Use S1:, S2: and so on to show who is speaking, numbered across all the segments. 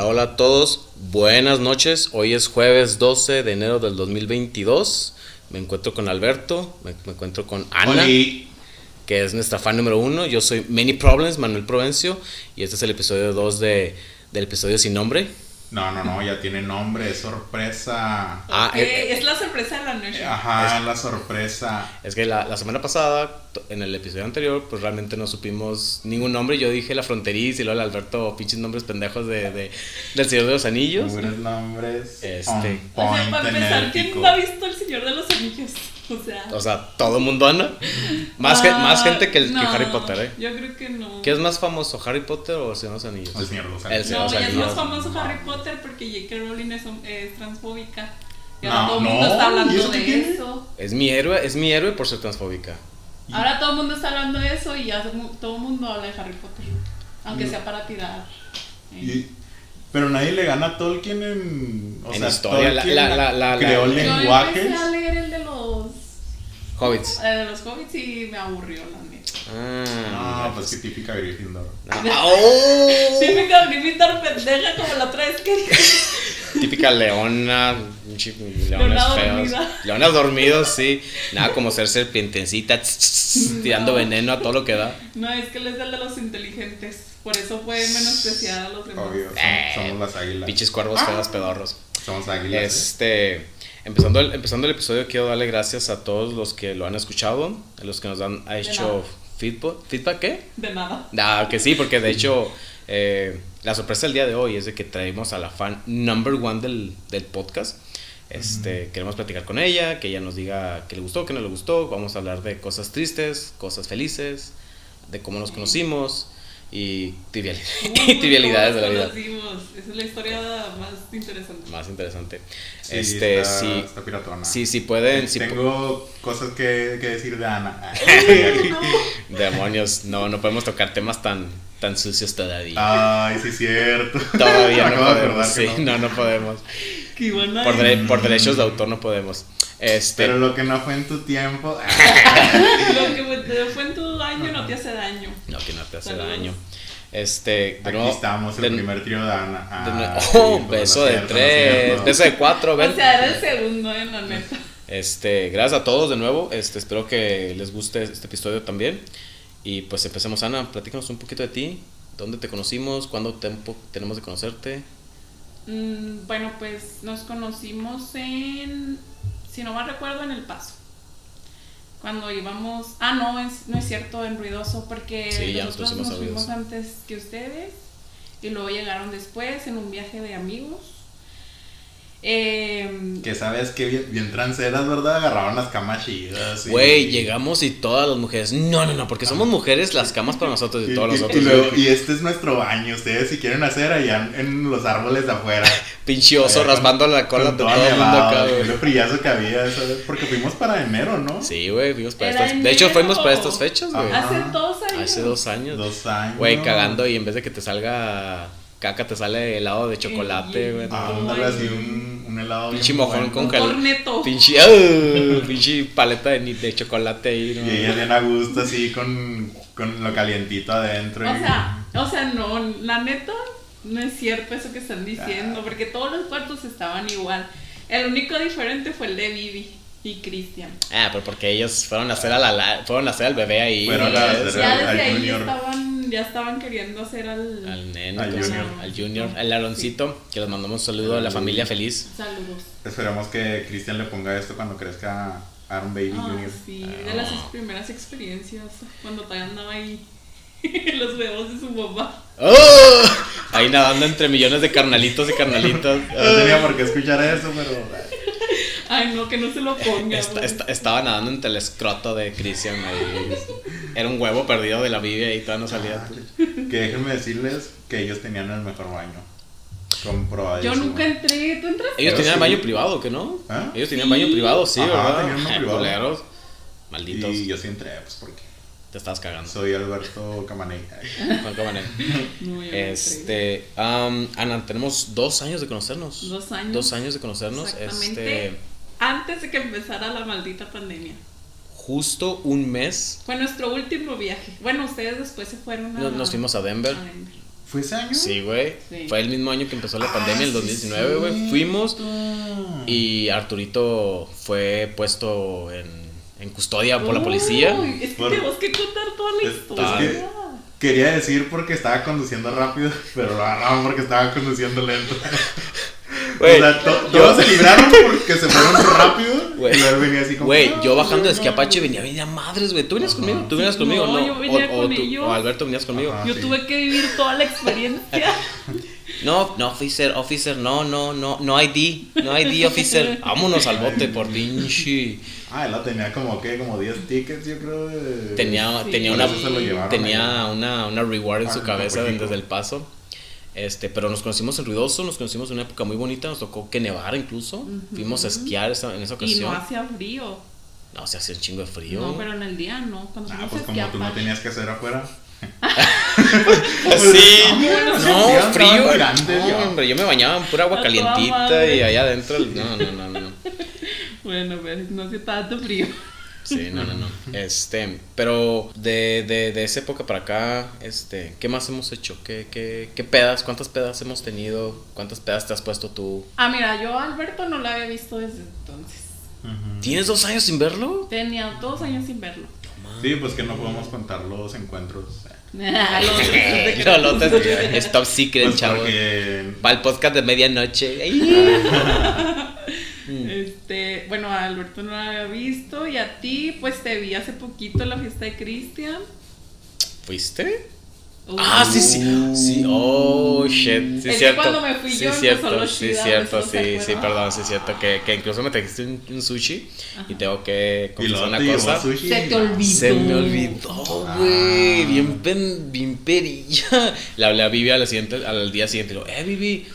S1: hola a todos, buenas noches. Hoy es jueves 12 de enero del 2022. Me encuentro con Alberto, me, me encuentro con Ana,
S2: Oli.
S1: que es nuestra fan número uno. Yo soy Many Problems, Manuel Provencio, y este es el episodio 2 de, del episodio sin nombre.
S2: No, no, no, ya tiene nombre, es sorpresa.
S1: Ah,
S3: Ok,
S1: eh, eh,
S3: es la sorpresa de la noche.
S2: Ajá, la sorpresa.
S1: es que la, la semana pasada, t- en el episodio anterior, pues realmente no supimos ningún nombre. Yo dije la fronteriz y luego el Alberto, pinches nombres pendejos de, de- del Señor de los Anillos.
S2: Puros nombres.
S1: Este.
S2: on
S3: O sea,
S2: point
S3: para
S2: en
S3: empezar,
S2: el
S3: ¿quién
S2: pico.
S3: no ha visto El Señor de los Anillos? O sea,
S1: O sea, todo mundo anda. Más, gen-
S3: ah,
S1: más gente que, el- que
S3: no,
S1: Harry Potter, ¿eh?
S3: Yo creo que no.
S1: ¿Qué es más famoso, Harry Potter o El Señor de los Anillos?
S2: El Señor de los
S1: El
S2: Anillos.
S1: Señor
S3: no,
S1: o sea,
S3: ya es
S1: no.
S3: más famoso Harry Potter porque J.K. Rowling es, hom- es transfóbica. Y ahora
S2: No,
S3: todo el
S2: no,
S3: mundo está hablando
S2: ¿y eso qué
S3: de
S2: tiene?
S3: eso.
S1: Es mi héroe, es mi héroe por ser transfóbica.
S2: Y-
S3: Ahora todo el mundo está hablando de eso y ya se mu- todo el mundo habla de Harry Potter. Aunque sea para tirar. ¿eh?
S2: y- pero nadie le gana a Tolkien en. O
S1: En
S2: sea,
S1: historia, la-
S2: Tolkien
S1: la- la- la-
S2: creó
S1: la-
S3: Yo
S2: lenguajes.
S3: empecé a leer el de los,
S1: Hobbits.
S3: el de los hobbits y me aburrió la neta.
S1: Ah,
S2: No, pues qué típica Gryffindor.
S1: Ah, oh.
S3: Típica Gryffindor pendeja como la otra vez que dije.
S1: Típica leona. un chi- Leones
S3: Leona
S1: feos.
S3: dormida.
S1: Leonas dormidos, sí. Nada como ser serpientecita, tss, tss, tss, tirando
S3: No.
S1: veneno a todo lo que da.
S3: No, es que él es el de los inteligentes. Por eso fue menospreciar a los demás.
S2: Obvio, som-
S1: Eh,
S2: somos las águilas.
S1: Pinches cuervos
S3: Ah.
S1: feos, pedorros.
S2: Somos águilas. ¿eh?
S1: Este, empezando el, empezando el episodio, quiero darle gracias a todos los que lo han escuchado, a los que nos han ha hecho
S3: nada.
S1: feedback. ¿Feedback qué?
S3: De nada.
S1: Ah, que sí, porque de hecho, eh, la sorpresa del día de hoy es de que traemos a la fan number one del, del podcast. Este, Queremos platicar con ella, que ella nos diga que le gustó, que no le gustó. Vamos a hablar de cosas tristes, cosas felices, de cómo nos conocimos y trivial- y trivialidades de la vida.
S3: Nos conocimos. Esa es la historia más interesante.
S1: Más interesante.
S2: Sí,
S1: este,
S2: está,
S1: sí,
S2: está piratona.
S1: sí, sí pueden, si pu-
S2: Tengo cosas que, que decir de Ana.
S1: demonios, no, no podemos tocar temas tan, tan sucios todavía.
S2: Ay, sí, es cierto.
S1: Todavía
S2: Me
S1: no
S2: Ah. acabo de acordar
S1: podemos,
S2: que
S1: sí,
S2: no.
S1: no, no podemos.
S3: Que iban a
S1: Por, dere- por derechos de autor no podemos. Este,
S2: Pero lo que no fue en tu tiempo. ah,
S3: Lo que fue- fue en tu daño no te hace daño.
S1: no, que no te hace
S3: Saludos.
S1: daño. Este, de
S2: Aquí
S1: nuevo-
S2: estamos, el
S1: de-
S2: primer trío de Ana.
S1: de nuevo-
S2: Ah,
S1: oh,
S2: sí, pues,
S1: beso
S2: no es
S1: de
S2: cierto, no es
S1: tres,
S2: cierto.
S1: beso de cuatro, ven.
S3: O sea, era el segundo, en la neta.
S1: Este, gracias a todos de nuevo. Este, espero que les guste este episodio también. Y pues empecemos, Ana, platícanos un poquito de ti. ¿Dónde te conocimos? ¿Cuánto tiempo tenemos de conocerte?
S3: Mm, bueno, pues nos conocimos en, si no mal recuerdo, en El Paso. Cuando íbamos, ah, no, es, no es cierto, en Ruidoso, porque
S1: Sí, ya nos
S3: nosotros
S1: pusimos
S3: nos
S1: a Ruidoso.
S3: fuimos antes que ustedes y luego llegaron después en un viaje de amigos. Em,
S2: Que sabes que bien, bien transeras, ¿verdad? Agarraban las camas chidas. y-
S1: Güey, llegamos y todas las mujeres. No, no, no, porque somos mujeres las camas para nosotros y
S2: Y,
S1: todos los
S2: y- y
S1: otros.
S2: luego- y este es nuestro baño. Ustedes, si quieren hacer, allá en los árboles de afuera.
S1: Pinche oso
S2: Allá con-
S1: raspando la cola de
S2: con
S1: todo
S2: todo
S1: el mundo
S2: nevado,
S1: acá,
S2: y
S1: güey.
S2: Lo frillazo que había, ¿sabes? Porque fuimos para enero, ¿no?
S1: Sí, güey, fuimos para
S3: Era
S1: estas. De hecho,
S3: enero.
S1: fuimos para estas fechas, güey.
S2: Ajá.
S3: hace dos años.
S1: Hace dos años.
S2: Dos años.
S1: Güey, cagando y en vez de que te salga caca, te sale helado de chocolate,
S3: Y-
S1: güey. no.
S2: Ah, ándale, así un, un helado. bien
S1: Pinche mojón
S2: bueno.
S1: con
S3: Un
S1: cal-
S3: corneto.
S1: Pinche, ¡au! pinche paleta de, ni- de chocolate ahí,
S2: Y ella
S1: ¿no?
S2: bien a gusto, así con, con lo calientito adentro.
S3: O
S2: y-
S3: sea, o sea, no, la neta no es cierto eso que están diciendo, porque todos los cuartos estaban igual. El único diferente fue el de Vivi y Cristian.
S1: Ah, pero porque ellos fueron a hacer, a la, la- fueron a hacer al bebé ahí.
S2: Fueron
S1: güey,
S2: a
S1: ¿sabes?
S2: hacer
S3: Ya
S2: al- al
S3: desde ahí
S2: Junior.
S3: estaban, ya estaban queriendo hacer al,
S1: Al nene,
S2: Al
S1: entonces,
S2: Junior.
S1: al Junior, al Aroncito, que les mandamos un saludo a la familia feliz.
S3: saludos.
S2: Esperemos que Cristian le ponga esto cuando crezca a Aaron Baby
S3: Ah,
S2: Jr.
S3: sí, de las primeras experiencias, cuando todavía andaba ahí los bebés de su papá.
S1: ¡Oh! Ahí nadando entre millones de carnalitos y carnalitas.
S2: No tenía por qué escuchar eso, pero.
S3: Ay, no, que no se lo ponga.
S1: Esta-
S3: güey.
S1: esta- estaba nadando entre el escroto de Christian ahí. Era un huevo perdido de la Biblia y todavía no
S2: Ah,
S1: salía.
S2: Que déjenme decirles que ellos tenían el mejor baño. Comprobadísimo.
S3: Yo nunca entré, ¿tú entraste?
S1: Ellos
S2: Pero
S1: tenían
S2: sí.
S1: baño privado, ¿que no?
S2: ¿Ah?
S1: Ellos tenían
S3: Sí.
S1: baño privado, sí,
S2: Ajá,
S1: ¿verdad?
S2: tenían uno
S1: Ay,
S2: privado.
S1: culeros. Malditos.
S2: Y yo sí entré, pues porque
S1: Te estabas cagando.
S2: soy Alberto Camaney.
S1: Cualquier manera.
S3: No, yo no entré.
S1: Este, am, Ana, tenemos dos años de conocernos.
S3: Dos años.
S1: Dos años de conocernos.
S3: Exactamente.
S1: Este,
S3: Antes de que empezara la maldita pandemia.
S1: justo un mes
S3: Fue nuestro último viaje. Bueno, ustedes después se fueron a...
S1: no- nos fuimos a Denver.
S3: a Denver.
S2: ¿Fue ese año?
S1: Sí, güey.
S3: Ah. Sí.
S1: Fue el mismo año que empezó la pandemia, el
S2: Ah, sí,
S1: 2019, güey.
S2: cierto.
S1: Fuimos y Arturito fue puesto en, en custodia por la policía.
S3: Uy, es que
S2: Por-
S3: tenemos que contar toda la
S2: Es- es
S3: historia.
S2: Quería decir porque estaba conduciendo rápido, pero lo agarraron porque estaba conduciendo lento.
S1: Güey,
S2: o sea, to-
S1: yo-
S2: todos se libraron porque se fueron rápido.
S1: Güey.
S2: y luego venía así como.
S1: Güey,
S2: "No,
S1: yo bajando de
S2: no".
S1: Esquiapache venía, venía madres, güey. ¿Tú venías
S2: Ajá.
S1: conmigo? ¿Tú venías
S3: Sí,
S1: conmigo?
S3: no,
S1: No,
S3: yo venía
S1: o, o
S3: con
S1: tú-
S3: ellos.
S1: o Alberto venías conmigo.
S2: Ajá. Ah,
S3: Yo
S2: sí.
S3: tuve que vivir toda la experiencia.
S1: No, no, officer, officer, no, no, no, no ID, no ID, officer. Vámonos al bote por pinche.
S2: Ah, él tenía como que, como 10 tickets, yo creo. de-
S1: Tenía,
S3: Sí.
S1: tenía
S2: Por
S1: una,
S2: eso se lo llevaron
S1: tenía una, una reward en
S2: Ah,
S1: su
S2: no,
S1: cabeza
S2: México.
S1: desde el paso. Este, pero nos conocimos en Ruidoso, nos conocimos en una época muy bonita, nos tocó que nevara incluso. Fuimos a esquiar esa- en esa
S3: y no
S1: ocasión.
S3: hacía frío.
S1: No, se hacía un chingo de frío.
S3: No, pero en el día no. Cuando
S2: Ah,
S3: fuimos
S2: pues
S3: a
S2: como tú no
S3: Esquiapal.
S2: tenías que hacer afuera. Pues,
S1: Sí.
S2: Bueno, sí,
S1: No,
S2: estaba
S1: frío.
S2: grande,
S1: no,
S2: yo.
S1: hombre, yo me bañaba en pura agua
S3: A toda
S1: calientita
S3: madre.
S1: y allá adentro. No, no, no, no.
S3: Bueno, pero no hacía tanto frío.
S1: Sí, no, no, no. Este, pero de, de, de esa época para acá, este, ¿qué más hemos hecho? ¿Qué, qué, qué pedas? ¿Cuántas pedas hemos tenido? ¿Cuántas pedas te has puesto tú?
S3: Ah, mira, yo a Alberto no la había visto desde entonces.
S2: Ujú.
S1: ¿Tienes dos años sin verlo?
S3: Tenía dos años sin verlo.
S2: Sí, pues que no podemos contar los encuentros.
S1: No, lo te- es top secret,
S2: Pues
S1: chavo.
S2: porque
S1: Para el podcast de medianoche. Ay. Mm.
S3: Este, bueno, a Alberto no la había visto y a ti, pues te vi hace poquito en la fiesta de Cristian.
S1: ¿Fuiste?
S3: Uh,
S1: Ah, sí, sí. Sí, oh, shit. Sí,
S3: Es que
S1: cierto.
S3: cuando me fui
S1: sí,
S3: yo empezó
S1: cierto.
S3: lo
S1: Sí,
S3: chida,
S1: cierto.
S3: empezó,
S1: Sí,
S3: ¿se
S1: sí,
S3: acuerdan?
S1: perdón. Sí, cierto. Que, que incluso me trajiste un, un sushi y tengo que
S2: Y
S1: confesar
S2: luego
S1: una
S2: te llevó
S1: cosa.
S2: sushi. Ah.
S3: Se te olvidó.
S1: Se me olvidó, güey. Bien, pen- bien perilla. Le hablé a Vivi al, siguiente, al día siguiente. y Le digo, eh, Vivi,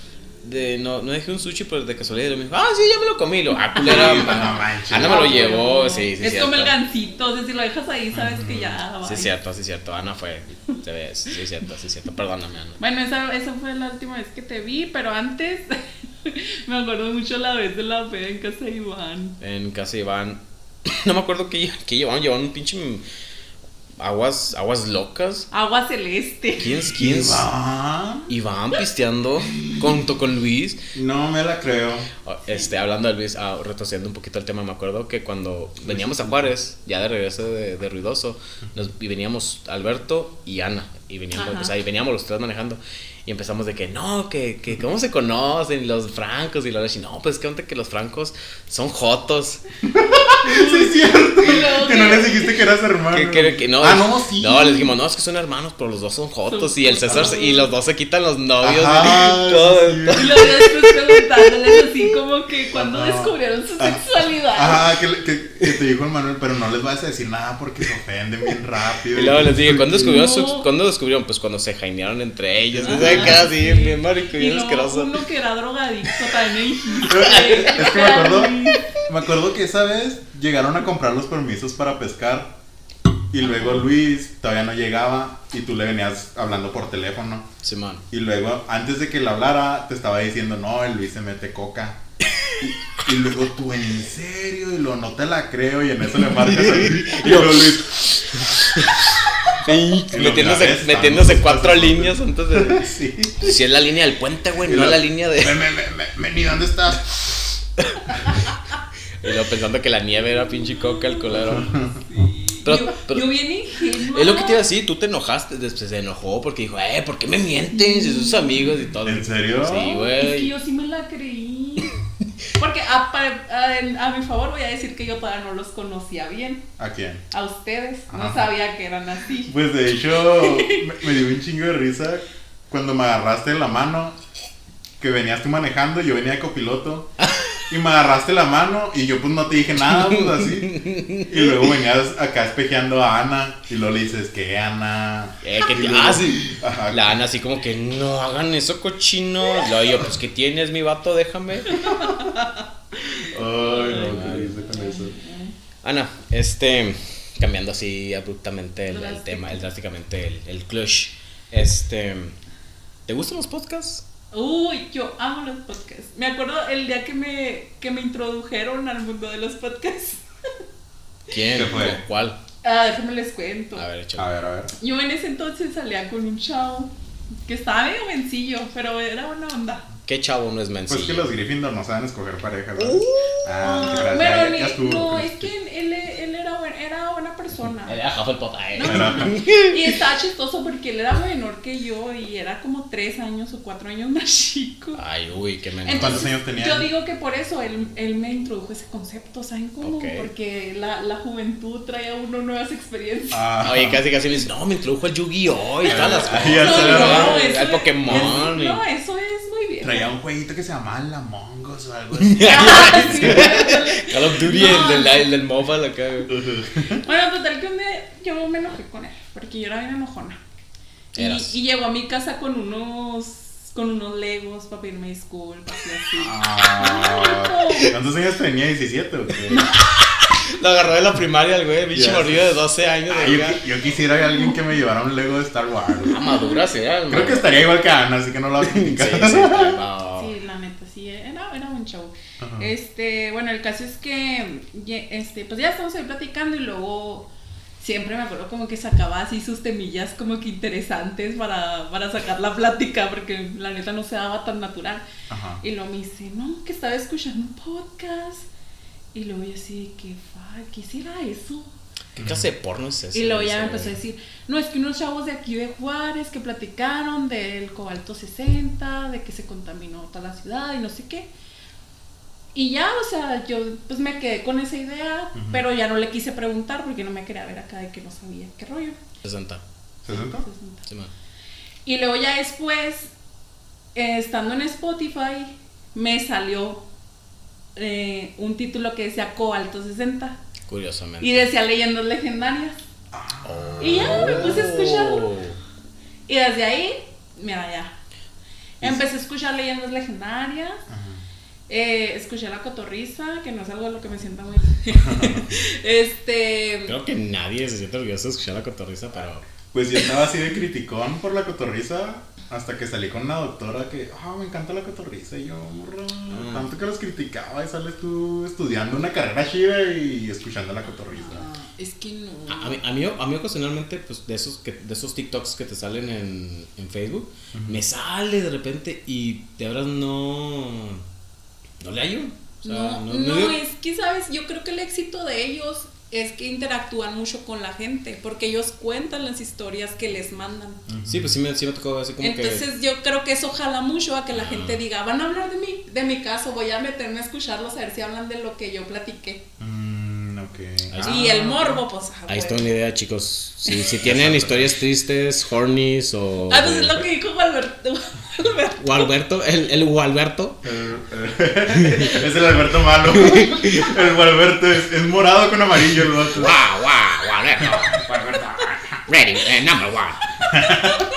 S1: de, no, no dejé un sushi, pero de casualidad. Y me dijo, ah, sí, ya me lo comí. Y lo, ah, culera.
S2: Sí,
S1: ma-
S2: no manches.
S1: Ana me lo llevó. Sí, sí,
S3: Es
S1: cierto.
S3: como el gancito, o sea, si lo dejas ahí, sabes que ya va.
S1: Sí, cierto, sí, cierto. Ana fue. Se ve, sí, cierto, sí, cierto. Perdóname, Ana.
S3: Bueno, esa, esa fue la última vez que te vi, pero antes me acuerdo mucho la vez de la peda en casa de Iván.
S1: En casa llevaban. No me acuerdo qué, qué llevaban. Llevaban un pinche. Aguas, aguas locas.
S3: Agua celeste.
S1: ¿Quién es? ¿Quién
S2: ¿Quién
S1: es?
S2: va?
S1: Iván pisteando junto con Luis.
S2: No me la creo.
S1: Este, hablando de Luis, ah, retrocediendo un poquito el tema, me acuerdo que cuando veníamos a Juárez, ya de regreso de, de Ruidoso, nos, y veníamos Alberto y Ana, y veníamos,
S3: Ajá.
S1: pues, ahí veníamos los tres manejando, y empezamos de que no, que, que cómo se conocen los francos, y la leche, no, pues que onda que los francos son jotos,
S2: Sí, es cierto.
S3: Y luego
S2: Que no
S3: que-
S2: les dijiste que eras hermano.
S1: que, que- que no,
S2: Ah, no, sí. Ah.
S1: no, les dijimos, no, es que son hermanos, pero los dos son jotos,
S3: Son
S1: y el César, se- y los dos se quitan los novios,
S2: Ajá,
S1: y todo,
S2: sí.
S3: Y luego después preguntándoles así como que cuando
S2: Ajá.
S3: descubrieron su sexualidad.
S2: Ajá, que, que- que te dijo el Manuel, pero no les vas a decir nada porque se ofenden bien rápido.
S1: Y luego les dije, ¿cuándo descubrieron? su-
S3: No.
S1: ¿Cuándo descubrieron? Pues cuando se jainearon entre ellos.
S2: Ah.
S3: Ajá,
S1: ¿sabes? Casi,
S3: sí.
S1: bien marico,
S3: Y
S1: bien
S3: luego
S1: asqueroso.
S3: uno que era drogadicto también dijiste.
S2: Es que me acuerdo, me acuerdo que esa vez llegaron a comprar los permisos para pescar y luego Luis todavía no llegaba y tú le venías hablando por teléfono.
S1: Simón.
S2: Y luego, antes de que le hablara, te estaba diciendo, no, el Luis se mete coca. Y, y luego tú, en serio, y lo no te la creo, y en eso le marcas a Luis. Y luego Luis, Y lo grabé,
S1: Metiéndose,
S2: estamos
S1: metiéndose cuatro
S2: despacio.
S1: líneas antes de.
S2: sí.
S1: Si es la línea del puente, güey,
S2: Y
S1: no
S2: lo-
S1: la línea de.
S2: Ven, ven, ven, ven, ven, ¿y dónde estás?
S1: Y luego pensando que la nieve era pinche coca el colero. Pero-
S3: Yo,
S1: pero-
S3: yo bien ingenua.
S1: Es lo que te iba a decir, tú te enojaste, después se enojó porque dijo, eh, ¿por qué me mienten? Si sus amigos y todo.
S2: ¿En serio?
S1: Sí,
S3: Es que
S1: güey.
S3: yo sí me la creí. Porque a, pa- a- en- a mi favor voy a decir que yo todavía no los conocía bien.
S2: ¿A quién?
S3: A ustedes. No
S2: Ajá.
S3: sabía que eran así.
S2: Pues de hecho, me, me dio un chingo de risa cuando me agarraste la mano, que venías tú manejando, yo venía de copiloto, y me agarraste la mano, y yo pues no te dije nada, pues así. Y luego venías acá espejeando a Ana, y luego le dices, ¿qué Ana?
S1: Eh, que te-
S2: Y luego-
S1: ah, sí.
S2: Ajá.
S1: La Ana así como que no hagan eso cochino. Luego yo, pues que tienes mi vato, déjame.
S2: Ay, no, qué risa con eso.
S1: Ana, Ah, este, cambiando así abruptamente el, el
S3: Drástico.
S1: tema, el, drásticamente el, el clutch, este, ¿te gustan los podcasts?
S3: Uy, yo amo los podcasts. Me acuerdo el día que me, que me introdujeron al mundo de los podcasts.
S1: ¿Quién?
S2: ¿Qué fue?
S1: ¿Cuál?
S3: Ah, déjenme les cuento.
S1: A ver, échale.
S2: A ver, a ver.
S3: Yo en ese entonces salía con un chavo Que estaba medio vencillo, pero era buena onda.
S1: ¿Qué chavo no es
S2: Pues
S1: mencillo?
S2: que los Gryffindor no saben escoger pareja, ¿verdad?
S1: Uh.
S2: ah, te creas,
S3: pero
S2: ya-
S3: ni-
S2: ya estuvo,
S3: no,
S2: Chris.
S3: es que él, él era, buen- era buena persona.
S1: Era Hufflepuff, ay.
S2: Era-
S3: Y estaba chistoso porque él era menor que yo y era como tres años o cuatro años más chico.
S1: Ay, uy, qué menos.
S3: Entonces,
S2: años tenía?
S3: Yo digo que por eso él, él me introdujo ese concepto, ¿saben cómo?
S1: Ok.
S3: Porque la, la juventud trae a uno nuevas experiencias.
S2: Ah,
S1: Oye, casi casi me dice, no, me introdujo el Yu-Gi-Oh! Ah, y todas las cosas.
S2: Ay, ya se la-
S1: Al
S3: eso es-
S1: Pokémon.
S3: es-
S1: y-
S3: no, eso es muy bien.
S2: Traía un jueguito que se llamaba La Mongos o algo así.
S3: Ah, sí, ándale.
S1: Call of Duty,
S3: No.
S1: el, del, el del mobile acá. güey.
S3: Bueno, total que un día yo me enojé con él, porque yo era bien enojona. Y,
S1: Eras.
S3: y llegó a mi casa con unos con unos legos para pedirme disculpas y así.
S2: Ah, ¿Cuántos años tenía? ¿17 o qué?
S1: Lo agarró de la primaria el güey, bicho
S2: Ya.
S1: morrillo de 12 años.
S2: Ah,
S1: de acá.
S2: yo, yo quisiera a alguien que me llevara un Lego de Star Wars.
S1: Ah, madura sí, era.
S2: Creo que
S1: está.
S2: estaría igual que Ana, así que no la voy a
S1: Sí,
S2: criticar.
S1: sí, no.
S3: Sí, la neta, sí, eh, era, era un show.
S2: Ajá.
S3: Este, bueno, el caso es que, ye- este, pues ya estamos ahí platicando y luego siempre me acuerdo como que sacaba así sus temillas como que interesantes para, para sacar la plática, porque la neta no se daba tan natural.
S2: Ajá.
S3: Y luego me dice, no, que estaba escuchando un podcast. Y luego yo así, que fuck, ¿qué será eso?
S1: ¿Qué clase de porno es ese?
S3: y luego ya
S1: Ese,
S3: me empezó a decir, no, es que unos chavos de aquí de Juárez que platicaron del cobalto 60, de que se contaminó toda la ciudad y no sé qué. Y ya, o sea, yo pues me quedé con esa idea,
S2: Ujú.
S3: pero ya no le quise preguntar porque no me quería ver acá de que no sabía qué rollo.
S1: 60.
S2: ¿Se sentó?
S1: Sí, man.
S3: Y luego ya después, eh, estando en Spotify, me salió eh, un título que decía Cobalto 60
S1: Curiosamente.
S3: y decía Leyendas Legendarias.
S1: Oh.
S3: y ya, me puse a escucharlo. Y desde ahí, mira ya. Empecé a escuchar leyendas legendarias,
S2: Ajá.
S3: eh, escuché la cotorriza, que no es algo de lo que me sienta muy... este...
S1: Creo que nadie se siente orgulloso de escuchar la cotorriza, pero.
S2: Pues yo estaba así de criticón por la cotorriza hasta que salí con una doctora que, ah, me encanta la cotorriza. Y yo, morra,
S1: Ah.
S2: tanto que los criticaba y sales tú estudiando una carrera chida y escuchando la cotorriza.
S3: Ah, es que no.
S1: A, a mí, a, mí, a mí ocasionalmente, pues de esos, que, de esos TikToks que te salen en, en Facebook, me sale de repente y de verdad no. No le hallo. O sea,
S3: no, no,
S1: digo-
S3: es que, ¿sabes? Yo creo que el éxito de ellos es que interactúan mucho con la gente, porque ellos cuentan las historias que les mandan.
S1: Sí, pues sí me, sí me tocó así como que.
S3: Entonces yo creo que eso jala mucho a que la
S1: Ah.
S3: gente diga, van a hablar de mí, de mi caso, voy a meterme a escucharlos a ver si hablan de lo que yo platiqué.
S2: Mmm, ok.
S1: pues. Ahí
S2: Ah,
S1: está.
S3: y el morbo, pues... ah,
S1: Ahí está
S3: güey.
S1: una idea, chicos. Si, si tienen historias tristes, hornies o.
S3: Ah, pues es lo que dijo Alberto. Alberto.
S1: O Alberto, el, el Gualberto.
S2: el- el- es el Alberto malo. El Alberto es, es morado con amarillo el vato.
S1: ¡Guau, guau, Gualberto!
S2: Alberto.
S1: Ready, eh, number one.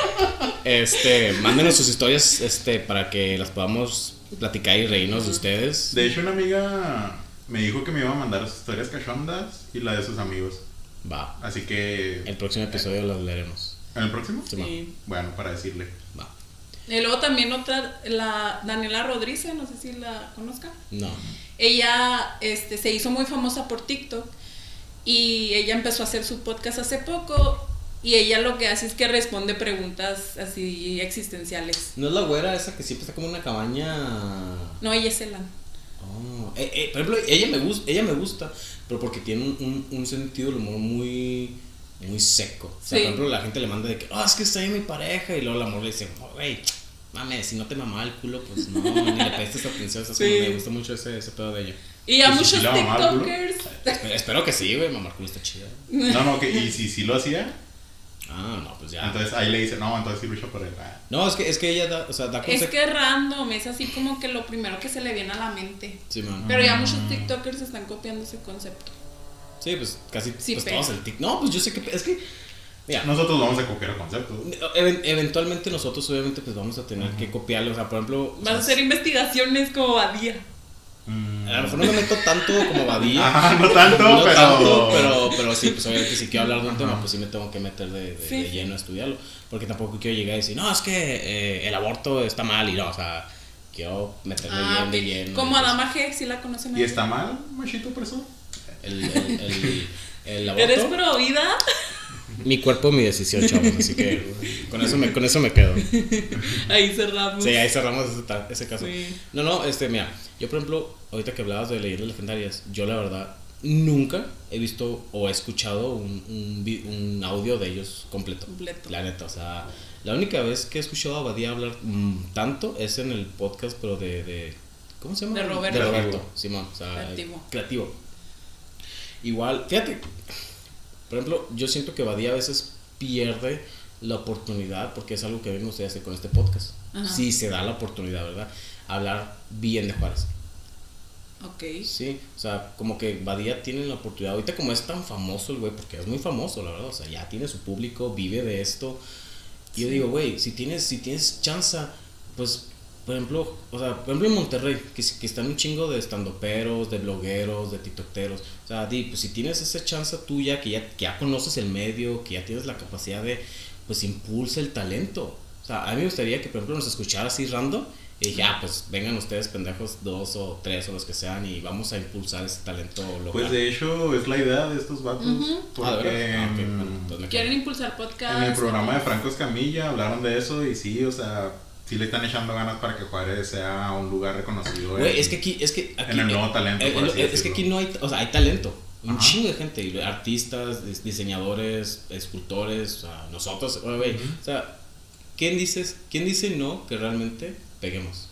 S1: Este, mándenos sus historias este, para que las podamos platicar y reírnos de ustedes.
S2: De hecho, una amiga me dijo que me iba a mandar sus historias cachondas y la de sus amigos.
S1: Va.
S2: Así que,
S1: El próximo episodio las leeremos.
S2: ¿en el próximo?
S1: Sí, ma.
S3: Sí.
S2: Bueno, para decirle.
S1: Va.
S3: Y luego también otra, la Daniela Rodríguez, no sé si la conozcan.
S1: No.
S3: Ella este, se hizo muy famosa por TikTok y ella empezó a hacer su podcast hace poco y ella lo que hace es que responde preguntas así existenciales.
S1: No es la güera esa que siempre está como en una cabaña.
S3: No, ella es Elan.
S1: Oh, eh, eh, por ejemplo, ella me, gusta, ella me gusta, pero porque tiene un, un, un sentido del humor muy, muy seco. O sea,
S3: Sí.
S1: por ejemplo, la gente le manda de que, ah, es que está ahí mi pareja, y luego el amor le dice, oh, güey, mames, si no te mamaba el culo, pues no, ni le prestes atención. O sea, es como,
S3: Sí.
S1: me gusta mucho ese, ese pedo de ella.
S3: Y a
S2: ¿Y si
S3: muchos
S2: sí la mamaba el culo?
S3: TikTokers.
S1: Pero espero que sí, güey, mamar culo está chido.
S2: No, no, que, y si sí lo hacía,
S1: Ah, no, pues ya.
S2: entonces ahí le dice, no, entonces sí lucha por él. Ah,
S1: no, es que, es que ella da, o sea, da
S3: Es
S1: consejos.
S3: que es random, es así como que lo primero que se le viene a la mente.
S1: Sí, man.
S3: Pero ya muchos TikTokers están copiando ese concepto.
S1: Sí, pues casi
S3: Sí,
S1: pues,
S3: pega.
S1: todos el tic. No, pues yo sé que, es que, mira,
S2: Nosotros vamos a copiar el concepto.
S1: Even- eventualmente nosotros obviamente pues vamos a tener que copiarlo, o sea, por ejemplo... o
S3: Vas a
S1: sea,
S3: hacer investigaciones como a día.
S1: A lo mejor no me meto tanto como Badía.
S2: Mm. Ajá, no tanto,
S1: no
S2: pero...
S1: tanto, pero, pero sí, pues obviamente si quiero hablar de un tema,
S2: Ajá.
S1: pues sí me tengo que meter de, de-
S3: Sí.
S1: de lleno a estudiarlo. Porque tampoco quiero llegar y decir, no, es que eh, el aborto está mal y no, o sea, quiero meterme
S3: Ah,
S1: bien de lleno.
S3: como
S1: Entonces,
S3: Adama G, si la conocen.
S2: ¿Y está mal, machito preso?
S1: El, el, el, el aborto.
S3: ¿Eres pro vida?
S1: Mi cuerpo, mi decisión, chavos. Así que con eso me, con eso me quedo.
S3: Ahí cerramos.
S1: Sí, ahí cerramos ese, ta- ese caso.
S3: Sí.
S1: No, no, este, mira, yo por ejemplo, ahorita que hablabas de leyendas legendarias, yo la verdad nunca he visto o he escuchado un, un vi- un audio de ellos completo.
S3: Completo.
S1: La neta, o sea, la única vez que he escuchado a Abadía hablar mm, tanto es en el podcast, pero de. de- ¿Cómo se llama?
S3: De Roberto.
S1: De Roberto, Simón. O sea,
S3: Creativo.
S1: creativo. Igual, fíjate, por ejemplo, yo siento que Badía a veces pierde la oportunidad, porque es algo que a mí me gustaría hacer con este podcast.
S3: Ajá.
S1: Si se da la oportunidad, ¿verdad? Hablar bien de Juárez.
S3: Ok.
S1: Sí, o sea, como que Badía tiene la oportunidad. Ahorita, como es tan famoso el güey, porque es muy famoso, la verdad, o sea, ya tiene su público, vive de esto. Y yo digo, güey, si tienes, si tienes chance, pues, por ejemplo, o sea, por ejemplo en Monterrey, que, s- que están un chingo de estandoperos, de blogueros, de tiktokeros. O sea, di, pues si tienes esa chance tuya, que ya, que ya conoces el medio, que ya tienes la capacidad de, pues impulsa el talento. O sea, a mí me gustaría que, por ejemplo, nos escuchara así random y dije, ah, pues vengan ustedes pendejos, dos o tres o los que sean, y vamos a impulsar ese talento local.
S2: Pues de hecho es la idea de estos vatos.
S3: Ujú.
S1: Ah, ¿de
S2: Porque
S1: veras? Ah, ok,
S2: mm,
S1: bueno, entonces me
S3: ¿Quieren
S1: quedo.
S3: impulsar podcast?
S2: en el programa de Franco Escamilla hablaron de eso y sí, o sea, sí le están echando ganas para que Juárez sea un lugar reconocido. en-
S1: Güey, es que aquí, es que aquí.
S2: el nuevo
S1: eh,
S2: talento,
S1: eh,
S2: por así
S1: eh, es que
S2: decirlo.
S1: aquí no hay, o sea, hay talento. Un
S2: Ajá.
S1: chingo de gente, y artistas, dis- diseñadores, escultores, o sea, nosotros, güey, güey, o sea, ¿quién, dices, ¿quién dice no que realmente peguemos?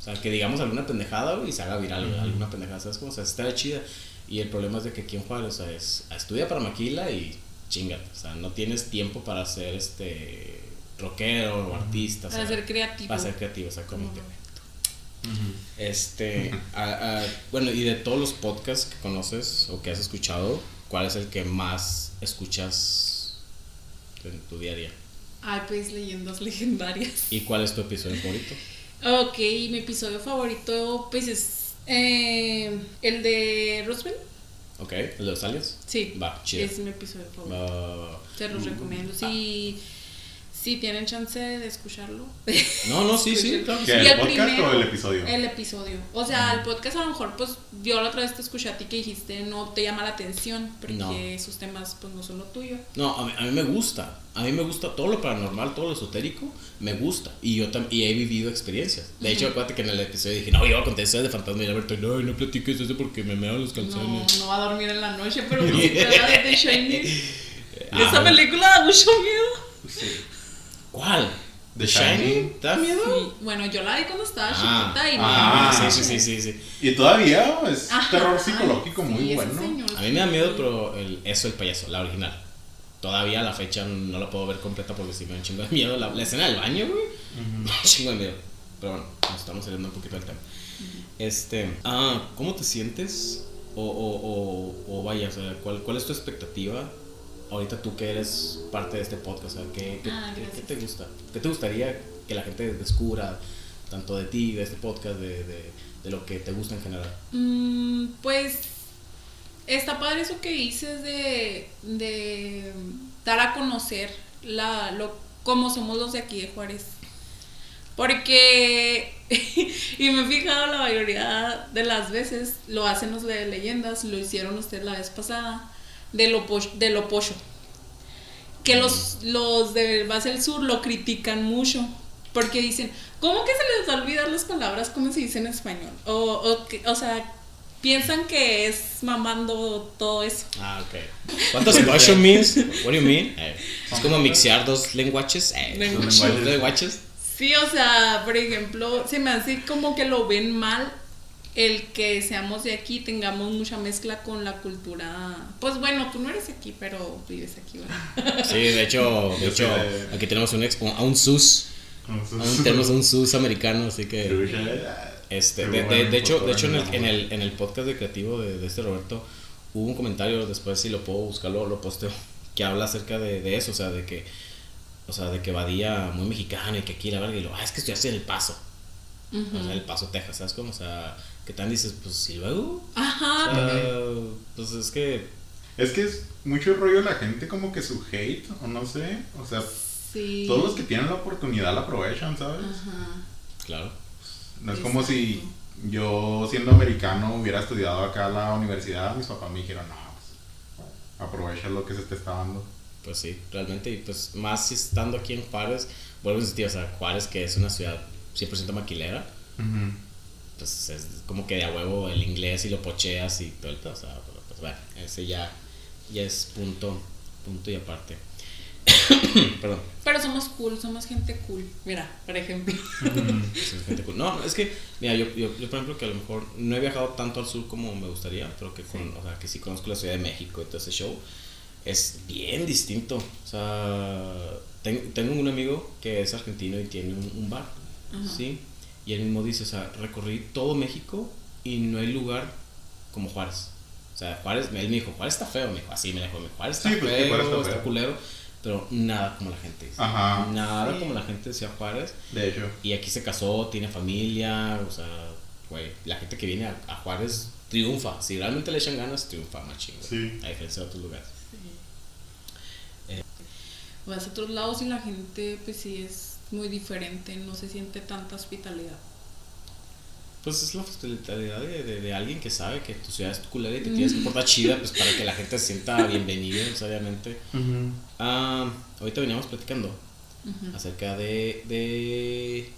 S1: O sea, que digamos alguna pendejada güey, y se haga viral güey, alguna pendejada, ¿sabes cómo? O sea, está chida. Y el problema es de que aquí en Juárez, o sea, es, estudia para maquila y chingate, o sea, no tienes tiempo para ser este rockero o artista, o
S3: Para
S1: sea,
S3: ser creativo.
S1: para ser creativo, exactamente.
S3: Ujú.
S2: Ujú.
S1: Este, a- a- bueno, y de todos los podcasts que conoces o que has escuchado, ¿cuál es el que más escuchas en tu día a día?
S3: Ay, pues leyendas legendarias.
S1: ¿Y cuál es tu episodio favorito?
S3: Ok, mi episodio favorito, pues es eh, el de Roosevelt.
S1: ¿Ok? ¿El de los aliens?
S3: Sí,
S1: Va, chido.
S3: es mi episodio favorito.
S1: Va, va, va, va.
S3: Se los recomiendo. Si, si tienen chance de escucharlo,
S1: No, no, sí, sí, claro. que
S2: ¿Qué,
S1: sí.
S3: Y
S2: ¿El
S3: el
S2: podcast
S3: primero,
S2: o el episodio?
S3: el episodio. O
S1: Mm.
S3: sea, el podcast a lo mejor, pues yo la otra vez te escuché a ti que dijiste no te llama la atención porque
S1: No.
S3: esos temas, pues no son lo tuyo.
S1: No, a mí, a mí me gusta. A mí me gusta todo lo paranormal, todo lo esotérico, me gusta. Y yo tam- y he vivido experiencias. De hecho, acuérdate que en el episodio dije, no, yo conté historias de fantasma y Alberto, no, no platiques eso porque me mean los
S3: No,
S1: calzones.
S3: no va a dormir en la noche, pero pues, si te habla de The Shining.
S1: Ah,
S3: Esa película da mucho miedo.
S2: Sí.
S1: ¿Cuál?
S2: The Shining.
S1: ¿Te da miedo?
S3: Sí. Bueno, yo la vi cuando estaba
S1: Ah,
S3: chiquita y no.
S1: ah,
S2: Ah.
S1: sí, sí, sí, sí, sí.
S2: Y todavía es
S3: Ajá,
S2: terror psicológico muy
S3: sí, ese
S2: bueno.
S3: señor.
S1: A mí me da miedo, pero el, eso, el payaso, la original. Todavía a la fecha no la puedo ver completa porque sí me da un chingo de miedo. La, la escena del baño, güey, me da un chingo de miedo. Pero bueno, nos estamos saliendo un poquito del tema. Este, ah, ¿cómo te sientes? O, o, o, o vaya, o sea, ¿cuál, ¿cuál es tu expectativa? Ahorita tú que eres parte de este podcast, o sea, ¿qué, qué-
S3: Ah,
S1: qué-
S3: gracias.
S1: qué te gusta? ¿Qué te gustaría que la gente descubra tanto de ti, de este podcast, de, de, de lo que te gusta en general?
S3: Mm, pues está padre eso que dices de, de dar a conocer la, lo, cómo somos los de aquí de Juárez. Porque, y me he fijado la mayoría de las veces, lo hacen los de leyendas, lo hicieron ustedes la vez pasada, de lo, poch- de lo pocho. Que los, los de Más del Sur lo critican mucho. Porque dicen, ¿cómo que se les va a olvidar las palabras? ¿Cómo se dice en español? O, o, que- o sea, piensan que es mamando todo eso.
S1: Ah, ok. ¿Cuántos emotion means? What do you mean? Eh, es como mixear dos lenguajes. Eh,
S3: Lenguajes.
S1: Dos lenguajes.
S3: Sí, o sea, por ejemplo, se me hace como que lo ven mal el que seamos de aquí, tengamos mucha mezcla con la cultura. Pues bueno, tú no eres aquí, pero vives aquí, ¿verdad?
S1: Sí, de hecho, de
S2: Yo
S1: hecho,
S2: soy de-
S1: aquí tenemos un expo, a un sus, a un- Ah, tenemos un sus americano, así que
S2: "Ah".
S1: este, de, de- de hecho, de hecho en el, en el, en el podcast de creativo de, de este Roberto hubo un comentario después si lo puedo buscarlo lo posteo que habla acerca de, de eso, o sea de que, o sea de que Badía muy mexicano y que aquí la verga y lo, ah es que estudiaste en el Paso, o sea el Paso Texas, ¿sabes cómo? O sea que tan dices pues y luego
S3: Ajá.
S1: Ah, pues es que.
S2: Es que es mucho rollo la gente como que su hate, o no sé. O sea,
S3: Sí.
S2: todos los que tienen la oportunidad la aprovechan, ¿sabes?
S3: Ajá.
S1: Claro.
S2: No es como si
S3: Ah, Exacto.
S2: yo siendo americano hubiera estudiado acá a la universidad, mis papás me dijeron, no, pues, aprovecha lo que se te está dando.
S1: Pues sí, realmente, y pues más si estando aquí en Juárez, vuelvo a insistir, o sea, Juárez que es una ciudad 100% maquilera,
S2: Ujú.
S1: pues es como que de a huevo el inglés y lo pocheas y todo el pedo, o sea, pero, pues bueno, ese ya, ya es punto, punto y aparte. Perdón.
S3: Pero somos cool, somos gente cool. Mira, por ejemplo.
S1: Sí, es gente cool. No, no, es que, mira, yo, yo, yo, por ejemplo que a lo mejor no he viajado tanto al sur como me gustaría, pero que, con, o sea, que sí conozco la Ciudad de México y todo ese show, es bien distinto. O sea, ten- tengo un amigo que es argentino y tiene un, un bar,
S3: Ajá.
S1: ¿sí? Y él mismo dice, o sea, recorrí todo México y no hay lugar como Juárez. O sea, Juárez, él me dijo, Juárez está feo, me dijo, así me dijo, Juárez está
S2: Sí, pues, que
S1: feo,
S2: Juárez está
S1: está,
S2: feo".
S1: culero, pero nada como la gente dice.
S2: Ajá.
S1: Nada
S3: Sí.
S1: como la gente decía Juárez.
S2: De hecho.
S1: Y aquí se casó, tiene familia, o sea, güey, la gente que viene a, a Juárez triunfa. Si realmente le echan ganas, triunfa, machín, güey.
S2: Sí.
S1: A diferencia de otros lugares.
S3: Eh. Vas a otros lados y la gente, pues sí, es muy diferente. No se siente tanta hospitalidad.
S1: Pues es la hospitalidad de, de- de alguien que sabe que tu ciudad es culera y te tienes que portar chida, pues para que la gente se sienta bienvenida, pues, obviamente.
S2: Ujú.
S1: Ah, ahorita veníamos platicando
S3: Ujú.
S1: acerca de, de,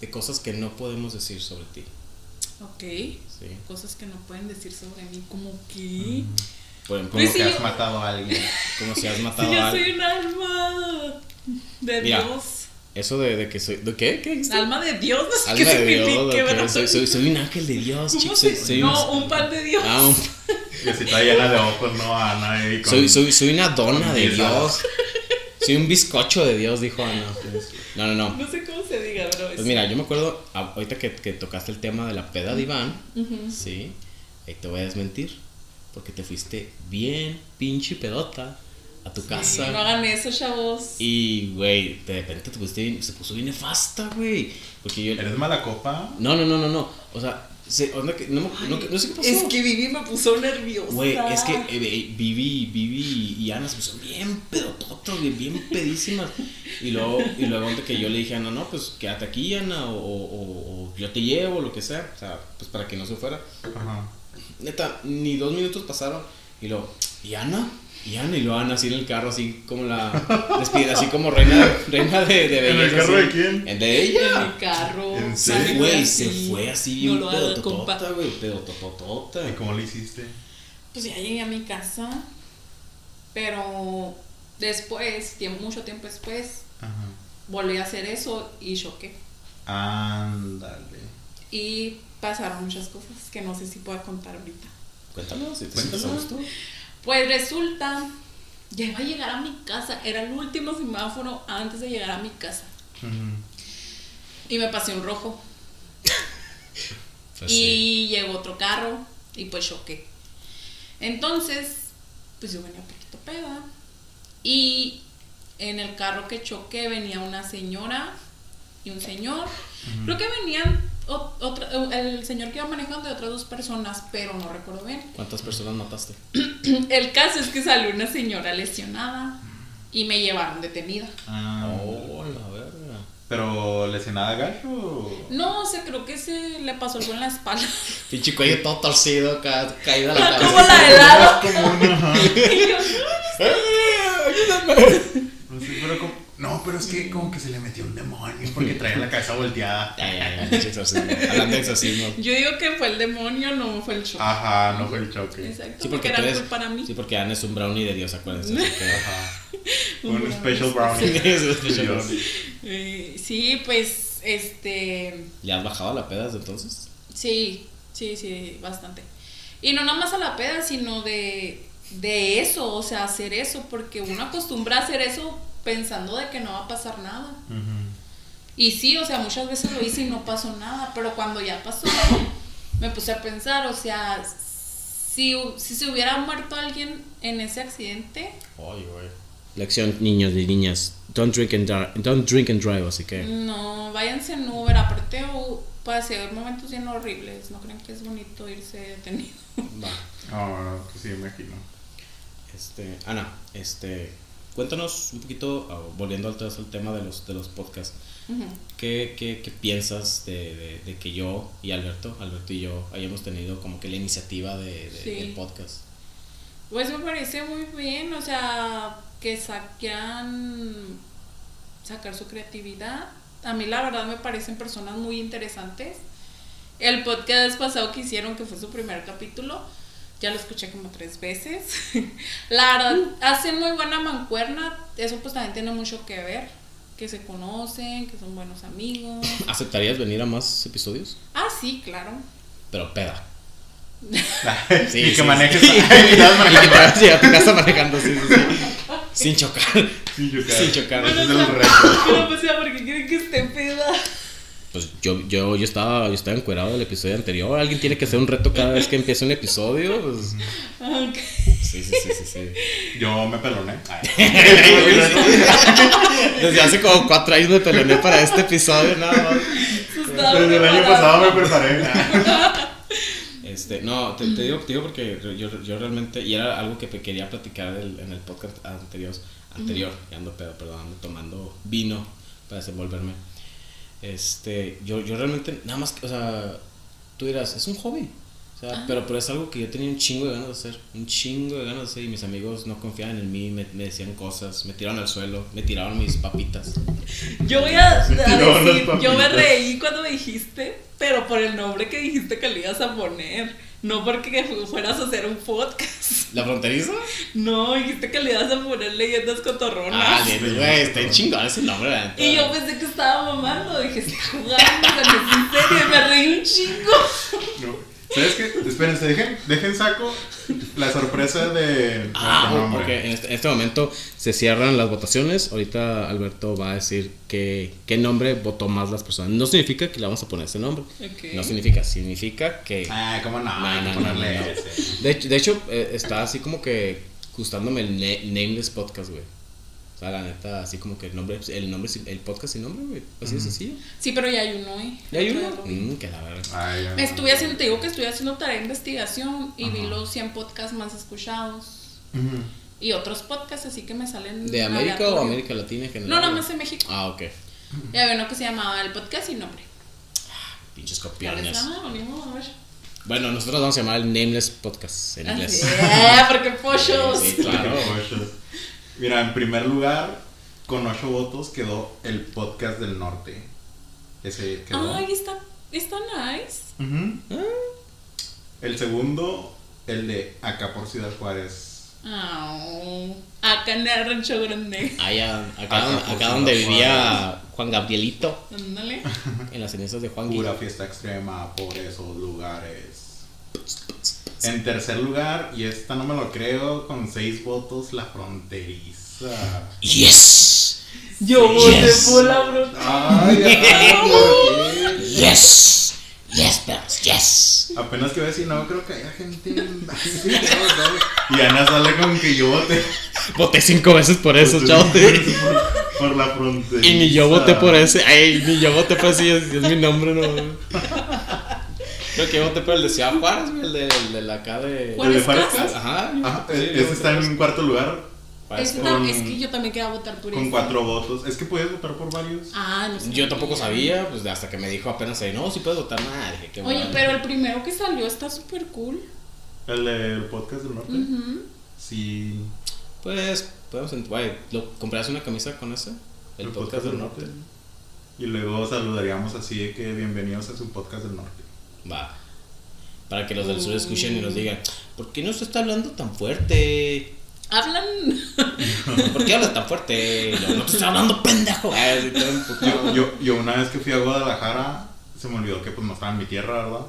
S1: de cosas que no podemos decir sobre ti.
S3: Ok.
S1: ¿sí?
S3: Cosas que no pueden decir sobre mí, como que.
S1: Mm. Por ejemplo,
S2: Como
S3: Pues
S2: que
S3: sí,
S2: has
S3: yo-
S2: matado a alguien.
S1: como si has
S3: Sí,
S1: matado a
S3: yo soy
S1: alguien.
S3: un alma de
S1: Mira.
S3: Dios.
S1: Eso de, de que soy. ¿De qué? ¿Qué dijiste?
S3: Alma de Dios, no sé
S1: Alma
S3: qué
S1: de Dios,
S3: significa,
S1: ok,
S3: ¿verdad?
S1: soy, soy, soy un ángel de Dios,
S3: ¿Cómo
S1: chicos.
S3: se-
S1: Soy, soy una-
S3: no, un pan de Dios.
S1: Ah, un-
S2: Que si está llena de ojos, no Ana. Y con-
S1: soy, soy, soy una dona
S2: con
S1: de
S2: diez
S1: Dios.
S2: alas.
S1: Soy un bizcocho de Dios, dijo Ana. No, no, no.
S3: No sé cómo se diga, pero es-
S1: Pues mira, yo me acuerdo a- ahorita que, que tocaste el tema de la peda de Iván.
S3: Ujú.
S1: Sí, ahí te voy a desmentir. Porque te fuiste bien pinche pedota a tu casa.
S3: Sí, no hagan eso, chavos.
S1: Y, güey, de repente te pusiste bien- se puso bien nefasta, güey. Porque yo.
S2: ¿Eres mala copa?
S1: No, no, no, no, no. O sea, se- onda que- no, me- no, no sé qué pasó.
S3: Es que Vivi me puso nerviosa.
S1: Güey, es que eh, eh, Vivi, Vivi y Ana se pusieron bien pedototas, güey, bien pedísimas. Y luego, y luego de que yo le dije a Ana, no, pues quédate aquí, Ana, o, o- o- o yo te llevo, lo que sea. O sea, pues para que no se fuera.
S2: Ajá.
S1: Neta, ni dos minutos pasaron. Y luego, ¿y Ana? ¿Y Ana? Y luego Ana así en el carro, así como la despide, así como reina, reina de, de
S2: ¿En el
S1: belleza,
S2: carro
S1: así.
S2: de quién?
S1: El de
S3: En
S1: ella.
S3: mi carro.
S2: ¿En
S1: Se
S2: serio?
S3: Ay,
S1: fue,
S3: güey,
S1: se
S3: sí.
S1: fue así
S3: No
S1: bien
S3: lo haga, compa.
S1: pedototota, güey, pedototota.
S2: ¿Y cómo lo hiciste?
S3: Pues ya llegué a mi casa. Pero después, tiempo, mucho tiempo después,
S2: Ajá.
S3: volví a hacer eso y choqué.
S2: Ándale.
S3: Y pasaron muchas cosas que no sé si puedo contar ahorita.
S1: Cuéntanos, si te
S2: Cuéntanos.
S1: sientes a gusto.
S3: Pues resulta, ya iba a llegar a mi casa. Era el último semáforo antes de llegar a mi casa.
S2: Ujú.
S3: Y me pasé un rojo.
S1: Pues sí.
S3: y llegó otro carro y pues choqué. Entonces, pues yo venía un poquito peda. Y en el carro que choqué venía una señora y un señor. Creo que venían o- otra- el señor que iba manejando y otras dos personas, pero no recuerdo bien.
S1: ¿Cuántas personas mataste?
S3: El caso es que salió una señora lesionada y me llevaron detenida.
S2: Ah.
S1: Oh, la verga.
S2: ¿Pero lesionada gacho? o-
S3: No, sé, creo que se le pasó algo en la espalda.
S1: Pinche cuello todo torcido, ca- caída la cabeza.
S3: Como la de
S2: Ah,
S3: lado.
S2: Ajá.
S3: Y yo,
S2: No sé, pero como- No, pero es que como que se le metió un demonio porque traía la cabeza volteada.
S1: Ya, ya, ya, pinche exorcismo. Hablando de exorcismo.
S3: yo digo que fue el demonio, no fue el choque.
S2: Ajá, no fue el choque.
S3: Exacto,
S1: Sí, porque
S3: porque era
S1: tú eres-
S3: culpa para mí.
S1: Sí, porque Ana es un brownie de Dios, acuérdense. así que-
S2: Ajá. Fue un special brownie.
S1: Es un special
S2: Dios.
S1: brownie.
S3: Eh, sí, pues, este,
S1: ¿Le has bajado la peda desde entonces?
S3: sí, sí, sí, bastante. Y no nada más a la peda, sino de, de eso, o sea, hacer eso, porque uno acostumbra a hacer eso pensando de que no va a pasar nada.
S2: Ujú.
S3: Y sí, o sea, muchas veces lo hice y no pasó nada, pero cuando ya pasó, me puse a pensar, o sea, si, hu- si se hubiera muerto alguien en ese accidente,
S1: Ay, güey. Lección, niños y niñas. Don't drink and, dri- don't drink and drive, así que.
S3: No, váyanse en Uber. Aparte, u- pasé momentos bien horribles. ¿No creen que es bonito irse detenido?
S1: Va.
S2: Ah, pues sí, me imagino.
S1: Este, Ana, este, cuéntanos un poquito, ah, volviendo al, al tema de los, de los podcasts.
S3: Ujú.
S1: ¿Qué, qué, qué piensas de, de, de que yo y Alberto, Alberto y yo, hayamos tenido como que la iniciativa de, de-
S3: Sí.
S1: del podcast?
S3: Pues me parece muy bien, o sea, que saquean sacar su creatividad. A mí la verdad me parecen personas muy interesantes. El podcast pasado que hicieron, que fue su primer capítulo, ya lo escuché como tres veces. la verdad, hacen muy buena mancuerna. Eso pues también tiene mucho que ver. Que se conocen, que son buenos amigos.
S1: ¿Aceptarías venir a más episodios?
S3: Ah, sí, claro.
S1: Pero peda.
S2: y que manejes.
S1: Sí.
S2: y que estás
S1: Y que te
S2: manejando.
S1: vas a llegar a tu casa manejando, sí, sí, sí. Sin chocar.
S2: Sin chocar.
S1: Sin chocar.
S2: Ese es el reto.
S3: Pero pues ya, porque quieren que esté peda.
S1: Pues yo, yo, yo estaba, yo estaba encuerado del episodio anterior. Alguien tiene que hacer un reto cada vez que empiece un episodio. Pues,
S3: Ok.
S1: sí, sí, sí, sí, sí.
S2: Yo me peloné. Ay.
S1: Desde hace como cuatro años me peloné para este episodio, nada más.
S3: Estaba
S2: Desde el año
S3: preparada.
S2: pasado me preparé.
S1: Este, no, te, te digo, te digo porque yo, yo realmente, y era algo que te quería platicar del- en el podcast anterior, anterior, ya ando pedo, perdón, ando tomando vino para desenvolverme. Este, yo, yo realmente, nada más, que, o sea, tú dirás, es un hobby, o sea, pero, pero es algo que yo tenía un chingo de ganas de hacer, un chingo de ganas de hacer, y mis amigos no confiaban en mí, me, me decían cosas, me tiraron al suelo, me tiraron mis papitas.
S3: Yo voy a, a
S2: Tiró
S3: decir,
S2: las
S3: yo me
S2: papitas.
S3: reí cuando me dijiste, pero por el nombre que dijiste que le ibas a poner, no porque fu- fueras a hacer un podcast.
S1: ¿La fronteriza?
S3: No, dijiste que le ibas a poner leyendas cotorronas.
S1: Ah, de- güey, está bien chingón ese nombre, la neta.
S3: y yo pensé que estaba mamando, dije, está jugando, o sea, que es en serio, y me reí un chingo.
S2: No. ¿Sabes qué? Espérense, dejen, dejen saco la sorpresa de.
S1: Ah,
S2: de nombre.
S1: porque en este, en este momento se cierran las votaciones. Ahorita Alberto va a decir que, qué nombre votó más las personas. No significa que le vamos a poner ese nombre.
S3: Ok.
S1: No significa, significa que...
S2: Ah, cómo no.
S1: No,
S2: hay que
S1: no, no,
S2: ponerle
S1: no.
S2: ese.
S1: De, hecho- de hecho, eh, está así como que gustándome el ne- Nameless Podcast, güey. O sea, la neta, así como que el nombre, el nombre, sin- el podcast sin nombre, güey. Así de sencillo.
S3: Sí, pero ya hay uno ¿eh? hoy.
S1: ¿Y hay uno? Mm, que la verdad.
S2: Ay, ay,
S3: Estuve
S2: ay.
S3: haciendo, te digo que estuve haciendo tarea de investigación y vi
S2: Ajá.
S3: los 100 podcasts más escuchados
S2: Ujú.
S3: y otros podcasts así que me salen
S1: ¿De América o
S3: aleatorio.
S1: América Latina en general?
S3: No, nada
S1: güey?
S3: más en México.
S1: Ah, ok.
S3: Y había uno que se llamaba El Podcast Sin Nombre.
S1: Pinches
S3: Ya les
S1: copiones.
S3: llama, lo mismo, a ver.
S1: Bueno, nosotros vamos a llamar el Nameless Podcast en inglés.
S3: Así es, Ah, porque pollos.
S1: Sí, claro.
S2: Ocho. Mira, en primer lugar, con ocho votos quedó el podcast del norte. Ese quedó.
S3: Ay, está, está nice.
S2: Ujú.
S1: Ah.
S2: El segundo, el de acá por Ciudad Juárez.
S3: Au. Acá en el rancho grande.
S1: Allá,
S2: Acá,
S1: acá, don-
S2: por
S1: acá
S2: San
S1: donde
S2: Juan.
S1: vivía Juan Gabrielito,
S3: Ándale.
S1: en las cenizas de Juan
S2: Pura
S1: Gabriel.
S2: fiesta extrema por esos lugares. En tercer lugar, y esta no me lo creo, con seis votos, la fronteriza.
S1: ¡Yes!
S3: Yo
S1: voté
S3: voté
S1: Yes.
S3: por
S1: por
S3: la bro.
S2: Ay, ay, ¿por qué?
S1: ¡Yes! ¡Yes, perros! ¡Yes!
S2: Apenas que voy a decir, no creo que haya gente. y Ana sale con que yo voté.
S1: Voté cinco veces por eso,
S2: Voté
S1: chao.
S2: por- Por la frontera.
S1: Y ni yo voté por ese. Ay, ni yo voté por ese. Es, es mi nombre, no. güey. Creo que yo voté por el de Ciudad Juárez, güey, el de, el de la acá de.
S3: ¿Cuál es
S2: Juárez?
S3: casa?
S1: Ajá. eh,
S2: Ajá,
S1: sí, yo
S2: Ah, eh, ese
S1: voté
S2: está
S1: por Pues,
S2: en cuarto lugar
S1: Juárez.
S3: Ese
S2: con-
S3: tam- es que yo también quería votar por
S2: con
S3: ese.
S2: cuatro votos. Es que puedes votar por varios.
S3: Ah, no sé.
S1: Yo tampoco sabía, pues hasta que me dijo apenas ahí, no, si puedes votar nada. Dije, qué
S3: Oye,
S1: bueno.
S3: pero el primero que salió está súper cool.
S2: El del podcast del norte.
S3: Ujú.
S2: Sí.
S1: Pues, podemos. ent- Güey, ¿lo comprarás una camisa con ese? El, podcast del norte.
S2: Y luego saludaríamos así de que bienvenidos a su podcast del norte.
S1: Va. Para que los del sur escuchen y nos digan, ¿por qué no se está hablando tan fuerte?
S3: Hablan.
S1: ¿Por qué hablas tan fuerte? Y yo, no te estoy hablando, pendejo. Ah, así todo emputado.
S2: Yo, yo, yo una vez que fui a Guadalajara, se me olvidó que pues no estaba en mi tierra, ¿verdad?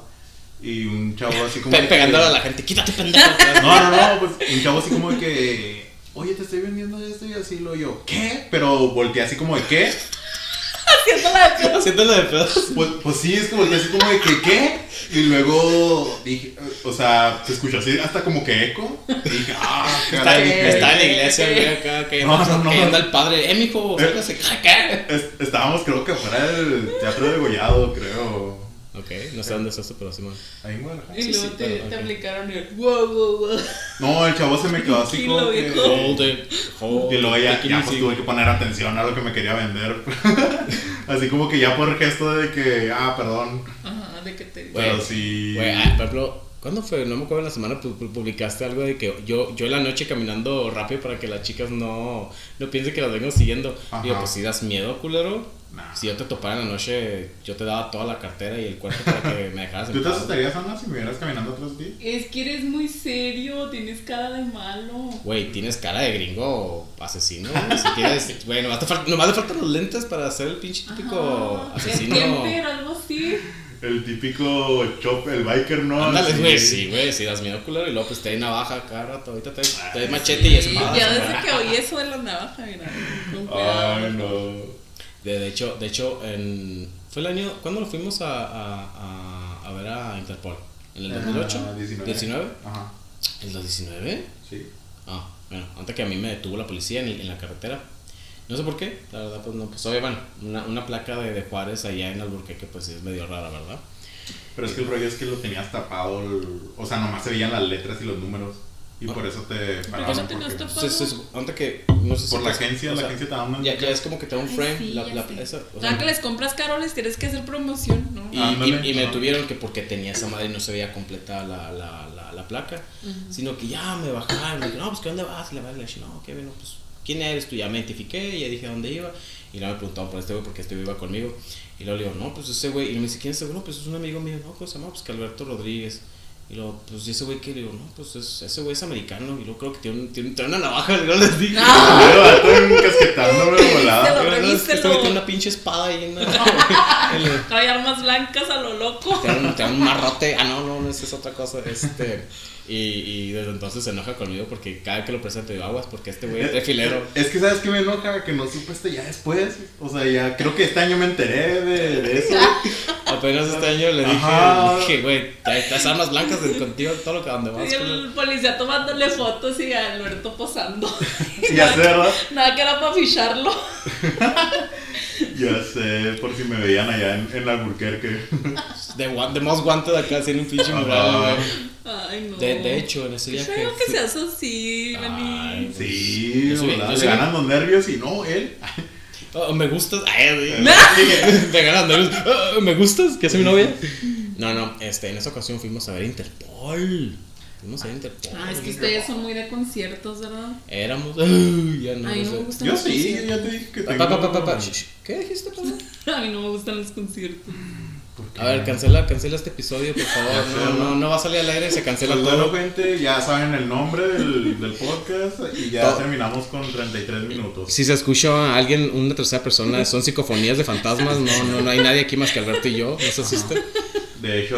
S2: Y un chavo así como...
S1: Pe-
S2: de que-
S1: pegándole a la gente, quítate, pendejo.
S2: No, no, no, pues un chavo así como de que, oye, te estoy vendiendo esto y así lo yo, ¿qué? Pero volteé así como de, ¿qué?
S3: Haciendo la de pedo.
S1: Haciéndole de pedos.
S2: Pues, pues sí, es que volteé así como de que, ¿qué? Y luego dije, eh, o sea, se escuchó así hasta como que eco. Y dije, ah,
S1: Está,
S2: caray, dije,
S1: está en la iglesia, güey, acá, que
S2: No, no, no.
S1: cayendo al padre. Eh, mijo, sálgase, caca.
S2: es- estábamos creo que fuera del teatro de Gollado, creo.
S1: Ok, no sé dónde es eso, pero sí, man.
S2: Ahí en Guadalajara.
S3: Y
S1: Sí,
S3: luego
S1: sí,
S3: te,
S1: pero,
S3: te
S1: ok.
S3: aplicaron el wow, wow, wow.
S2: No, el chavo se me quedó así
S3: Tranquilo,
S2: como que...
S3: viejo.
S1: Hold it, hold
S2: Y luego ya,
S1: it,
S2: ya,
S1: take it
S2: pues
S1: easy.
S2: tuve que poner atención a lo que me quería vender. Así como que ya por gesto de que, ah, perdón.
S3: Ajá, de que te.
S1: Güey,
S2: pero sí.
S1: Güey, ah, por ejemplo, ¿Cuándo fue? No me acuerdo, en la semana pu- pu- publicaste algo de que yo, yo en la noche caminando rápido para que las chicas no, no piensen que las vengo siguiendo.
S2: Ajá.
S1: Digo, pues si das miedo, culero.
S2: Nah.
S1: Si yo te topara en la noche, yo te daba toda la cartera y el cuerpo para que me dejaras en
S2: ¿Tú te
S1: paz.
S2: asustarías, Ana, si me vieras caminando atrás de ti?
S3: Es que eres muy serio, tienes cara de malo.
S1: Güey, tienes cara de gringo asesino. güey. Si tienes, bueno, nomás te, fal- nomás le faltan los lentes para ser el pinche típico
S3: Ajá,
S1: asesino.
S3: Camper, algo así.
S2: El típico chop, el biker, ¿no?
S1: Ándale,
S2: Así,
S1: güey, sí, güey, si das miedo, culero. Y luego, pues te hay navaja cada rato. Ahorita te hay,
S2: Ah,
S1: machete y espada.
S3: ya
S1: güey.
S3: desde que oí eso de la navaja, mira. con cuidado.
S2: Ay, no.
S1: De, de hecho, de hecho en, fue el año. ¿Cuándo lo fuimos a, a, a, a ver a Interpol? ¿En el 2008?
S2: Ah, 19.
S1: 19.
S2: Ajá,
S1: ¿En los 19?
S2: sí.
S1: Ah, bueno, antes que a mí me detuvo la policía en, el- en la carretera. No sé por qué, la verdad, pues no. Pues oye, bueno, una, una placa de, de Juárez allá en Alburquerque, pues sí es medio rara, ¿verdad?
S2: Pero es que el rollo es que lo tenías tapado, el- o sea, nomás se veían las letras y los números. Y por eso te pararon.
S3: no tenías
S2: porque-
S3: tapado?
S1: Se, se, sup- antes que. No sé si
S2: Por la
S1: pues,
S2: agencia,
S1: o
S2: la
S1: sea,
S2: agencia te da una.
S1: Ya, ya es como que te da un
S3: Ay,
S1: frame.
S3: sí,
S1: la,
S3: ya
S1: la-
S3: sé.
S1: esa, o
S3: O
S1: sea,
S3: sea, que les compras caro, les tienes que hacer promoción, ¿no?
S1: Y,
S2: Ah, Ándale,
S1: y- y me
S2: ajá.
S1: tuvieron que porque tenía esa madre y no se veía completa la, la, la, la placa, sino que ya me bajaron, me dijeron, no, pues ¿qué dónde vas? Y la madre le dije, no, qué bueno, pues ¿quién eres tú? Ya me identifiqué, ya dije a dónde iba, y luego me preguntaban por este güey porque este güey iba conmigo, y luego le digo, no, pues ese güey, y me dice, ¿quién es ese güey? No, pues es un amigo mío, no, ¿cómo se llama? Pues que Alberto Rodríguez. Y luego, pues, ¿y ese güey que le digo, no, pues es- ese güey es americano. Y luego creo que tiene, un- tiene, un- trae una navaja. Y luego les dije,
S3: ¡Ah!
S2: Pero estoy encasquetándome de volada.
S1: "Pero no, es que este güey
S3: revíselo.
S1: tiene una pinche espada ahí en la- en la,
S3: Trae armas blancas a lo loco.
S1: te dan, un- te dan un marrote. Ah, no, no, no, esa es otra cosa. Este, y, y desde entonces se enoja conmigo porque cada que lo presento digo aguas porque este güey es refilero.
S2: Es que sabes que me enoja que no supe esto ya después. O sea, ya creo que este año me enteré de, de eso.
S1: Apenas este año le dije,
S2: Ajá.
S1: le dije, güey, te- las armas blancas de contigo, todo lo que a donde vas.
S3: Y
S1: culo".
S3: el policía tomándole fotos y a Alberto posando.
S2: ya sé, ¿verdad?
S3: Nada que era para ficharlo.
S2: Ya sé, por si me veían allá en, en Alburquerque.
S1: De guan- de más guantes de acá haciendo un pinche mural,
S2: Ajá.
S1: güey.
S3: Ay, no.
S1: De, de hecho, en ese
S3: Qué
S1: día
S3: feo que
S1: fui-
S3: seas así,
S1: Ay,
S3: Benny.
S2: Sí,
S1: Yo soy-
S2: volada,
S1: yo
S2: le
S1: soy-
S2: ganan los nervios y no, él.
S1: Oh, me gustas. Ay,
S2: No.
S1: ay, me ganan nervios. Oh, me gustas, que soy mi novia. No, no, este, en esa ocasión fuimos a ver Interpol. Fuimos a ver Interpol.
S3: Ah, es que ustedes son muy de conciertos, ¿verdad?
S1: Éramos. Ay, ya no
S3: Ay, no me
S1: sé.
S3: gustan
S2: Yo
S3: los
S2: sí, yo
S3: conciertos.
S2: ya te dije que
S1: Pa,
S2: tengo...
S1: pa, pa, pa, pa. Shh, shh. ¿Qué dijiste, Pablo?
S3: A mí no me gustan los conciertos.
S2: ¿Por qué?
S1: A ver, cancela, cancela este episodio, por favor.
S2: sé,
S1: No, no,
S2: ¿no?
S1: no va a salir al aire, se cancela
S2: Pues bueno,
S1: todo.
S2: gente, ya saben el nombre del, del podcast y ya
S1: Todo.
S2: terminamos con 33 minutos.
S1: Si se escucha a alguien, una tercera persona, son psicofonías de fantasmas. No, no, no hay nadie aquí más que Alberto y yo. No se asusten.
S2: De hecho,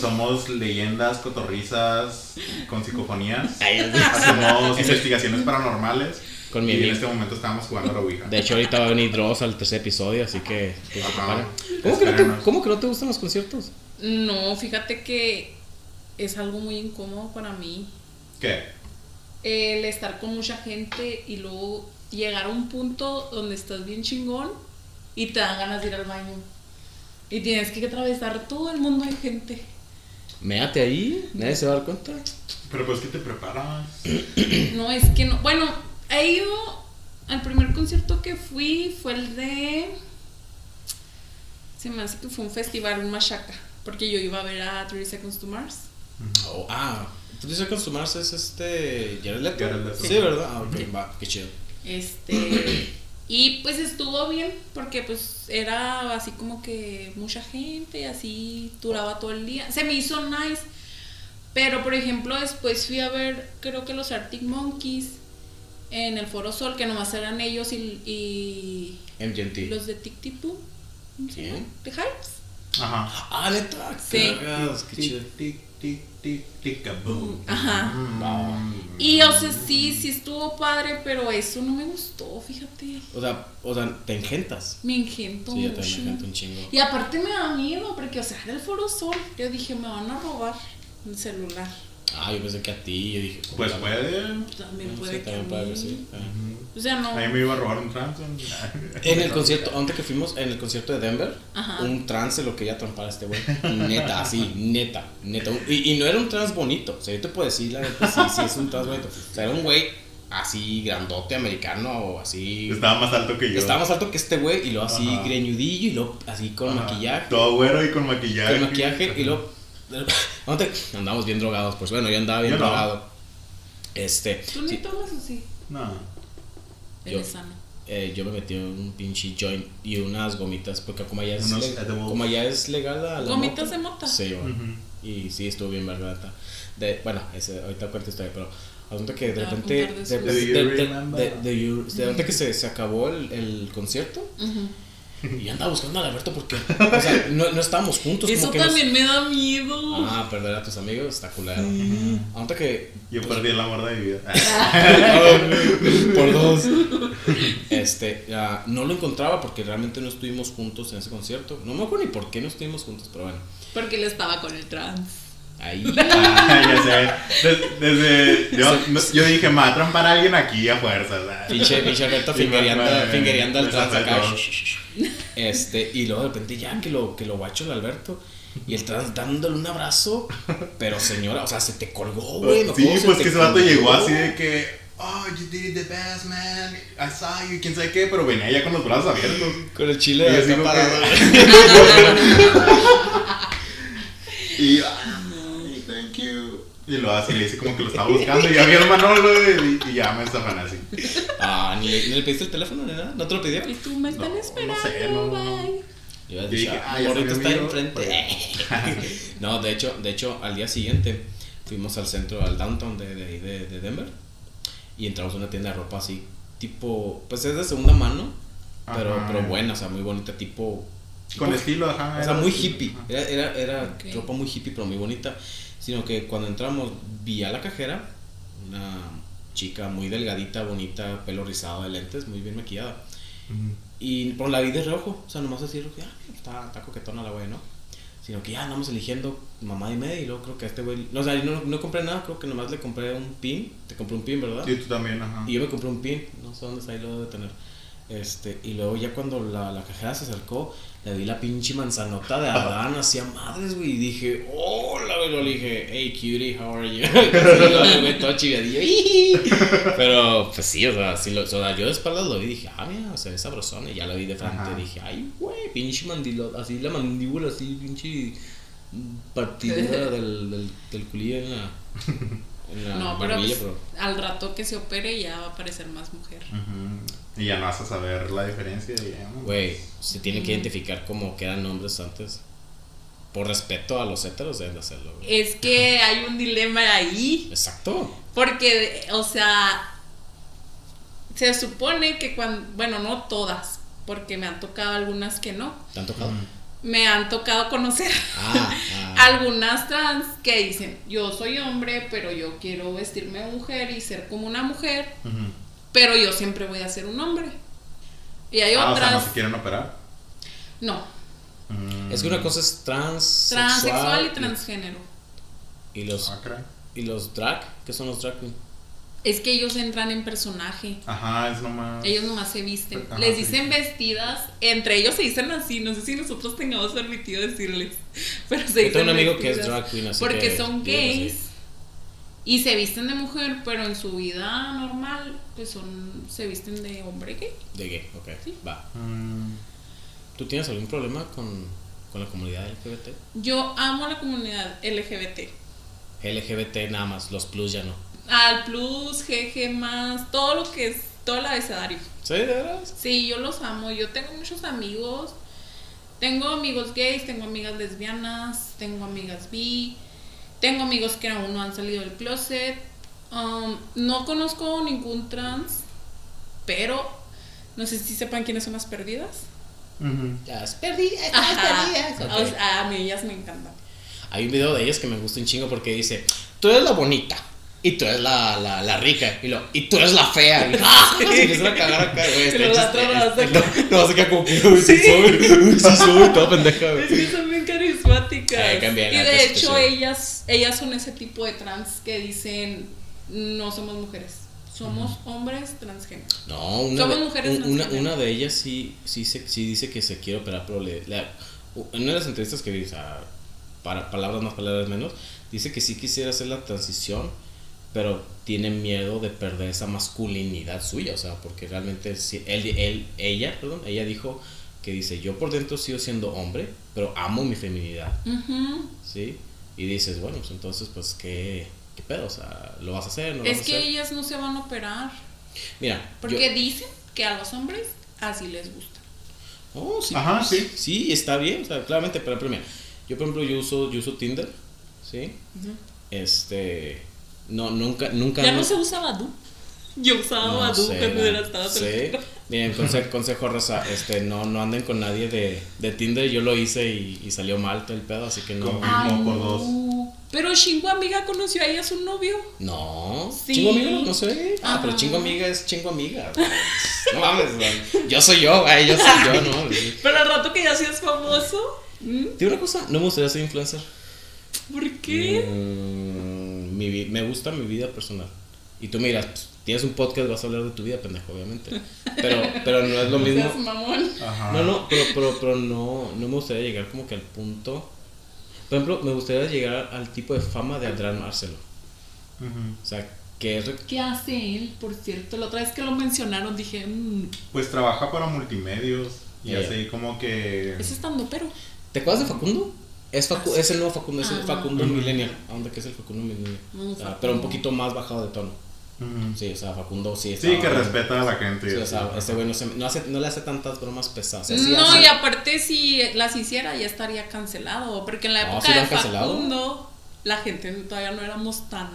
S2: somos leyendas cotorrizas con psicofonías.
S1: Ay, es-
S2: Hacemos investigaciones paranormales.
S1: Con mi
S2: y en
S1: amigo.
S2: este momento estábamos jugando a la Ouija.
S1: De hecho, ahorita va a venir Dross al tercer episodio, así que. que se
S2: Ajá.
S1: preparen. ¿Cómo, que no te,
S2: Espérenos.
S1: cómo que no te gustan los conciertos?
S3: No, fíjate que es algo muy incómodo para mí.
S2: ¿Qué?
S3: El estar con mucha gente y luego llegar a un punto donde estás bien chingón y te dan ganas de ir al baño. Y tienes que atravesar todo el mundo de gente.
S1: Méate ahí, nadie se va a dar cuenta.
S2: Pero pues que te preparas.
S3: No, es que no. Bueno, he ido. Al primer concierto que fui fue el de. Se me hace que fue un festival, un machaca. Porque yo iba a ver a 30 Seconds to Mars.
S1: Oh, ah, tú dices que consumarse es este. Jared Leto.
S2: Jared Leto.
S1: Sí, ¿verdad? Ah, ok, va, qué chido.
S3: Este. Y pues estuvo bien, porque pues era así como que mucha gente, así duraba todo el día. Se me hizo nice. Pero por ejemplo, después fui a ver, creo que los Arctic Monkeys en el Foro Sol, que nomás eran ellos y, y
S1: MGMT.
S3: los de Tic Tic Boom. ¿Cómo se
S1: ¿Quién?
S3: llama? ¿The Hypes?
S2: Ajá.
S1: Ah, neta.
S3: Sí.
S1: Vergas, Qué chido.
S2: Tic, tic, tic, tic, tic, kaboom.
S3: Ajá.
S2: Mm.
S3: Y o sea, sí, sí estuvo padre, pero eso no me gustó, fíjate.
S1: O sea, o sea, te engentas.
S3: Me engento
S1: Sí, yo
S3: mucho.
S1: también me engento un chingo.
S3: Y aparte me da miedo, porque, o sea, era el Foro Sol. Yo dije, me van a robar el celular.
S1: Ah, yo pensé que a ti, yo dije.
S2: Pues
S1: puta,
S2: puede.
S3: También
S1: no sé,
S3: puede que a
S1: también puede
S3: mí.
S1: haber sido. Ah.
S3: O sea, no.
S2: Ahí me iba a robar un trance.
S1: En el concierto, antes que fuimos, en el concierto de Denver,
S3: Ajá.
S1: un trance lo quería trampar a este güey. Neta, así, neta, neta. Y, y no era un trance bonito. O sea, yo te puedo decir, la neta, sí, sí, es un trance bonito. O sea, era un güey así, grandote, americano, o así.
S2: Estaba más alto que yo.
S1: Estaba más alto que este güey, y luego así,
S2: Ajá.
S1: greñudillo, y luego así con
S2: Ajá.
S1: maquillaje.
S2: Todo güero y con maquillaje.
S1: Con maquillaje, y luego No te- Andamos bien drogados, pues bueno, yo andaba bien
S2: Yo no.
S1: drogado. Este,
S3: ¿Tú ni
S1: sí,
S3: tomas o sí?
S2: No.
S1: Yo.
S3: Él es sano.
S1: eh, yo me metí un pinche joint y unas gomitas, porque como allá es,
S2: Unos
S1: le-
S2: edibles.
S1: como allá es legal la, la
S3: ¿Gomitas
S1: mota.
S3: de mota?
S1: Sí, bueno.
S2: Ujú.
S1: Y sí, estuvo bien verga. neta. De, bueno, ese, ahorita cuento historia, pero asunto que de
S3: Ah,
S1: repente.
S3: contar
S1: De,
S3: después.
S1: de-
S2: Do you
S1: de- de-
S2: remember?
S1: de- de you- de repente que se, se acabó el, el concierto
S3: Ujú.
S1: y yo andaba buscando a Alberto porque. O sea, no, no estábamos juntos.
S3: Eso
S1: como que nos-
S3: también me da miedo.
S1: Ah, perder a tus amigos está culero. Aunque que.
S2: Yo perdí el amor de mi vida. Ah,
S1: Por dos. Este, ah, no lo encontraba porque realmente no estuvimos juntos en ese concierto. No me acuerdo ni por qué no estuvimos juntos, pero bueno.
S3: Porque él estaba con el trans.
S1: Ahí.
S2: Ah, ya sé. Des- Desde, yo, no- yo dije, me va a trampar a alguien aquí a fuerzas. ah.
S1: Pinche, pinche Alberto
S2: Sí,
S1: fingereando,
S2: me- me-
S1: fingereando al
S2: me
S1: trans acá.
S2: sorprendió.
S1: Este, y luego de repente ya que lo, que lo guacho el Alberto. Y el trans dándole un abrazo. Pero señora, o sea, se te colgó, güey. me
S2: Sí,
S1: acuerdo,
S2: pues
S1: te
S2: que ese vato
S1: colgó.
S2: llegó así de que, oh, you did it the best, man. I saw you, quién sabe qué, pero venía ya con los brazos abiertos.
S1: Con el
S2: Y
S1: chile
S2: yo
S1: acá
S2: así como
S1: parado.
S2: que- Y yo, "Ay, thank you. Y lo así, le dice como que lo estaba buscando. Y ya vio el Manolo y, y ya me estafan así.
S1: Ah, ni le, ni le pediste el teléfono ni nada. ¿No te lo pidió?
S3: Y tú me están
S2: No, no sé,
S3: esperando,
S2: no, no.
S3: bye.
S1: Yo había
S2: Yo
S1: dicho,
S2: dije,
S1: "Ah,
S2: "Ah, ya
S1: morrito
S2: se
S1: está
S2: me miró".
S1: enfrente.
S2: pues.
S1: no, de hecho, de hecho, al día siguiente fuimos al centro, al downtown de, de, ahí de- de Denver y entramos a una tienda de ropa así, tipo, pues es de segunda mano, pero,
S2: Ajá.
S1: pero buena, o sea, muy bonita, tipo...
S2: Con
S1: tipo-
S2: estilo, ajá.
S1: o sea,
S2: era
S1: muy
S2: así,
S1: hippie.
S2: ajá.
S1: Era, era, era
S3: Ok.
S1: ropa muy hippie, pero muy bonita. Sino que cuando entramos, vi a la cajera, una chica muy delgadita, bonita, pelo rizado de lentes, muy bien maquillada. Y por la vi de rojo, o sea, nomás así, rojo, ah, está, está coquetona la güey, ¿no? Sino que ya andamos eligiendo mamá y media, y luego creo que a este güey, no, o sea, yo no, no compré nada, creo que nomás le compré un pin, te compré un pin, ¿verdad?
S2: Sí, tú también, ajá.
S1: Y yo me compré un pin, no sé dónde está, ahí lo debo de tener. Este, y luego ya cuando la, la cajera se acercó, le vi la pinche manzanota de Adán hacia madres, güey, y dije, hola, güey, le dije, hey, cutie, how are you? Y luego, güey, todo chiviadillo, "Ii". pero, pues sí, o sea, sí lo- o sea, yo de espaldas lo vi y dije, ah, mira, se ve sabrosón, y ya lo vi de frente,
S2: Ajá.
S1: dije, ay, güey, pinche mandilota, así la mandíbula, así, pinche mm, partidura del, del, del culillo en la, en la
S3: No, pero,
S1: barbilla,
S3: pues, al rato que se opere ya va a parecer más mujer.
S2: Ujú. Y ya no vas a saber la diferencia, digamos.
S1: Güey, se tiene que
S3: Ujú.
S1: identificar como que eran hombres antes. Por respeto a los héteros deben de hacerlo, güey.
S3: Es que hay un dilema ahí.
S1: Exacto.
S3: Porque, o sea, se supone que cuando, bueno, no todas, porque me han tocado algunas que no,
S1: ¿Te han
S2: Mm.
S1: tocado?
S3: me han tocado conocer
S1: Ah, ah.
S3: algunas trans que dicen, yo soy hombre, pero yo quiero vestirme de mujer y ser como una mujer,
S2: Ujú.
S3: pero yo siempre voy a ser un hombre. Y hay
S2: Ah, o sea,
S3: otras,
S2: no se quieren operar.
S3: no,
S2: Mm.
S1: Es que una cosa es trans.
S3: transexual y transgénero.
S1: Y los,
S2: Ah, caray.
S1: y los drag. ¿Qué son los drag? güey?
S3: Es que ellos entran en personaje.
S2: Ajá, es nomás.
S3: Ellos nomás se visten.
S2: Ajá,
S3: Les
S2: sí.
S3: dicen vestidas. Entre ellos se dicen así. No sé si nosotros tengamos permitido decirles. Pero se
S1: Yo
S3: dicen
S1: tengo un amigo que es
S3: vestidas
S1: drag queen, así
S3: Porque
S1: que-
S3: son
S1: yo no sé.
S3: gays. Y se visten de mujer, pero en su vida normal, pues son, se visten de hombre gay.
S1: De gay, ok.
S3: Sí.
S1: Va.
S2: Mm.
S1: ¿Tú tienes algún problema con, con la comunidad LGBT?
S3: Yo amo la comunidad LGBT.
S1: LGBT nada más, los plus ya no.
S3: Al plus, GG más, todo lo que es, todo el abecedario.
S1: ¿Sí, de veras?
S3: Sí, yo los amo. Yo tengo muchos amigos. Tengo amigos gays, tengo amigas lesbianas, tengo amigas bi, tengo amigos que aún no han salido del closet. Um, no conozco ningún trans, pero no sé si sepan quiénes son las perdidas.
S2: Ujú.
S1: Ya, perdí.
S3: Ajá. O sea, a mí ellas me encantan.
S1: Hay un video de ellas que me gusta un chingo porque dice, tú eres la bonita. Y tú eres la, la, la rica. Y, lo, y tú eres la fea. Y ¡ah! se empiezan a cagar acá, güey.
S3: Pero la otra raza
S1: No, no, se queda como que, uy, sí soy. Uy, sí soy. Toda pendeja, güey.
S3: Es que son bien carismáticas.
S1: Ay, cambian,
S3: y
S1: la neta,
S3: de
S1: sí,
S3: hecho,
S1: sí.
S3: ellas, ellas son ese tipo de trans que dicen, no somos mujeres, somos hombres transgénero.
S1: No, una,
S3: Somos
S1: de-
S3: mujeres
S1: un- una,
S3: transgénero.
S1: una de ellas sí, sí, se- sí dice que se quiere operar, pero le, la- en una de las entrevistas que dice, para palabras más, palabras menos, dice que sí quisiera hacer la transición, pero tiene miedo de perder esa masculinidad suya, o sea, porque realmente si- él, él, ella, perdón, ella dijo que dice, yo por dentro sigo siendo hombre, pero amo mi feminidad,
S3: Ujú.
S1: ¿sí? Y dices, bueno, pues entonces, pues, ¿qué, qué pedo? O sea, ¿lo vas a hacer? ¿No lo
S3: Es
S1: vas
S3: que
S1: a hacer?
S3: ellas no se van a operar.
S1: Mira,
S3: Porque
S1: yo-
S3: dicen que a los hombres así les gusta.
S1: Oh, sí.
S2: Ajá,
S1: pues,
S2: sí.
S1: Sí, está bien, o sea, claramente, pero, pero mira, yo por ejemplo, yo uso, yo uso Tinder, ¿sí? Este, no, nunca, nunca...
S3: Ya no
S1: hemos-
S3: se usa Badu. Yo usaba
S1: No
S3: Badu
S1: sé,
S3: cuando
S1: la-
S3: era estaba
S1: sí.
S3: soltera.
S1: Miren, conse- consejo Rosa, este, no, no anden con nadie de, de Tinder, yo lo hice y, y salió mal todo el pedo, así que no.
S2: ¿Cómo?
S3: Ay,
S2: Como por
S3: no.
S2: dos.
S3: Pero Shingo amiga conoció ahí a su novio.
S1: No,
S3: Sí.
S1: chingo amiga, no sé. Ah,
S3: Ajá.
S1: pero chingo amiga es chingo amiga. güey. No mames, güey. yo soy yo, güey, yo soy yo, no. güey.
S3: Pero al rato que ya seas famoso. ¿Mm?
S1: Te digo una cosa, no me gustaría ser influencer.
S3: ¿Por qué?
S1: Mm, mi vi- me gusta mi vida personal. Y tú miras, tienes un podcast, vas a hablar de tu vida, pendejo, obviamente. Pero, pero no es lo mismo.
S3: Seas mamón.
S2: Ajá.
S1: No, no, pero, pero, pero no, no me gustaría llegar como que al punto. Por ejemplo, me gustaría llegar al tipo de fama de Adrián Marcelo.
S2: Ujú.
S1: O sea, que es. rec-
S3: ¿Qué hace él, por cierto? La otra vez que lo mencionaron dije, mmm,
S2: Pues trabaja para multimedios y
S1: Ya.
S2: así como que.
S3: es estando pero.
S1: ¿Te acuerdas de Facundo? Es, Facu- es el nuevo Facundo, es el
S3: Ah.
S1: Facundo
S2: Ujú.
S1: Millennial. ¿A dónde que es el Facundo Millennial?
S3: Mm,
S1: O sea,
S3: Facundo.
S1: pero un poquito más bajado de tono.
S2: Ujú.
S1: Sí, o sea, Facundo sí
S2: Sí, que
S1: estaba-
S2: respeta a la gente. y
S1: Sí, o
S2: así.
S1: sea, este güey no, se- no hace, no le hace tantas bromas pesadas. O sea, sí
S3: No,
S1: hace-
S3: y aparte si las hiciera ya estaría cancelado, porque en la
S1: No,
S3: época
S1: sí lo
S3: de
S1: han cancelado.
S3: Facundo la gente todavía no éramos tan...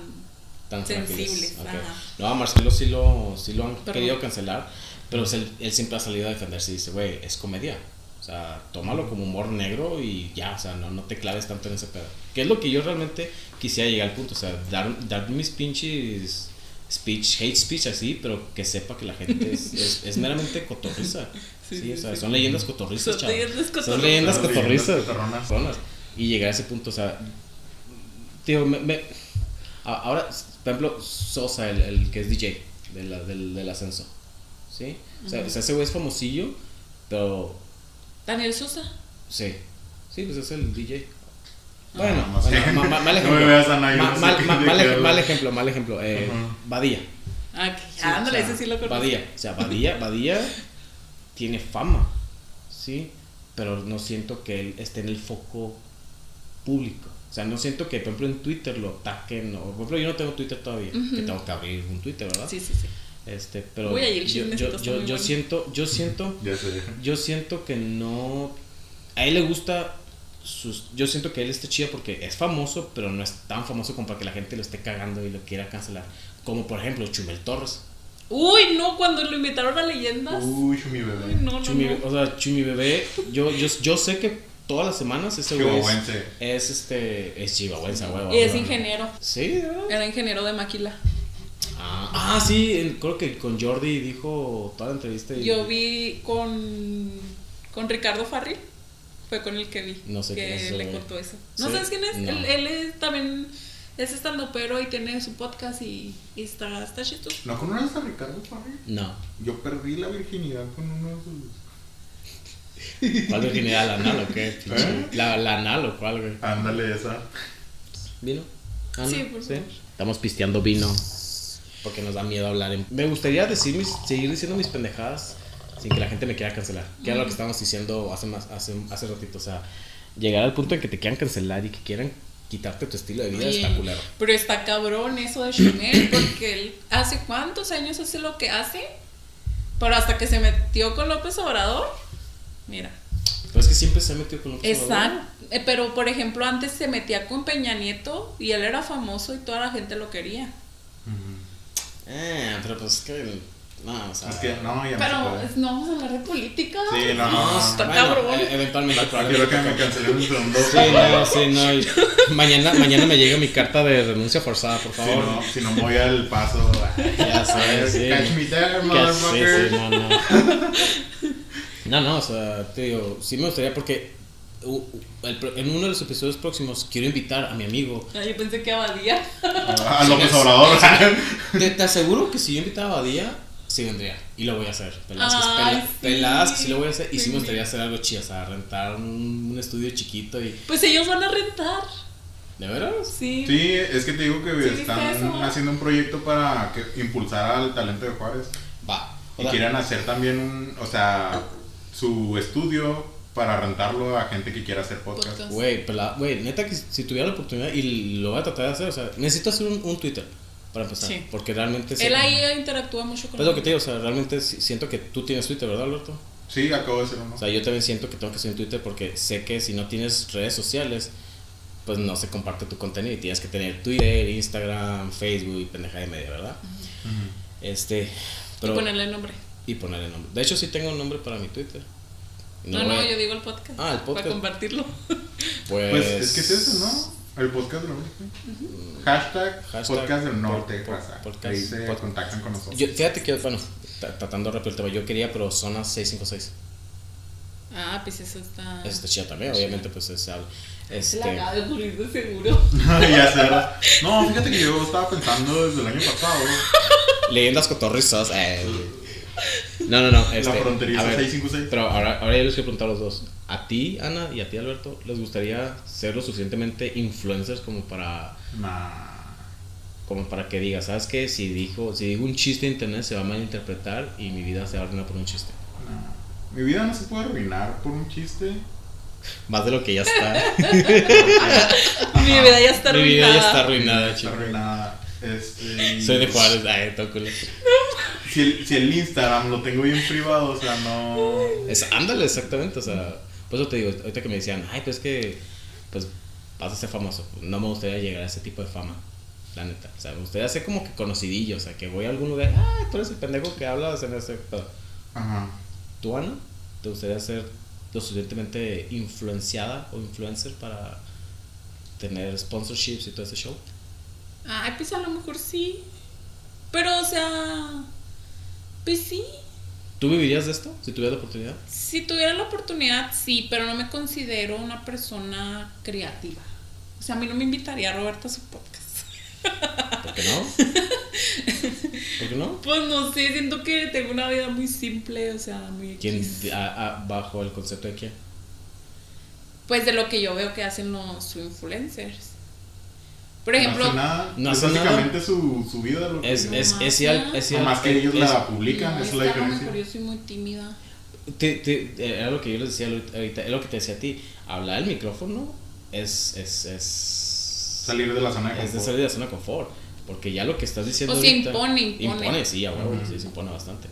S1: tan
S3: Sensibles,
S1: frágiles. Ok.
S3: ajá.
S1: No, a Marcelo sí lo, sí lo han
S3: Perdón.
S1: querido cancelar, pero pues él, él siempre ha salido a defenderse y dice, güey, es comedia. O sea, tómalo como humor negro y ya, o sea, no, no te claves tanto en ese pedo. Que es lo que yo realmente quisiera llegar al punto, o sea, dar, dar mis pinches speech, hate speech así, pero que sepa que la gente es, es, es meramente cotorriza. Sí,
S3: Sí, sí,
S1: o sea,
S3: sí.
S1: son leyendas cotorrizas,
S3: Son
S1: chaval.
S3: leyendas
S1: Son
S3: cotorrizas.
S1: leyendas
S2: Son leyendas
S1: cotorrizas.
S2: cotorronas.
S1: Cotorronas. Y llegar a ese punto, o sea, tío, me, me- a- ahora, por ejemplo, Sosa, el, el que es DJ de la- del, del ascenso, ¿sí? O sea, o sea, ese güey es famosillo, pero
S3: Daniel Sosa.
S1: sí, sí, pues es el DJ. Bueno,
S2: Ah, no sé.
S1: bueno, ma- ma- mal
S2: No me
S1: ejemplo.
S2: veas a nadie,
S1: Ma-
S2: no sé
S1: mal-
S2: qué
S1: ma-
S2: te
S1: mal ej-
S2: quedo.
S1: mal ejemplo, mal ejemplo. eh,
S2: Ajá.
S1: Badía.
S3: Ah, que-
S1: Sí,
S3: ah, ándale,
S1: o sea,
S3: ese sí lo conozco.
S1: Badía, o sea, Badía, Badía tiene fama, ¿sí? Pero no siento que él esté en el foco público. O sea, no siento que, por ejemplo, en Twitter lo ataquen. O, por ejemplo, yo no tengo Twitter todavía, que tengo que abrir un Twitter, ¿verdad?
S3: Sí, sí, sí.
S1: Este, pero
S3: Uy, ahí el
S1: yo,
S3: chismecito
S1: yo,
S3: está
S1: yo-
S3: muy
S1: yo
S3: bueno.
S1: siento, yo siento,
S2: Ya sé.
S1: yo siento que no... A él le gusta sus... Yo siento que él está chido porque es famoso, pero no es tan famoso como para que la gente lo esté cagando y lo quiera cancelar. Como, por ejemplo, Chumel Torres.
S3: Uy, no, cuando lo invitaron a leyendas.
S2: Uy, mi
S3: Uy,
S1: Este
S2: bebé.
S3: no, no,
S1: Chumi,
S3: no.
S1: o sea, Chumi Bebé, yo, yo, yo sé que todas las semanas ese güey es,
S2: Chihuahuense.
S1: es este, es chihuahuense, güey.
S3: Y es ingeniero.
S1: Sí, ¿verdad?
S3: Era ingeniero de maquila.
S1: ah, ah, sí, en- creo que con Jordi dijo toda la entrevista y
S3: Yo vi con, con Ricardo Farri. Fue con el que vi.
S1: No sé quién
S3: que
S1: es ese
S3: le
S1: güey.
S3: contó eso. ¿No
S1: Sí,
S3: sabes quién es?
S1: no.
S3: Él, él es también es estando pero y tiene su podcast y, y está, está chistoso.
S2: ¿No conoces a Ricardo Farri?
S1: no,
S2: Yo perdí la virginidad con uno de sus.
S1: ¿cuál virginidad la anal o qué? Pinche-
S2: ¿Eh?
S1: La, la anal o cuál, güey.
S2: Ándale, esa.
S1: ¿Vino? Ah,
S3: Sí,
S1: no,
S3: por favor.
S1: Estamos pisteando vino porque nos da miedo hablar. en- Me gustaría decir mis, seguir diciendo mis pendejadas sin que la gente me quiera cancelar. Que era lo que estábamos diciendo hace, más, hace, hace ratito. O sea, llegar al punto en que te quieran cancelar y que quieran quitarte tu estilo de vida
S3: Sí.
S1: está culero.
S3: Pero está cabrón eso de Chanel, porque él hace cuántos años hace lo que hace, pero hasta que se metió con López Obrador, mira.
S1: Pero es que siempre se ha metido con un
S3: Exacto. Eh, Pero por ejemplo, antes se metía con Peña Nieto y él era famoso y toda la gente lo quería.
S1: Eh, pero pues es que. No, o sea.
S2: Es que no, ya
S3: Pero
S2: no se puede.
S3: es- no vamos a hablar de política.
S2: Sí, no,
S1: No,
S2: no.
S1: está
S2: no.
S3: cabrón.
S1: e-, eventualmente.
S2: Ah, Quiero que me cancelen un segundo.
S1: Sí, no, sí, no. y- Mañana, mañana me llega mi carta de renuncia forzada, por
S2: Si
S1: favor.
S2: no, si no me voy al paso.
S1: Ya sé, sí.
S2: Catch me there,
S1: Que sí,
S2: motherfucker.
S1: sí, no, no. No, no, o sea, te digo, sí me gustaría porque u- u- el pro- en uno de los episodios próximos quiero invitar a mi amigo.
S3: Ah, yo pensé que abadía.
S2: A Ah, López Obrador.
S1: Te, te aseguro que si yo invitaba a Badía, sí vendría. Y lo voy a hacer. Peladas, que-
S3: Ay,
S1: pela-
S3: sí.
S1: peladas que sí lo voy a hacer. Y sí me
S3: Sí.
S1: gustaría hacer algo chido, o sea, rentar un, un estudio chiquito y...
S3: Pues ellos van a rentar.
S1: ¿De veras?
S3: Sí.
S2: Sí, es que te digo que
S3: Sí, ¿viste
S2: están
S3: eso?
S2: haciendo un proyecto para que- impulsar al talento de Juárez.
S1: Va. O
S2: Y
S1: sea,
S2: quieren hacer también un, o sea, su estudio para rentarlo a gente que quiera hacer podcast.
S3: Podcast.
S1: Güey, pero la- güey, neta que si tuviera la oportunidad y lo voy a tratar de hacer, o sea, necesito hacer un, un Twitter para empezar.
S3: Sí.
S1: Porque realmente... se-
S3: Él ahí interactúa mucho con
S1: Pues lo que te digo, o sea, realmente si- siento que tú tienes Twitter, ¿verdad, Alberto?
S2: Sí, acabo de hacer uno.
S1: O sea, yo también siento que tengo que hacer un Twitter porque sé que si no tienes redes sociales, pues no se comparte tu contenido y tienes que tener Twitter, Instagram, Facebook y pendeja de media, ¿verdad?
S2: Ujú.
S1: Este,
S3: Y
S1: pero,
S3: ponerle nombre.
S1: y ponerle nombre. De hecho, sí tengo un nombre para mi Twitter.
S3: No, no,
S1: voy a-
S3: yo digo el podcast.
S1: Ah, el podcast.
S3: Para compartirlo.
S1: Pues,
S2: Pues es que es eso, ¿no? El podcast del norte. Hashtag,
S1: Hashtag
S2: podcast del norte,
S1: po-
S2: raza.
S1: podcast-
S2: Ahí se
S1: pod-
S2: contactan con nosotros.
S1: Yo, fíjate que, bueno, tra- tratando rápido el tema, yo quería, pero zona 656.
S3: Ah, pues eso está.
S1: Eso está chida también, este, obviamente, pues se habla. Este,
S3: La de Luis de seguro.
S2: ya sé, ¿verdad? No, fíjate que yo estaba pensando desde el año pasado.
S1: leyendas cotorrizas. eh. No, no, no.
S2: la
S1: este,
S2: fronteriza
S1: a ver,
S2: 656.
S1: Pero ahora, ahora yo les quiero preguntar a los dos. ¿A ti, Ana, y a ti, Alberto, les gustaría ser lo suficientemente influencers como para,
S2: Nah.
S1: como para que digas, ¿sabes qué? Si, dijo, si digo un chiste en internet se va a malinterpretar y mi vida se va a arruinar por un chiste.
S2: No. Mi vida no se puede arruinar por un chiste.
S1: Más de lo que ya está.
S3: Mi vida ya está
S1: mi
S3: arruinada.
S1: vida ya está
S2: No
S1: arruinada,
S2: está
S1: chico.
S2: arruinada. Este, y-
S1: Soy de Juárez, ay, todo culo.
S2: Si el, si el Instagram lo tengo bien privado, o sea, no.
S1: Es, ándale, exactamente, o sea, por eso te digo, ahorita que me decían, ay, pues es que, pues, vas a ser famoso, no me gustaría llegar a ese tipo de fama, la neta, o sea, me gustaría ser como que conocidillo, o sea, que voy a algún lugar, ah, tú eres el pendejo que hablas en ese pedo".
S2: Ajá.
S1: ¿Tú, Ana, te gustaría ser lo suficientemente influenciada o influencer para tener sponsorships y todo ese show?
S3: Ay, pues a lo mejor sí. Pero, o sea. Pues sí.
S1: ¿Tú vivirías de esto, si tuvieras la oportunidad?
S3: Si tuviera la oportunidad, sí, pero no me considero una persona creativa. O sea, a mí no me invitaría a Roberta a su podcast.
S1: ¿Por qué no? ¿Por qué no?
S3: Pues no sé, siento que tengo una vida muy simple, o sea, muy
S1: ¿Quién,
S3: X.
S1: a- a- bajo el concepto de quién?
S3: Pues de lo que yo veo que hacen los influencers. Por
S2: no
S3: ejemplo,
S2: hace nada.
S1: no
S2: es
S1: hace nada.
S2: básicamente Su, su vida. Lo que
S1: Es,
S2: tiene.
S1: es,
S3: No
S1: es,
S3: más,
S1: ideal-
S3: ¿no?
S1: es ideal-
S2: Nomás que ellos
S1: es-
S2: la publican,
S3: no,
S2: esa es la
S3: es que a lo mejor
S2: diferencia.
S3: yo soy muy tímida.
S1: te- te- eh, era lo que yo les decía ahorita- ahorita, es lo que te decía a ti, hablar al micrófono es, es, es
S2: Salir de la zona de
S1: es de
S2: confort.
S1: salir de la zona de confort, porque ya lo que estás diciendo
S3: O sea,
S1: ahorita-
S3: impone, impone.
S1: sí, a huevo,
S2: Ujú.
S1: sí, se impone bastante.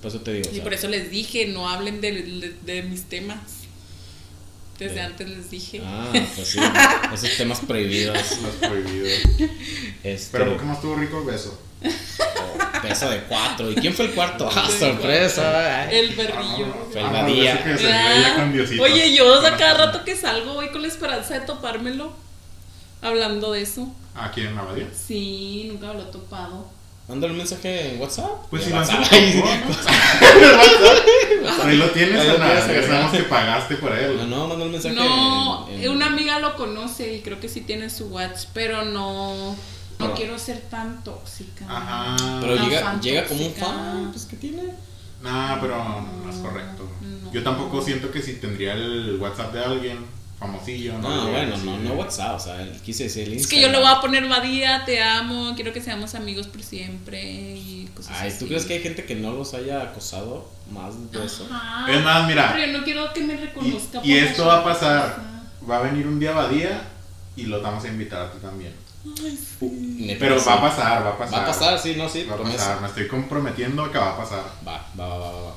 S1: Por eso te digo, o
S3: Y
S1: sea,
S3: por eso les dije, no hablen de, de- de mis temas. Desde
S1: De-
S3: antes les dije.
S1: ah, pues sí, esos temas prohibidos,
S2: Los prohibidos.
S1: este,
S2: Pero ¿por qué no estuvo rico el beso?
S1: oh, peso de cuatro, ¿y quién fue el cuarto? Ah,
S3: Sí,
S1: sorpresa, ay.
S3: El berrillo.
S2: Ah,
S1: Fue el
S2: ah,
S1: Badía.
S2: beso que se veía con Diosito.
S3: Oye, yo o sea, cada rato que salgo voy con la esperanza de topármelo. Hablando de eso.
S2: ¿A quién? ¿A Badía?
S3: Sí, nunca lo he topado.
S1: Mándale un mensaje en WhatsApp,
S2: Pues
S1: En
S2: si lo
S1: WhatsApp.
S2: haces
S1: Ay,
S2: por favor, ¿no? Ahí lo tienes,
S1: Ahí lo
S2: Ana,
S1: tienes,
S2: Ya
S1: Ana.
S2: sabemos que pagaste por
S1: no,
S2: él.
S1: Ah, no, mándale un mensaje
S3: No,
S1: en- en-
S3: una amiga lo conoce y creo que sí tiene su watch, pero no, no
S1: Ah.
S2: No.
S3: quiero ser tan tóxica.
S2: Ajá.
S1: Pero
S3: Una
S1: llega,
S3: Ah, fan
S1: llega como un
S3: tóxica.
S1: fan, pues ¿qué tiene?
S2: Nah, pero no es correcto.
S3: No.
S2: Yo tampoco siento que si tendría el WhatsApp de alguien famosillo.
S1: No,
S2: Le
S1: Ah, bueno,
S2: decir-
S1: no, no WhatsApp, o sea, él quise decir el
S3: Es
S1: Instagram.
S3: que yo le voy a poner Badía, te amo, quiero que seamos amigos por siempre y cosas
S1: Ay,
S3: así.
S1: ¿tú crees que hay gente que no los haya acosado más de eso?
S3: Ajá.
S2: Es más, mira.
S3: Pero yo no quiero que me reconozca.
S2: Y, y
S3: por
S2: esto va a
S3: eso.
S2: pasar. Va a venir un día Badía y lo vamos a invitar a ti también.
S3: Ay, sí.
S2: Pero va a pasar, va a pasar.
S1: Va a pasar, sí, no, sí,
S2: Va a
S1: promesa.
S2: pasar. Me estoy comprometiendo a que va a pasar.
S1: Va, va, va, va, va.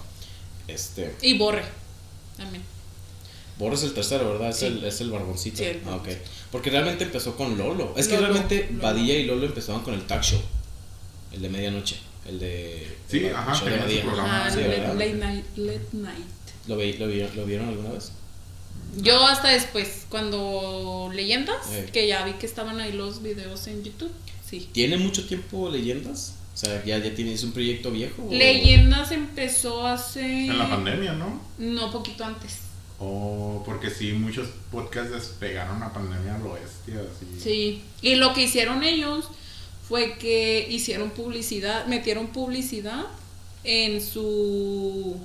S1: Este,
S3: Y borre. También.
S1: Boris el tercero, ¿verdad? Es,
S3: Sí.
S1: el, es el barboncito.
S3: Sí,
S1: ah,
S3: el
S1: ok.
S3: barboncito.
S1: Porque realmente empezó con Lolo. Es que
S3: Lolo,
S1: realmente
S3: Lolo.
S1: Badía y Lolo empezaban con el tag show. El de medianoche. El de.
S2: Sí,
S1: el
S2: ajá,
S1: show de
S2: tenían su
S1: Badía.
S2: programa.
S3: Ah,
S1: Sí,
S3: late,
S1: ¿verdad?
S3: late night, late night.
S1: ¿Lo, vi- lo, vi- ¿Lo vieron alguna vez?
S3: Yo hasta después, cuando leyendas,
S1: Eh.
S3: que ya vi que estaban ahí los videos en YouTube. Sí.
S1: ¿Tiene mucho tiempo leyendas? O sea, ¿ya, ya tienes un proyecto viejo? o-
S3: Leyendas empezó hace.
S2: En la pandemia, ¿no?
S3: No, poquito antes.
S2: Oh, porque sí, muchos podcasts despegaron la pandemia al oeste, así.
S3: Sí. Y lo que hicieron ellos fue que hicieron publicidad, metieron publicidad en su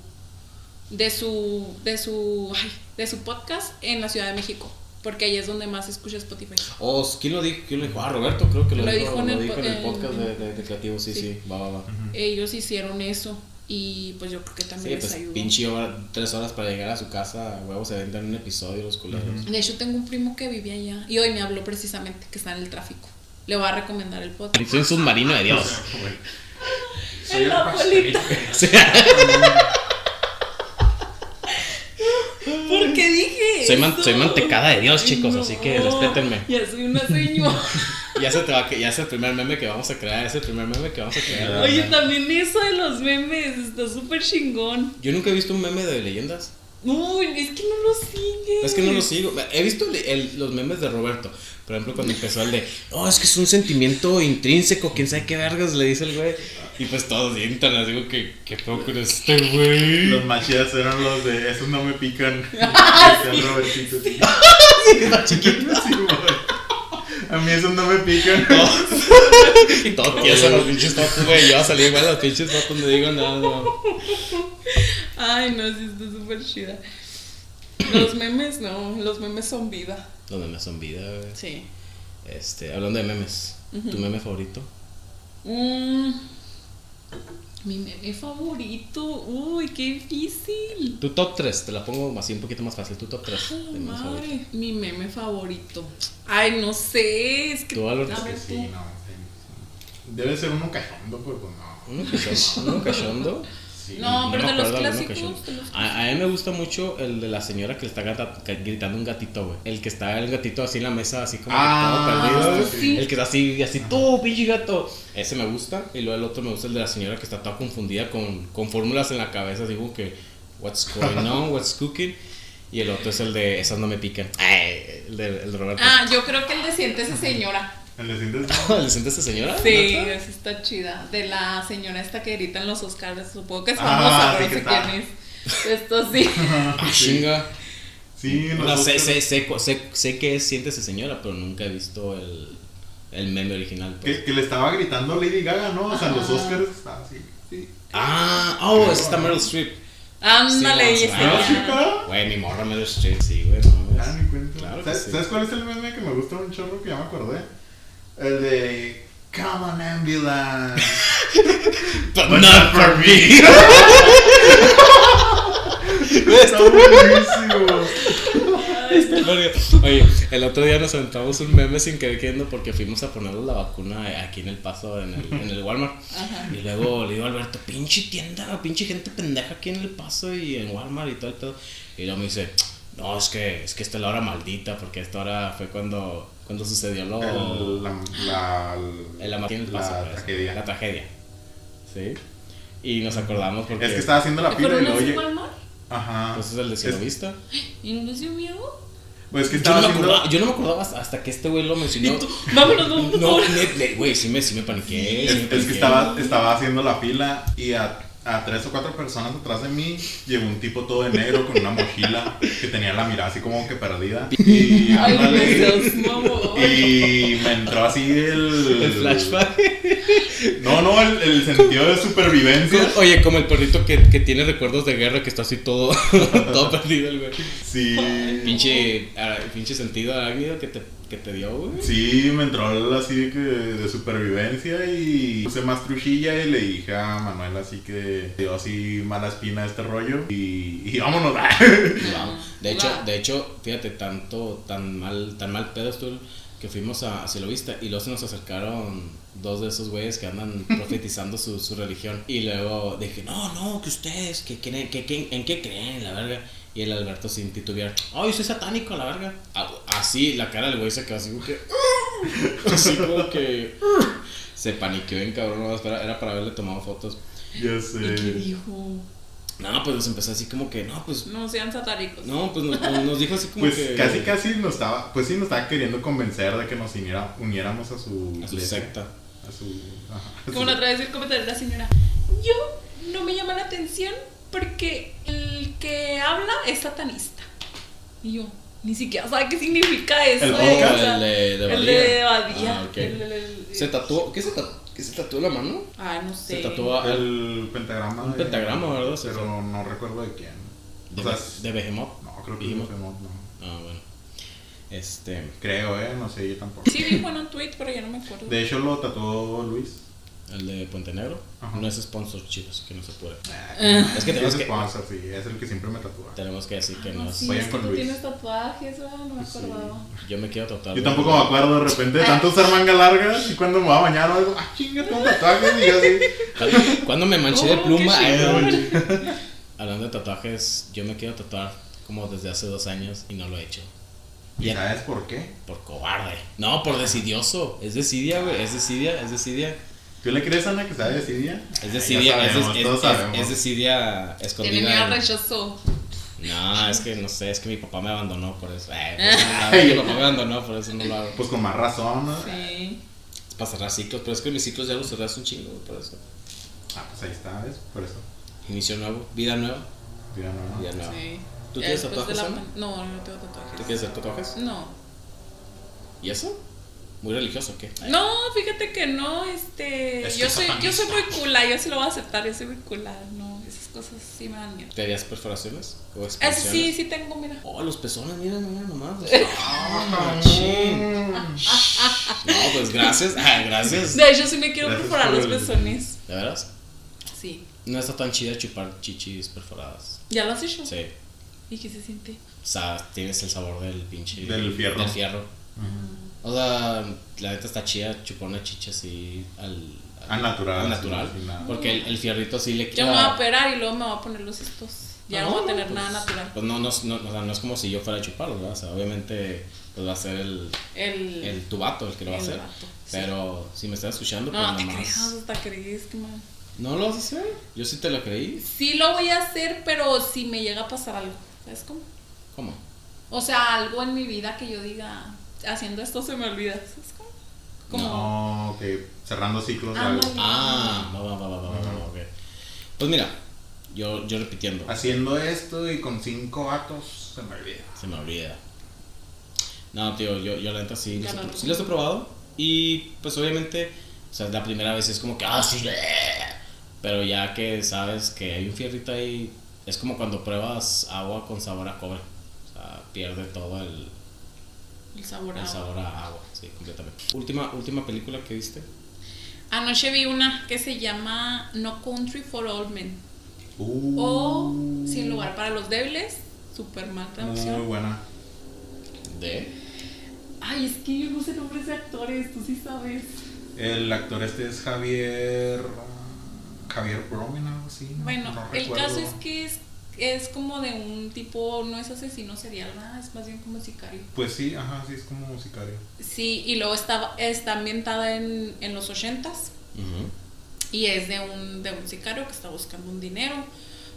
S3: de su de su ay, de su podcast en la Ciudad de México, porque ahí es donde más se escucha Spotify.
S1: Oh, ¿quién lo dijo? ¿Quién lo dijo? Ah, Roberto, creo que lo, dijo, lo dijo en el
S3: po- en-
S1: podcast de, de, de Creativo, sí, sí,
S3: sí.
S1: va, va, va.
S2: Ujú.
S3: Ellos hicieron eso Y pues yo creo que también
S1: Sí,
S3: les
S1: pues
S3: ayudó.
S1: pinche hora, tres horas para llegar a su casa, a huevo, se venden un episodio los culeros.
S3: De hecho, tengo un primo que vivía allá y hoy me habló precisamente que está en el tráfico. Le voy a recomendar el podcast.
S1: Soy un submarino de Dios.
S2: Güey.
S4: En la bolita.
S3: ¿Por qué dije?
S1: Soy, man-
S3: eso?
S1: soy mantecada de Dios, chicos,
S3: No,
S1: así que respétenme.
S3: Ya soy una señora.
S1: Ya se te va, que- ya es el primer meme que vamos a crear, es el primer meme que vamos a crear.
S2: Ah,
S3: Oye,
S2: man.
S3: también eso de los memes está súper chingón.
S1: Yo nunca he visto un meme de leyendas.
S3: Uy, es que no lo sigue.
S1: Es que no lo sigo. He visto el- el- los memes de Roberto. Por ejemplo, cuando empezó el de, no, es que es un sentimiento intrínseco, quién sabe qué vergas le dice el güey. Y pues todos internas, digo que, qué poco con este güey.
S2: Los más chidas eran los de esos no me pican.
S4: Ah,
S2: Decía Robertito. Sí, güey. A mí esos no me pican.
S1: Y todo tieso los pinches fotos, güey. Yo voy a salir igual a los pinches fotos, no digo nada. no.
S3: Ay, no, sí, está súper chida. Los memes no, los memes son vida.
S1: Los memes son vida, güey.
S3: Sí.
S1: Este, hablando de memes, ¿tu meme favorito?
S3: Mm, mi meme favorito. Uy, qué difícil.
S1: Tu top 3, te la pongo así un poquito más fácil. Tu top 3
S3: Ay, madre. Mi meme favorito. Ay, no sé. Es que.
S1: Tú, Álvaro.
S3: A ver,
S2: Pues Sí,
S3: tú.
S2: no. Debe ser uno cachondo, pero pues no.
S1: ¿Uno cachondo? ¿Uno cachondo?
S2: Sí.
S3: No, pero
S1: me
S3: de los
S1: acuerdo alguno
S3: clásicos,
S1: cachondo.
S3: de los
S1: A, a mí me gusta mucho el de la señora que le está gata- que- gritando un gatito, güey. El que está el gatito así en la mesa, así como que
S2: Ah,
S1: todo perdido.
S3: Ah,
S1: güey.
S3: sí.
S1: El que está así, y así, tú, pinche gato. Ese me gusta. Y luego el otro me gusta el de la señora que está toda confundida con, con fórmulas en la cabeza. Digo que, what's going on, what's cooking. Y el otro es el de, esas no me pican. Ay, el de, el de Roberto.
S3: Ah, yo creo que el de Siéntese Señora.
S2: ¿Me le sientes?
S1: ¿Le sientes a esa señora?
S3: Sí,
S1: ¿Neta?
S3: esa está chida. De la señora esta que grita en los Oscars. Supongo que es
S2: Ah,
S3: famosa,
S2: sí
S3: pero no sé
S2: que está.
S3: quién es. Esto sí.
S1: Ah,
S2: Sí.
S1: chinga.
S2: Sí,
S1: O sea,
S2: nosotros-
S1: sé, sé, sé, cu- sé, sé que es Siéntese Señora, pero nunca he visto el, el meme original. pues.
S2: Que, que le estaba gritando Lady Gaga, ¿no? O sea, los
S3: Ah.
S2: Oscars estaba así.
S1: Ah, oh, esa está Meryl Streep.
S3: Ándale,
S1: Sí,
S3: y
S1: no, sí,
S3: ese
S2: ¿Ah,
S1: ya.
S3: ya.
S2: chica?
S1: Güey, mi morra Meryl Streep, sí, güey. No,
S2: Ah,
S1: mames.
S2: ni cuenta.
S1: Claro que
S2: ¿Sabes,
S1: sí.
S2: sabes cuál es el meme que me gusta un chorro que ya me acordé? El de Come on ambulance.
S1: But not for me.
S2: Está buenísimo.
S1: Verga. Oye, el otro día nos aventamos un meme sin querer queriendo porque fuimos a ponernos la vacuna aquí en el paso, en el, en el Walmart. Y luego le digo a Alberto, pinche tienda, pinche gente pendeja aquí en el paso y en Walmart y todo el pedo. Y luego me dice, no, es que, es que esta es la hora maldita porque esta hora fue cuando, cuando sucedió lo...
S2: El- la, la,
S1: El amateur en el
S2: la
S1: paso, pues.
S2: tragedia.
S1: La tragedia. ¿Sí? Y nos acordamos porque.
S2: Es que estaba haciendo la
S3: ¿Pero
S2: fila y
S3: no
S2: lo
S3: es
S2: oye.
S3: Walmart?
S2: Ajá.
S1: Pues es el de Cinovista.
S3: ¿Y no es de miedo?
S2: Pues es que
S1: Yo, no
S2: estaba
S1: me
S2: haciendo.
S1: acordaba- yo no me acordaba hasta- hasta que este güey lo mencionó.
S3: Vámonos, vámonos.
S1: No,
S3: vámonos.
S1: ne- ne- güey, sí me, sí me paniqué.
S2: Es,
S1: sí me
S2: es
S1: paniqué.
S2: que estaba, estaba haciendo la fila y a, a tres o cuatro personas atrás de mí llegó un tipo todo de negro con una mochila que tenía la mirada así como que perdida. Y,
S3: Ay,
S2: ándale,
S3: Dios, mamón.
S2: y me entró así el.
S1: El flashback.
S2: No, no, el, el sentido de supervivencia.
S1: Oye, como el perrito que, que tiene recuerdos de guerra que está así todo, todo perdido el güey.
S2: Sí.
S1: Pinche, ah, pinche sentido arácnido que te, que te dio, güey.
S2: Sí, me entró el así de, que, de supervivencia y puse más truchilla y le dije a Manuel así que dio así mala espina a este rollo y, y vámonos.
S1: De hecho,
S3: Claro.
S1: de hecho, fíjate, tanto, tan mal, tan mal pedo estuvo que fuimos a, a Cilovista y luego se nos acercaron dos de esos güeyes que andan profetizando su, su religión. Y luego dije, no, no, que ustedes, que, creen- que, que- en qué creen, la verga. Y el Alberto sin titubear, ay, soy satánico, la verga. A- Así, la cara del güey se quedó así como que... Así como que... Se paniqueó en cabrón, nomás para- era para haberle tomado fotos.
S2: Ya
S3: ¿Y qué
S2: sé.
S3: dijo?
S1: No, pues nos empezó así como que, no, pues...
S3: No sean satánicos.
S1: No, pues nos, nos dijo así como
S2: Pues
S1: que...
S2: casi casi nos estaba, pues sí nos estaba queriendo convencer de que nos uniera- uniéramos a su,
S1: A su
S2: iglesia,
S1: secta.
S2: A su, ajá, a
S3: Como
S2: su-
S3: la otra vez el comentario de la señora. Yo no me llama la atención porque el que habla es satanista. Y yo, ni siquiera sabe qué significa eso.
S2: El
S3: eh,
S2: podcast.
S3: o sea,
S1: El de- de
S3: el
S1: Badía.
S3: de Badía.
S1: Ah, ok.
S3: El- el- el-
S1: ¿Se tatuó? ¿Qué se, tatuó? ¿Qué se tatuó la mano?
S3: Ay, no sé.
S1: Se tatuó el
S2: el pentagrama.
S1: Un
S2: de-
S1: pentagrama, ¿verdad? Sí,
S2: Pero no recuerdo de quién.
S1: de,
S2: o sea,
S1: de Behemoth.
S2: no, creo que
S1: Dijimos.
S2: no, no.
S1: Ah, bueno. Este.
S2: Creo, eh, no sé, yo tampoco.
S3: Sí, dijo en un tweet, pero ya no me acuerdo.
S2: De hecho lo tatuó Luis.
S1: el de Puente Negro,
S2: Ajá.
S1: no es sponsorship, así que no se puede.
S2: Ah,
S1: Es que tenemos
S2: ese
S1: que-
S2: sponsor, sí, es el que siempre me tatúa.
S1: Tenemos que decir que no es.
S3: Ah, sí,
S2: Vayan
S3: es que
S2: con
S3: tú
S2: Luis.
S3: tienes tatuajes, ¿verdad? No me
S1: Sí.
S3: acordaba.
S1: Yo me quiero tratar.
S2: Yo tampoco me acuerdo de repente de tanto usar manga larga y cuando me voy a bañar o algo, ah, chinga, tengo tatuajes y yo así.
S1: Cuando- Cuando me manché de
S3: Oh, qué
S1: pluma. ay,
S3: chingón.
S1: no, manches. Hablando de tatuajes, yo me quiero tatuar como desde hace dos años y no lo he hecho.
S2: ¿Y
S1: Ya.
S2: sabes por qué?
S1: Por cobarde. No, por decidioso. Es decidia, güey. Es decidia, es decidia.
S2: ¿Tú le crees, Ana, que sabe decidir?
S1: Es decidia, es,
S2: sabemos,
S1: es-
S2: todos
S1: es-
S2: sabemos.
S1: es decidia
S3: Tiene miedo
S1: escondida.
S3: al
S1: en-
S3: rechazo.
S1: No, es que no sé, es que mi papá me abandonó por eso. Eh, pues, no, mi papá me abandonó, por eso no lo hago.
S2: Pues con más razón,
S1: Ah.
S2: ¿no?
S3: Sí.
S1: Es para cerrar ciclos, pero es que mis ciclos ya los cerré hace un chingo, güey, por eso.
S2: Ah, pues ahí está, ¿ves? Por eso.
S1: Inicio nuevo, vida nueva,
S2: Mira, no, no.
S1: vida nueva.
S3: sí.
S1: ¿Tú
S3: Ya
S1: tienes
S3: después de
S1: tatuajes?
S3: la
S1: Ana?
S3: pan- No, no tengo tatuajes.
S1: ¿Tú quieres hacer tatuajes?
S3: No.
S1: ¿Y eso? ¿Muy religioso o qué?
S3: No, fíjate que no, este.
S2: Es que
S3: yo,
S2: es
S3: soy, yo soy muy
S2: satanista.
S3: cula, yo sí lo voy a aceptar, yo soy muy cula. No, esas cosas sí me dan miedo.
S1: ¿Te harías perforaciones? ¿O
S3: Ah,
S1: expansiones?
S3: sí, sí tengo, mira.
S1: Oh, los pezones, mira, mira nomás.
S2: Ah,
S1: Ah, chin.
S2: chin.
S1: No, pues gracias. Ah, gracias.
S3: De hecho, sí me quiero
S2: Gracias
S3: perforar
S2: por
S3: los
S2: el-
S3: pezones.
S1: ¿De veras?
S3: Sí.
S1: No está tan chida chupar chichis perforadas.
S3: ¿Ya lo has hecho?
S1: Sí.
S3: ¿Y qué se siente?
S1: O sea, tienes el sabor del pinche.
S2: Del fierro.
S1: Del fierro.
S2: Ujú.
S1: O sea, la neta está chida chupar una chicha así al.
S2: Al natural,
S1: al natural.
S2: sí, sin nada.
S1: porque el, el fierrito sí le
S3: Yo
S1: queda.
S3: me voy a operar y luego me voy a poner los estos. Ya no, voy a tener
S1: pues-
S3: nada natural.
S1: Pues no, no, no, o sea, no es como si yo fuera a chuparlo, ¿verdad? O sea, obviamente pues va a ser el,
S3: El.
S1: el tubato el que lo va a
S3: el
S1: hacer.
S3: vato, sí.
S1: Pero si me estás escuchando, pues
S3: No, no te
S1: nomás-
S3: creas, hasta crees que man.
S1: ¿No lo vas a hacer? Yo sí te lo creí.
S3: Sí lo voy a hacer, pero si me llega a pasar algo. ¿Sabes cómo?
S1: ¿Cómo?
S3: O sea, algo en mi vida que yo diga, haciendo esto se me olvida. ¿Sabes cómo? Como,
S2: No, que cerrando ciclos. de
S3: Ándale.
S2: algo.
S1: Ah, va, va, va, va, va, va, va, ok. Pues mira, yo, yo repitiendo,
S2: Haciendo esto y con cinco vatos se me olvida.
S1: se me olvida. No, tío, yo, yo la neta sí,
S3: Ya
S1: los he-
S3: no.
S1: sí los he probado. Y pues obviamente, o sea, la primera vez es como que, ah, sí, eh". pero ya que sabes que hay un fierrito ahí, es como cuando pruebas agua con sabor a cobre. O sea, pierde todo el,
S3: el sabor. a-
S1: el sabor a agua, sí, completamente. Última, última película que viste.
S3: Anoche vi una que se llama No Country for Old Men
S2: Uh,
S3: o Sin Lugar para los Débiles. Super mal
S2: Muy
S3: traducción.
S2: buena.
S1: De.
S3: Ay, es que yo no sé nombres de actores, tú sí sabes.
S2: El actor este es Javier. Javier Bromen, algo así. ¿no?
S3: Bueno,
S2: No
S3: el
S2: recuerdo.
S3: caso es que es, es como de un tipo, no es asesino serial, nada, es más bien como sicario.
S2: Pues sí, ajá, sí, es como musicario.
S3: Sí, y luego está, está ambientada en, en los ochentas y es de un, de un sicario que está buscando un dinero.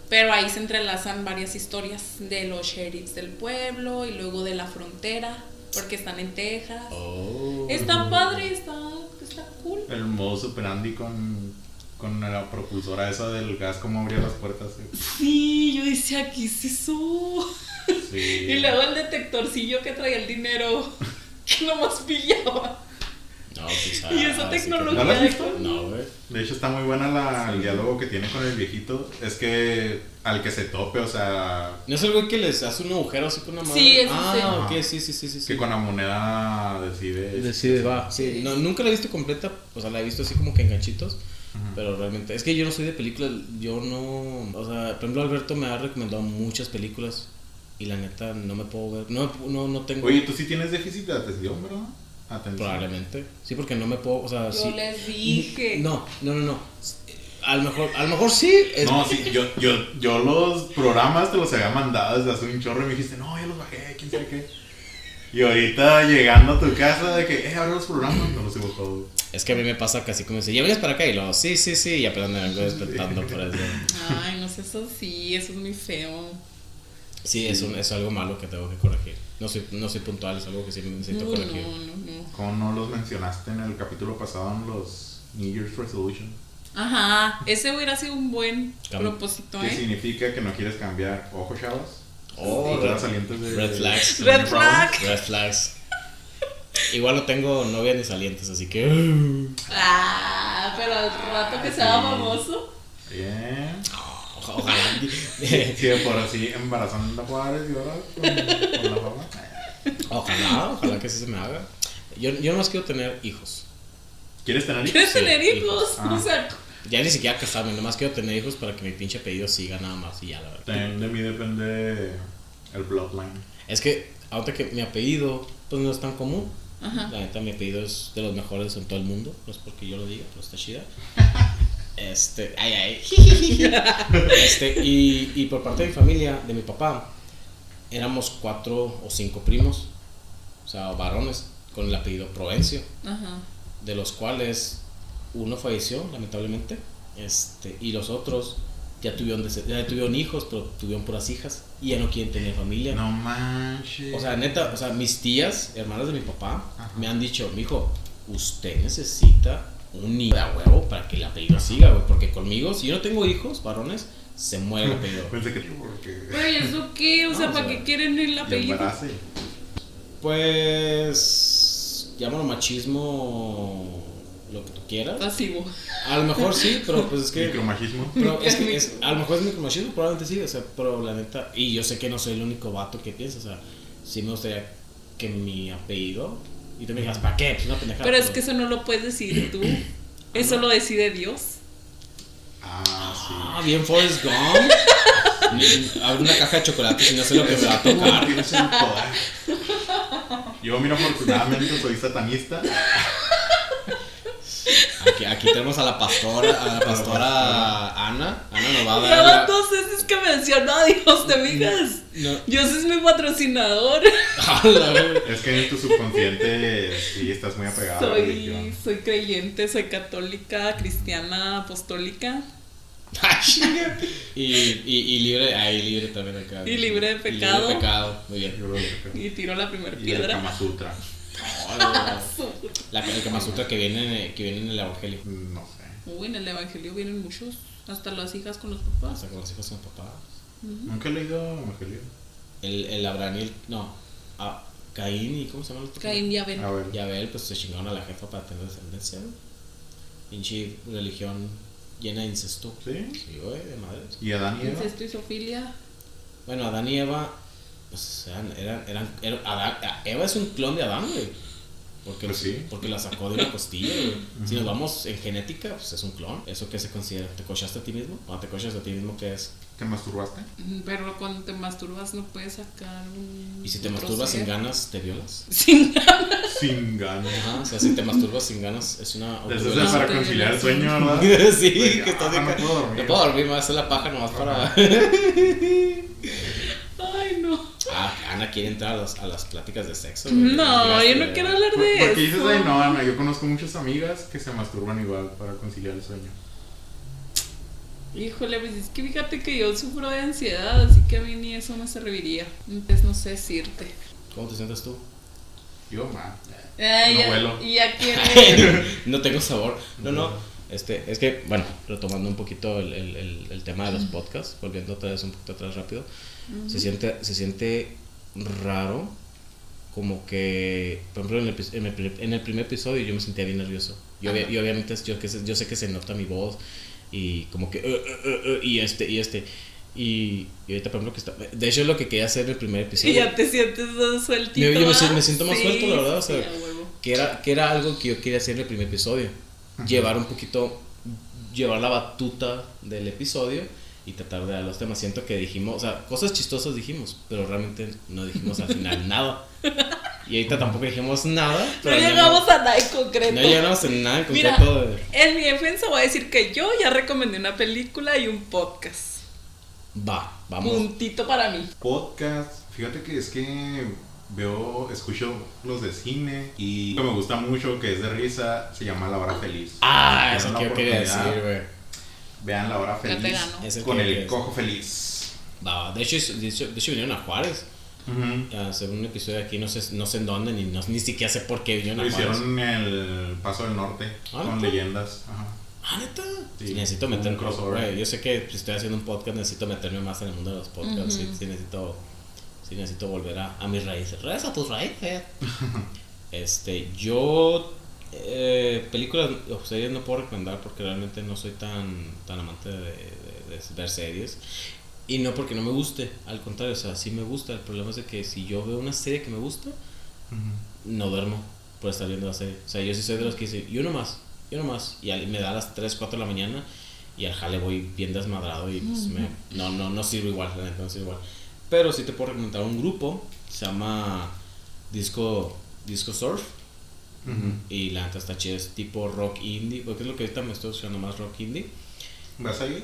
S3: Pero ahí se entrelazan varias historias de los sheriffs del pueblo y luego de la frontera, porque están en Texas.
S1: Oh.
S3: Está padre, está, está cool.
S2: El modo superandi con, con la propulsora esa del gas, cómo abría las puertas. sí.
S3: Sí, yo decía, ¿qué es eso?
S2: Sí.
S3: Y luego el detectorcillo que traía el dinero, que nomás pillaba.
S1: No, quizá.
S3: Y esa
S1: Ah, sí que-
S3: tecnología
S2: ¿No la has
S3: de-
S2: visto?
S1: No, güey.
S2: De hecho, está muy buena la, el diálogo que tiene con el viejito. Es que al que se tope, o sea,
S1: ¿No es el güey que les hace un agujero así con una mano?
S3: Sí, ese
S1: Ah,
S2: sí.
S1: ok, sí, sí, sí, sí. sí.
S2: que con la moneda decide.
S1: Decide, va. Este, Sí, no, nunca la he visto completa, o sea, la he visto así como que en ganchitos.
S2: Ujú.
S1: Pero realmente, es que yo no soy de películas, yo no, o sea, por ejemplo Alberto me ha recomendado muchas películas y la neta no me puedo ver, no, no, no tengo,
S2: Oye, tú sí tienes déficit de atención, ¿verdad? Atención.
S1: probablemente, sí, porque no me puedo, o sea,
S3: Yo
S1: Ah, sí. Mm,
S3: les dije.
S1: No, no, no, no, a lo mejor, a lo mejor sí, es-
S2: No, sí, yo, yo, yo los programas te los había mandado desde hace un chorro y me dijiste, no, ya los bajé, quién sabe qué. Y ahorita llegando a tu casa, de que, eh, ahora los programas, no los he bajado.
S1: es que a mí me pasa casi como dice, ¿ya vienes para acá? Y luego, sí, sí, sí, y apenas me vengo despertando por eso.
S3: Ay, no sé, eso sí, eso es muy feo.
S1: Sí, es, un- es algo malo que tengo que corregir. No soy, no soy puntual, es algo que sí me necesito
S3: No, no,
S1: corregir.
S3: no, no.
S2: Como no los mencionaste en el capítulo pasado en los New Year's Resolution,
S3: Ajá, ese hubiera sido un buen
S1: Cambio.
S3: propósito,
S2: que
S3: ¿eh?
S2: significa que no quieres cambiar, ojo, chavos.
S1: Oh,
S2: Las salientes de-
S1: red flags.
S2: de-
S3: Red flag.
S1: Red flags. Igual no tengo novia ni salientes, así que. uh,
S3: Ah, pero al rato que sea
S2: Sí.
S3: famoso.
S2: Bien.
S1: oja- Ojalá.
S2: Sí, de por así embarazando a Juárez y ahora con, con la fama.
S1: Ojalá, ojalá que sí se me haga. Yo, yo no más quiero tener hijos.
S2: ¿Quieres tener hijos?
S3: ¿Quieres
S1: Sí,
S3: tener hijos?
S2: Ah.
S3: O sea,
S1: Ya ni siquiera casarme, nomás quiero tener hijos para que mi pinche apellido siga nada más y ya, la verdad.
S2: También de mí depende el bloodline.
S1: Es que, ahorita que mi apellido, pues no es tan común.
S3: Ajá.
S1: La neta, mi apellido es de los mejores en todo el mundo. No es porque yo lo diga, pero está chida. Este, ay, ay. Este, y, y por parte de mi familia, de mi papá, éramos cuatro o cinco primos, o sea, varones, con el apellido Provencio,
S3: ajá.
S1: de los cuales uno falleció, lamentablemente, este, y los otros ya tuvieron, dese- ya tuvieron hijos, pero tuvieron puras hijas, y ya no quieren tener familia.
S2: No manches.
S1: O sea, neta, o sea, mis tías, hermanas de mi papá,
S2: Ajá.
S1: me han dicho, mijo, usted necesita un hijo de a huevo para que el apellido siga, güey. Porque conmigo, si yo no tengo hijos, varones, se muere el apellido.
S2: Pensé que tú, porque.
S3: Güey, ¿eso qué? O sea,
S1: No, o
S3: ¿para
S1: sea,
S3: qué quieren el
S2: Y
S3: apellido?
S2: embarazo. y-
S1: Pues. Llámalo machismo. Lo que tú quieras.
S3: Pasivo.
S1: A lo mejor sí, pero pues es que.
S2: Micromajismo.
S1: pero es que es- a lo mejor es micromachismo, probablemente sí, o sea, pero la neta. Y yo sé que no soy el único vato que piensa, o sea, sí me gustaría que mi apellido. Y tú me digas, ¿para qué? Pues una pendejada.
S3: Pero es que eso no lo puedes decidir tú. Eso lo decide Dios.
S2: Ah,
S1: Ah, bien Forrest Gump. Mm, Abre una caja de chocolates y no sé lo que me va a
S2: sí.
S1: tocar.
S2: Tienes un poder. Yo, mira, afortunadamente soy satanista.
S1: Aquí, aquí tenemos a la pastora, a la pastora Ana. Ana nos va a dar.
S3: Cada
S1: la- Mm,
S3: dos veces que mencionó a Dios, ¿te fijas?
S1: No.
S3: Dios es mi patrocinador.
S1: A la verga.
S2: Es que en tu subconsciente sí estás muy apegado a la
S3: Soy,
S2: religión.
S3: soy creyente, soy católica, cristiana, apostólica
S1: Ah, chinga. y, y, y libre, ahí libre también acá.
S3: Y libre de
S1: Y
S3: pecado.
S1: de pecado. Muy bien.
S2: Yo lo dije.
S3: y tiro la primera
S2: Y el
S3: piedra.
S2: Kama Sutra.
S1: La, el Kama Sutra que viene, en- eh, que viene en el Evangelio.
S2: No sé.
S3: Uy, en el evangelio vienen muchos, hasta las hijas con los
S1: O
S3: papás.
S1: sea, con los hijos son papás.
S2: Nunca he leído Evangelio.
S1: El, el Abraham y el. No. ah, Caín y. ¿Cómo se llama el otro?
S3: Caín y Abel.
S2: A ver.
S1: Ya ve, pues se chingaron a la jefa para tener descendencia, güey. Pinche religión llena de incesto.
S2: ¿Sí?
S1: Sí, güey, de madres.
S2: ¿Y Adán y Eva?
S3: Incesto y zoofilia.
S1: Bueno, Adán y Eva, pues eran, eran, eran, era- Adán- a- Eva es un clon de Adán, güey. Porque,
S2: Pues sí.
S1: porque la sacó de una costilla, güey. Si nos vamos en genética, pues es un clon. ¿Eso qué se considera? ¿Te cochaste a ti mismo? Cuando te cochas a ti mismo, ¿qué es?
S2: ¿Te masturbaste?
S3: Mm, Pero cuando te masturbas no puedes sacar un.
S1: Y si te
S3: otro
S1: masturbas sin
S3: ser.
S1: ganas, te violas.
S3: Sin ganas.
S2: Sin ganas.
S1: Ajá, o sea, si te masturbas sin ganas, es una.
S2: Desde
S1: autoviolación.
S2: para
S3: pero-
S2: conciliar el sueño, ¿verdad?
S1: sí,
S2: Oye,
S1: que estás
S2: ah,
S1: de
S2: no
S1: ca-
S2: puedo dormir.
S1: No puedo dormir, me voy a hacer la paja nomás para.
S3: Ay, no.
S1: ah, Ana quiere entrar a las, a las pláticas de sexo. güey.
S3: No, yo
S1: Llegaste,
S3: no
S1: ¿verdad?
S3: quiero hablar de eso.
S2: Porque dices, ay, no, Ana, yo conozco muchas amigas que se masturban igual para conciliar el sueño.
S3: Híjole, pues es que fíjate que yo sufro de ansiedad, así que a mí ni eso me serviría. Entonces no sé decirte.
S1: ¿Cómo te sientes tú?
S2: Yo, ma.
S3: Ay,
S2: No
S3: ya-
S2: vuelo.
S3: Y ya quiere.
S1: no tengo sabor. No, no. Este, es que, bueno, retomando un poquito el, el- el- el tema de los podcasts, volviendo otra vez un poquito atrás rápido, se, siente, se siente raro como que, por ejemplo, en el, epi- en el pri- en el primer episodio yo me sentía bien nervioso. Yo, obvia-
S3: Ajá.
S1: yo obviamente, yo, que sé- yo sé que se nota mi voz y como que, "Eh, eh, eh, eh", y este, y este. Y, y ahorita, por ejemplo, que está, de hecho es lo que quería hacer en el primer
S3: y
S1: episodio.
S3: ya te sientes más sueltito.
S1: Yo- yo me si-
S3: ¿va?
S1: me siento más
S3: Sí,
S1: suelto, la verdad, o
S3: sí,
S1: sea,
S3: a huevo.
S1: que era, que era algo que yo quería hacer en el primer episodio. Llevar un poquito, llevar la batuta del episodio y tratar de dar los temas. Siento que dijimos, o sea, cosas chistosas dijimos, pero realmente no dijimos al final nada. Y ahorita tampoco dijimos nada.
S3: No
S1: pero ya
S3: llegamos a nada en concreto.
S1: No llegamos en nada en
S3: Mira.
S1: concreto. de-
S3: En mi defensa voy a decir que yo ya recomendé una película y un podcast.
S1: Va, vamos.
S3: Puntito para mí.
S2: Podcast. Fíjate que es que veo, escucho los de cine y lo que me gusta mucho, que es de risa, se llama La Hora Feliz.
S1: Ah,
S2: Era
S1: eso
S2: una
S1: que yo quería
S2: oportunidad.
S1: decir, güey.
S2: Vean La Hora
S3: Ya te
S2: Feliz
S3: ganó.
S1: Es el
S2: con
S1: que
S2: el
S1: quería
S2: cojo feliz.
S1: Va, va. de hecho, es- de hecho, de hecho vinieron a Juárez
S2: Ujú.
S1: a hacer un episodio aquí, no sé, no sé en dónde, ni, no- ni siquiera sé por qué vinieron
S2: Lo
S1: a Juárez.
S2: hicieron en el Paso del Norte
S1: Ah,
S2: con
S1: ¿neta?
S2: leyendas. Ajá.
S1: Ah, neta.
S2: Sí,
S1: Sí, necesito
S2: como un
S1: meterme.
S2: crossover.
S1: güey, yo sé que si estoy haciendo un podcast, necesito meterme más en el mundo de los podcasts. sí,
S3: Ujú.
S1: sí, necesito, sí necesito volver a, a mis raíces. Regresa a tus raíces. este, yo. eh, películas o series no puedo recomendar porque realmente no soy tan, tan amante de, de- de ver series. Y no porque no me guste, al contrario, o sea, sí me gusta. El problema es de que si yo veo una serie que me gusta,
S2: Ujú.
S1: no duermo por estar viendo la serie. O sea, yo sí soy de los que dicen, y uno más, yo nomás. Y al- me da a las 3, 4 de la mañana y al jale voy bien desmadrado y pues me- no, no, no sirve igual, la neta no sirve igual. Pero sí te puedo recomendar un grupo, se llama Disco, Disco Surf
S2: Ujú.
S1: y la neta está chido, es tipo rock indie, porque es lo que ahorita me estoy usando más rock indie.
S2: ¿Vas a ir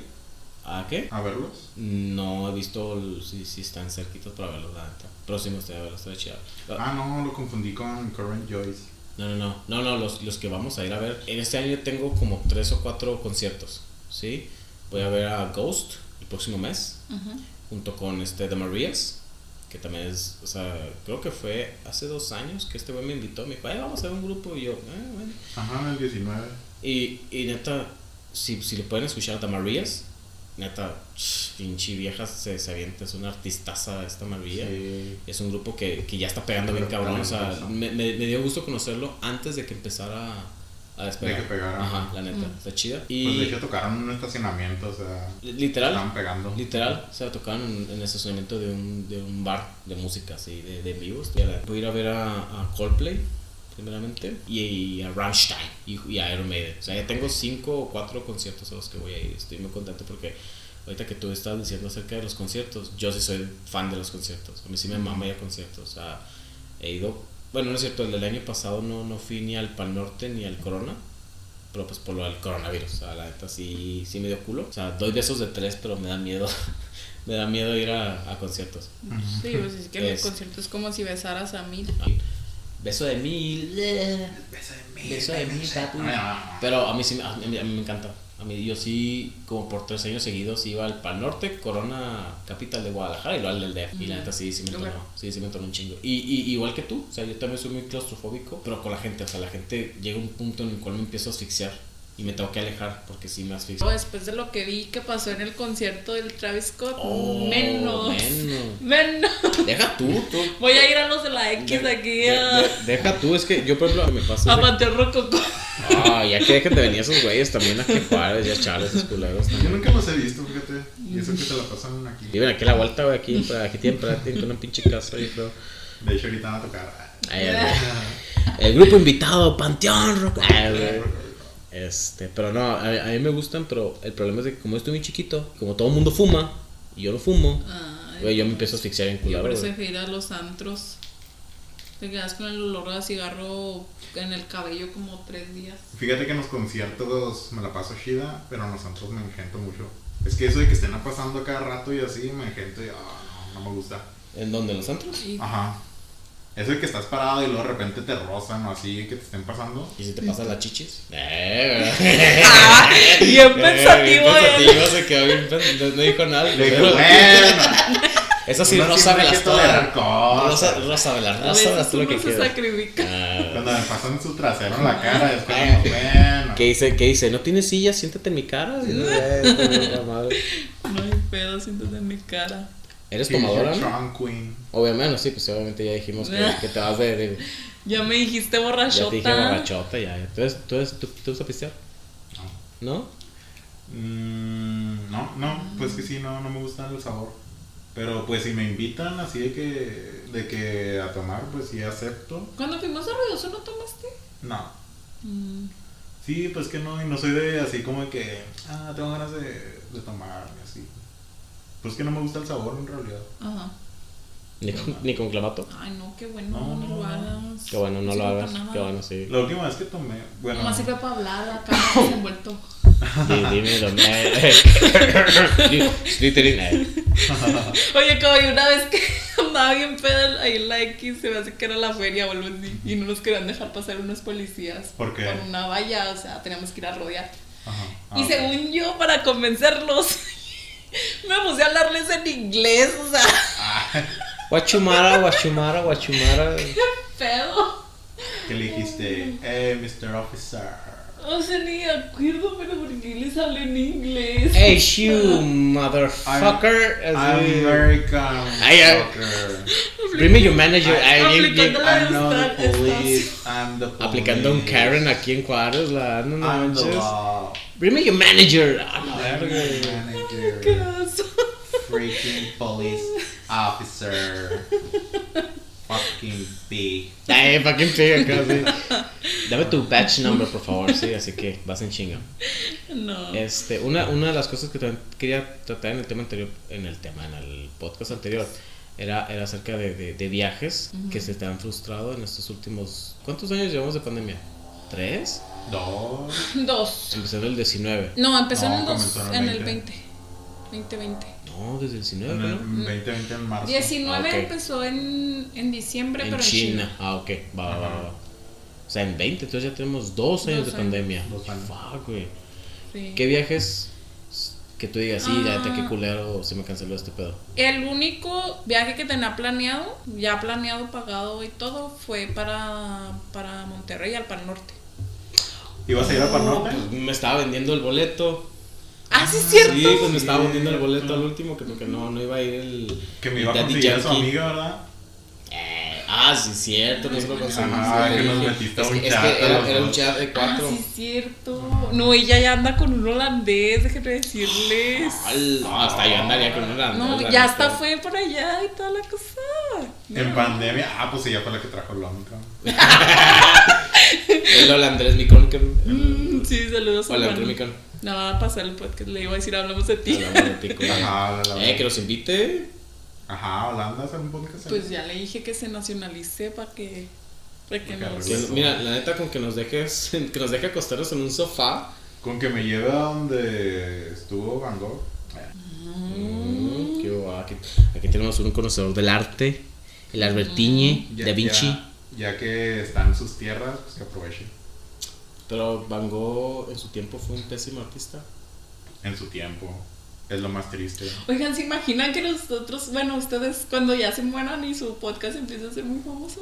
S1: ¿A qué?
S2: a verlos?
S1: No he visto el- si, si están cerquitos para verlos, la neta. Pero sí me gustaría verlos, está chido.
S2: Ah, no, lo confundí con Current Joyce.
S1: No, no, no, no, no, los, los que vamos a ir a ver. En este año tengo como tres o cuatro conciertos, ¿sí? Voy a ver a Ghost el próximo mes, junto con este The Marías, que también es, o sea, creo que fue hace dos años que este güey me invitó, me dijo, "Ay, vamos a ver un grupo, y yo, "Ah, bueno".
S2: Ajá, el 19.
S1: Y, y neta, si, si lo pueden escuchar a The Marías, neta, ch, pinche vieja se, se avienta, es una artistaza esta María.
S2: Sí.
S1: Es un grupo que, que ya está pegando bien
S2: Pero
S1: cabrón. O sea,
S2: talentoso.
S1: me, me, me dio gusto conocerlo antes de que empezara a despegar.
S2: De que pegara.
S1: Ajá, la neta.
S3: Mm.
S1: Está chida.
S2: Pues de
S1: Y
S2: hecho tocaron en un estacionamiento, o sea,
S1: literal,
S2: estaban pegando.
S1: literal, o sea, tocaron en, en el estacionamiento de un, de un bar de música, así, de, de en vivo. Estuvo la- Voy a ir a ver a, a Coldplay, primeramente, y, a Rammstein y, y a Iron Maiden. O sea, ya tengo cinco o cuatro conciertos a los que voy a ir. Estoy muy contento porque Ahorita que tú estabas diciendo acerca de los conciertos, yo sí soy fan de los conciertos. A mí sí me mama ir a conciertos. O sea, he ido. Bueno, no es cierto, el del año pasado no, no fui ni al Pal Norte ni al Corona. Pero pues por lo del coronavirus. O sea, la neta sí, sí me dio culo. O sea, doy besos de tres, pero me da miedo. me da miedo ir a, a conciertos.
S3: Sí, pues es que en el
S1: Es-
S3: concierto es como si besaras a mil.
S1: Ah, Beso de mil. bleh.
S2: Beso de Ah, mí.
S1: Beso de mí, papu. Pero a mí sí me- a mí, a mí me encanta. A mí yo sí, como por tres años seguidos, iba al Pal Norte, Corona, capital de Guadalajara, y luego al del DF. Y la neta sí, sí me
S3: Ujú.
S1: entonó. Sí, sí me entonó un chingo. Y, y igual que tú, o sea, yo también soy muy claustrofóbico, pero con la gente. O sea, la gente llega un punto en el cual me empiezo a asfixiar y me tengo que alejar porque sí me asfixio.
S3: O Después de lo que vi que pasó en el concierto del Travis Scott,
S1: Oh,
S3: menos.
S1: menos.
S3: Menos.
S1: Deja tú, tú.
S3: Voy a ir a los de la X
S1: De-
S3: aquí
S1: de-
S3: a,
S1: de- deja tú, es que yo, por ejemplo, me pasa.
S3: a
S1: de-
S3: Panteón Rococó.
S1: Ah, ya que dejen de venir esos güeyes también a que Juárez, ya Charles, esos culeros también.
S2: Yo nunca los he visto, fíjate. Y eso que te la pasaron aquí.
S1: Viven aquí a la vuelta, güey, aquí, pa- aquí tienen para tienen una pinche casa, yo creo.
S2: De hecho, ahorita van a tocar.
S1: Ahí, güey. el grupo invitado, Panteón Rock. Ay, güey.
S2: Ah.
S1: Este, pero no, a, a mí me gustan, pero el problema es de que como estoy muy chiquito, como todo el mundo fuma, y yo no fumo,
S3: Ay,
S1: güey, yo me empiezo a asfixiar en
S3: Yo
S1: culero, güey.
S3: prefiero ir a los antros. Te quedas con el olor a cigarro en el cabello como tres días.
S2: Fíjate que en los conciertos me la paso chida, pero en los antros me engento mucho. Es que eso de que estén pasando cada rato y así, me engento y ah, no, no me gusta.
S1: ¿En dónde? ¿En los antros?
S3: Y
S2: Ajá. Eso de que estás parado y luego de repente te rozan o así, que te estén pasando.
S1: ¿Y si te pasan las chichis? Eh,
S3: Ah, bien
S1: güey.
S3: pensativo
S1: eh, Bien
S3: él.
S1: pensativo, se quedó bien pens- no- no dijo nada.
S2: Le digo,
S1: pero-
S2: bueno.
S1: Esa sí,
S2: uno
S1: Rosa
S2: siempre hay que
S1: Velasco.
S2: tolerar cosas.
S1: Rosa, Rosa Velasco,
S3: a
S1: Rosa
S3: veces
S1: Velasco, Ah, lo
S3: uno
S1: que
S3: Pues, se
S1: quieras.
S3: sacrifica.
S1: Ah,
S2: Cuando me pasan su trasero en la cara, es
S1: Ay,
S2: cuando, bueno.
S1: ¿Qué dice? ¿Qué dice? ¿No tienes silla? Siéntate en mi cara. Y no, eh, esta verga madre.
S3: No hay pedo, siéntate en mi cara.
S1: ¿Eres
S2: She's your
S1: tomadora? no?
S2: Trunk queen.
S1: Obviamente, no, sí, pues obviamente ya dijimos que,
S3: Ah.
S1: que te vas de. de-
S3: Ya me dijiste
S1: ya te
S3: borrachota.
S1: dije borrachota, ya. ya. ¿Tú, eres, tú, eres, tú, tú vas a pistear? ¿No?
S2: Mm, no, no, pues que sí, no, no me gusta el sabor. Pero pues si me invitan así de que, de que a tomar, pues sí acepto.
S3: Cuando fuimos a Ruidoso, ¿no tomaste?
S2: No.
S3: Mm,
S2: Sí, pues que no, y no soy de así como de que, ah, tengo ganas de, de tomar, y así. Pues que no me gusta el sabor en realidad.
S3: ajá.
S1: Ni con, ni con clamato.
S3: Ay, no, qué
S2: No,
S3: bueno, no,
S2: no,
S3: lo
S2: no.
S3: hagas.
S1: Qué bueno, no
S3: Sirve
S1: lo
S3: para
S1: hagas.
S3: nada.
S1: Qué bueno, sí.
S2: La última vez que tomé, bueno,
S3: Nomás sirve para hablar acá, desenvuelto.
S1: Di- Dime, lo me- Di- Slytherin, eh.
S3: Oye, caballo, una vez que andaba bien pedo ahí en la X, se me hace que era la feria o algo así, y no nos querían dejar pasar unos policías.
S2: ¿Por qué?
S3: Con una valla, o sea, teníamos que ir a rodear.
S2: ajá,
S3: y
S2: ah,
S3: según yo, para convencerlos, me puse a hablarles en inglés, o sea,
S1: Guachumara, guachumara, guachumara.
S3: pedo.
S2: que le dijiste, eh, Mr. Officer.
S3: O sea, ni de acuerdo, pero ¿por qué les hablé en inglés?
S1: Hey, you motherfucker.
S2: I'm
S1: Así.
S2: American.
S1: Ay, ay.
S2: fucker.
S1: Bring me your manager. Ay, bien- bien-
S3: Aplicando la
S2: I'm not
S3: de
S2: the
S3: estar-
S2: police, I'm the police.
S1: Aplicando un Karen aquí en Juárez, la no
S2: I'm the
S1: manches.
S2: law.
S1: Bring me your manager. Ah, la
S2: I'm
S1: verga.
S2: the
S3: estás- Qué
S2: manager.
S3: oso.
S2: Freaking police officer. Fucking big.
S1: Ay, fucking pig acá, sí. Dame tu batch number, por favor, sí, así que vas en chinga.
S3: No.
S1: Este, una, una de las cosas que también quería tratar en el tema anterior, en el tema, en el podcast anterior, era, era acerca de, de- de viajes que se te han frustrado en estos últimos... ¿Cuántos años llevamos de pandemia? ¿Tres?
S2: Dos.
S3: Dos.
S1: Empezando el 19.
S3: No, empezó
S2: No,
S3: en, el dos,
S2: comenzó
S3: en el 20. 2020.
S1: No, desde el 19,
S2: En
S1: ¿no?
S2: el 2020 en marzo.
S3: 19
S1: Ah, ok.
S3: empezó en, en diciembre,
S1: En
S3: pero
S1: China.
S3: en China.
S1: Ah, ok. Va, va, va,
S2: Ajá.
S1: va. O sea, en 20, entonces ya tenemos dos años
S3: Dos
S1: de
S3: años.
S1: pandemia.
S2: Dos años.
S1: Fuck, güey.
S3: Sí.
S1: ¿Qué viajes que tú digas, sí, ya te
S3: Ah.
S1: qué culero, se me canceló este pedo?
S3: El único viaje que tenía planeado, ya planeado, pagado y todo, fue para, para Monterrey, al Pan Norte.
S2: ¿Ibas a ir a
S1: No,
S2: Panorte?
S1: pues me estaba vendiendo el boleto.
S3: Ah, sí, es cierto.
S1: Sí, pues me estaba
S2: Sí.
S1: vendiendo el boleto al último, que porque no, no iba a ir el.
S2: Que me iba a
S1: el Daddy
S2: conseguir a su
S1: Yankee.
S2: amiga, ¿verdad?
S1: Eh, ah, sí, cierto, no se lo conseguimos.
S2: Ajá,
S1: sí,
S2: que
S1: te
S2: nos
S1: dije.
S2: metiste
S1: Es
S2: un
S1: que- es
S2: chat
S1: que
S2: a
S1: era,
S2: los
S1: era un
S2: dos.
S1: chat de
S3: Ah,
S1: cuatro.
S3: sí, es cierto. No, ella ya anda con un holandés, déjenme decirles.
S1: Al- No, hasta yo andaría con una.
S3: No,
S1: la
S3: ya
S1: neta.
S3: hasta fue por allá y toda la cosa.
S2: En pandemia. Ah, pues ella fue la que trajo el Omicron.
S1: El holandés Micón, que.
S3: Mm, sí, saludos a
S1: Hola,
S3: Juan.
S1: Micón.
S3: No, pasar el podcast, le iba a decir, hablamos de ti.
S1: Hola, amor, pico.
S2: Ajá, la- la-
S1: Eh, que los invite.
S2: Ajá, Holanda hace un podcast. en-
S3: Pues ya le dije que se nacionalice para que, para que
S2: Para que
S3: nos-
S1: Que- mira, la neta, con que nos dejes, que nos deje acostaros en un sofá.
S2: Con que me lleve a donde estuvo Van Gogh.
S1: Mm, qué guay, aquí, aquí tenemos un conocedor del arte, el Albertiñe,
S3: Mm.
S2: Ya-
S1: Da Vinci.
S2: Ya, ya que están sus tierras, pues que aprovechen.
S1: Pero Van Gogh en su tiempo fue un pésimo artista.
S2: En su tiempo. Es lo más triste.
S3: Oigan, ¿se imaginan que nosotros, bueno, ustedes cuando ya se mueran y su podcast empiece a ser muy famoso?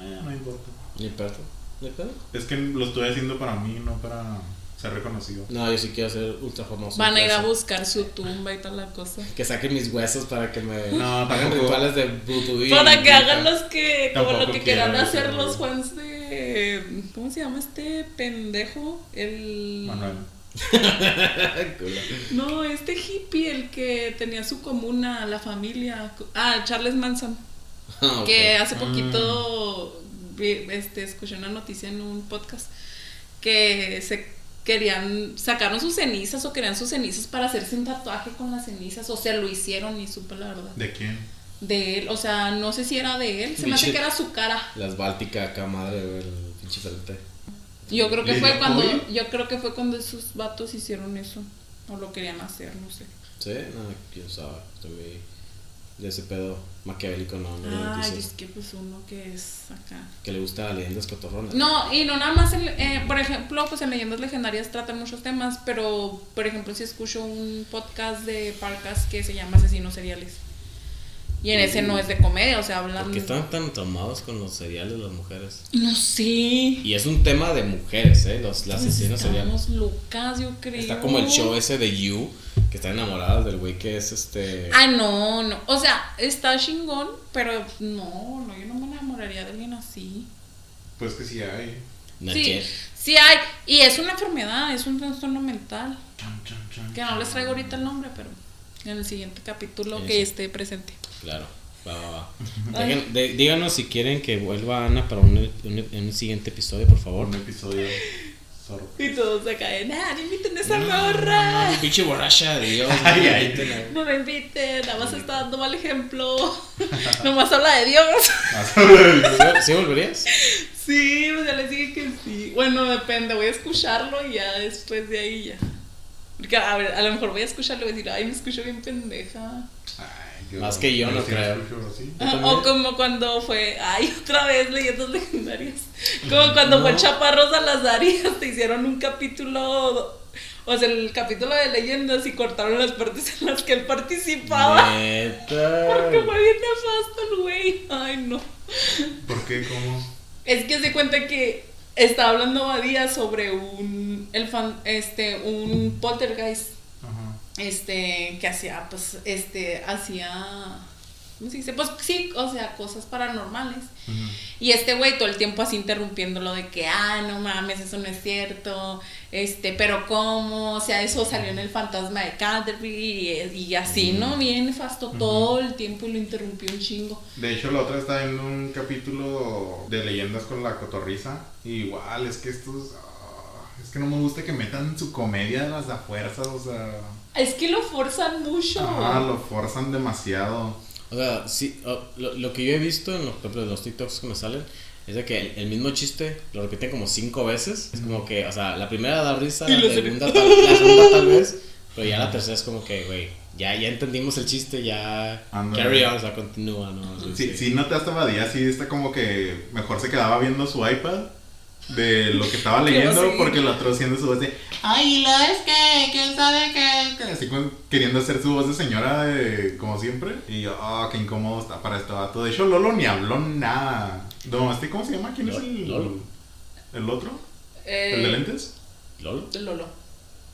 S2: Eh, no importa.
S1: Ni perro. ¿Ni pedo?
S2: Es que lo estoy haciendo para mí, no para ser reconocido.
S1: No, yo sí quiero ser ultra famoso.
S3: Van a ir a
S1: Eso.
S3: buscar su tumba y toda la cosa.
S1: Que saquen mis huesos para que me
S2: No,
S1: hagan
S2: tampoco.
S1: rituales de vudú y-
S3: Para que hagan los que, como lo
S2: Tampoco
S3: que quieran
S2: quiero,
S3: hacer
S2: tampoco.
S3: los fans de, ¿cómo se llama este pendejo? El...
S2: Manuel.
S1: Culo.
S3: No, este hippie, el que tenía su comuna, la familia. Ah, Charles Manson.
S1: Ah, ok.
S3: Que hace
S2: Mm.
S3: poquito vi- este, escuché una noticia en un podcast que se querían, sacaron sus cenizas o querían sus cenizas para hacerse un tatuaje con las cenizas o se lo hicieron y supe la verdad.
S2: ¿De quién?
S3: De él, o sea, no sé si era de él, se me hace
S1: Biche-
S3: que era su cara.
S1: Las Bálticas acá, madre, güey, el pinche frente.
S3: Yo creo que
S2: ¿De
S3: fue cuando,
S2: Yacobi?
S3: yo creo que fue cuando esos vatos hicieron eso o lo querían hacer, no sé.
S1: Sí, no, quién sabe. Estoy muy de ese pedo maquiavélico, no, no lo
S3: Ay,
S1: dices.
S3: es que pues uno que es acá.
S1: Que le gusta la leyenda escotorrona.
S3: No, y no nada más, en- eh, por ejemplo, pues en Leyendas Legendarias tratan muchos temas, pero por ejemplo si escucho un podcast de Parcas que se llama Asesinos Seriales. Y en ese no es de comedia, o sea, hablan...
S1: Porque están tan traumados con los seriales las mujeres.
S3: No sé.
S1: Y es un tema de mujeres, ¿eh? Los, las asesinas seriales.
S3: Pues Estamos locas, yo creo.
S1: Está como el show ese de You, que están enamoradas del güey que es este.
S3: Ah, no, no. O sea, está chingón, pero no, no, yo no me enamoraría de alguien así.
S2: Pues que sí hay.
S1: Nache-
S3: Sí, sí hay. Y es una enfermedad, es un trastorno mental.
S2: Chan, chan, chan,
S3: Que no les
S2: chan.
S3: traigo ahorita el nombre, pero en el siguiente capítulo
S1: Sí, sí.
S3: que esté presente.
S1: Claro. Va, va, va. Dejen- de- díganos si quieren que vuelva Ana para un, un- un siguiente episodio, por favor.
S2: Un episodio. Zorro.
S3: Y todos se caen. ¡Ah, no inviten a esa
S1: Ah,
S3: morra!
S1: Pinche borracha, de Dios.
S2: Ay,
S1: no,
S2: ay.
S1: invítenla.
S3: No me inviten, nada más está dando mal ejemplo. Nomás habla de Dios.
S1: ¿Sí- ¿Sí volverías?
S3: Sí, o sea, les dije que sí. Bueno, depende, voy a escucharlo y ya después de ahí ya. Porque a, ver, a lo mejor voy a escucharlo y voy a decir, ay, me escucho bien pendeja.
S2: Ay, yo-
S1: Más que yo no
S2: sí
S1: creo.
S2: lo escucho así.
S1: Yo
S3: Ah,
S1: también.
S3: o como cuando fue, ay, otra vez leyendas legendarias. Como cuando fue
S1: No.
S3: Chaparro Salazar y te hicieron un capítulo, o sea, el capítulo de leyendas y cortaron las partes en las que él participaba. Porque
S1: Neta.
S3: fue bien nefasto el güey. Ay, no. ¿Eh?
S2: ¿Por qué? ¿Cómo?
S3: Es que se cuenta que está hablando Badía sobre un el fan, este un poltergeist
S2: Ajá.
S3: este que hacía pues este hacía ¿cómo se dice? Pues sí, o sea, cosas paranormales. Y este güey todo el tiempo así interrumpiéndolo de que, ah, no mames, eso no es cierto, este, pero cómo, o sea, eso salió en el fantasma de Canterbury y, y así, ¿no? Bien nefasto todo el tiempo y lo interrumpió un chingo.
S2: De hecho, la otra está en un capítulo de leyendas con la cotorriza. Y igual, es que estos. ah, es que no me gusta que metan su comedia de las a fuerzas, o sea.
S3: Es que lo forzan mucho.
S2: Ah, lo forzan demasiado.
S1: O sea, sí, o- lo, lo que yo he visto en los, por ejemplo, en los TikToks que me salen es de que el, el mismo chiste lo repiten como cinco veces. Es como que, o sea, la primera da risa,
S3: Y
S1: la,
S3: la
S1: segunda tal, la segunda tal vez, pero ya la tercera es como que, güey, ya, ya entendimos el chiste, ya
S2: Ándale.
S1: carry on, o sea, continúa, ¿no? Sí,
S2: Si,
S1: sí.
S2: si notaste Badía, sí está como que mejor se quedaba viendo su iPad de lo que estaba leyendo
S3: Claro, sí.
S2: porque la otra haciendo su voz de ay lo es que quién sabe qué así con- queriendo hacer su voz de señora de- como siempre y yo ah qué incómodo está para este vato de hecho Lolo ni habló nada no este cómo se llama quién es el
S1: Lolo.
S2: el otro
S3: Eh,
S2: el de lentes
S1: ¿Lolo?
S3: Lolo.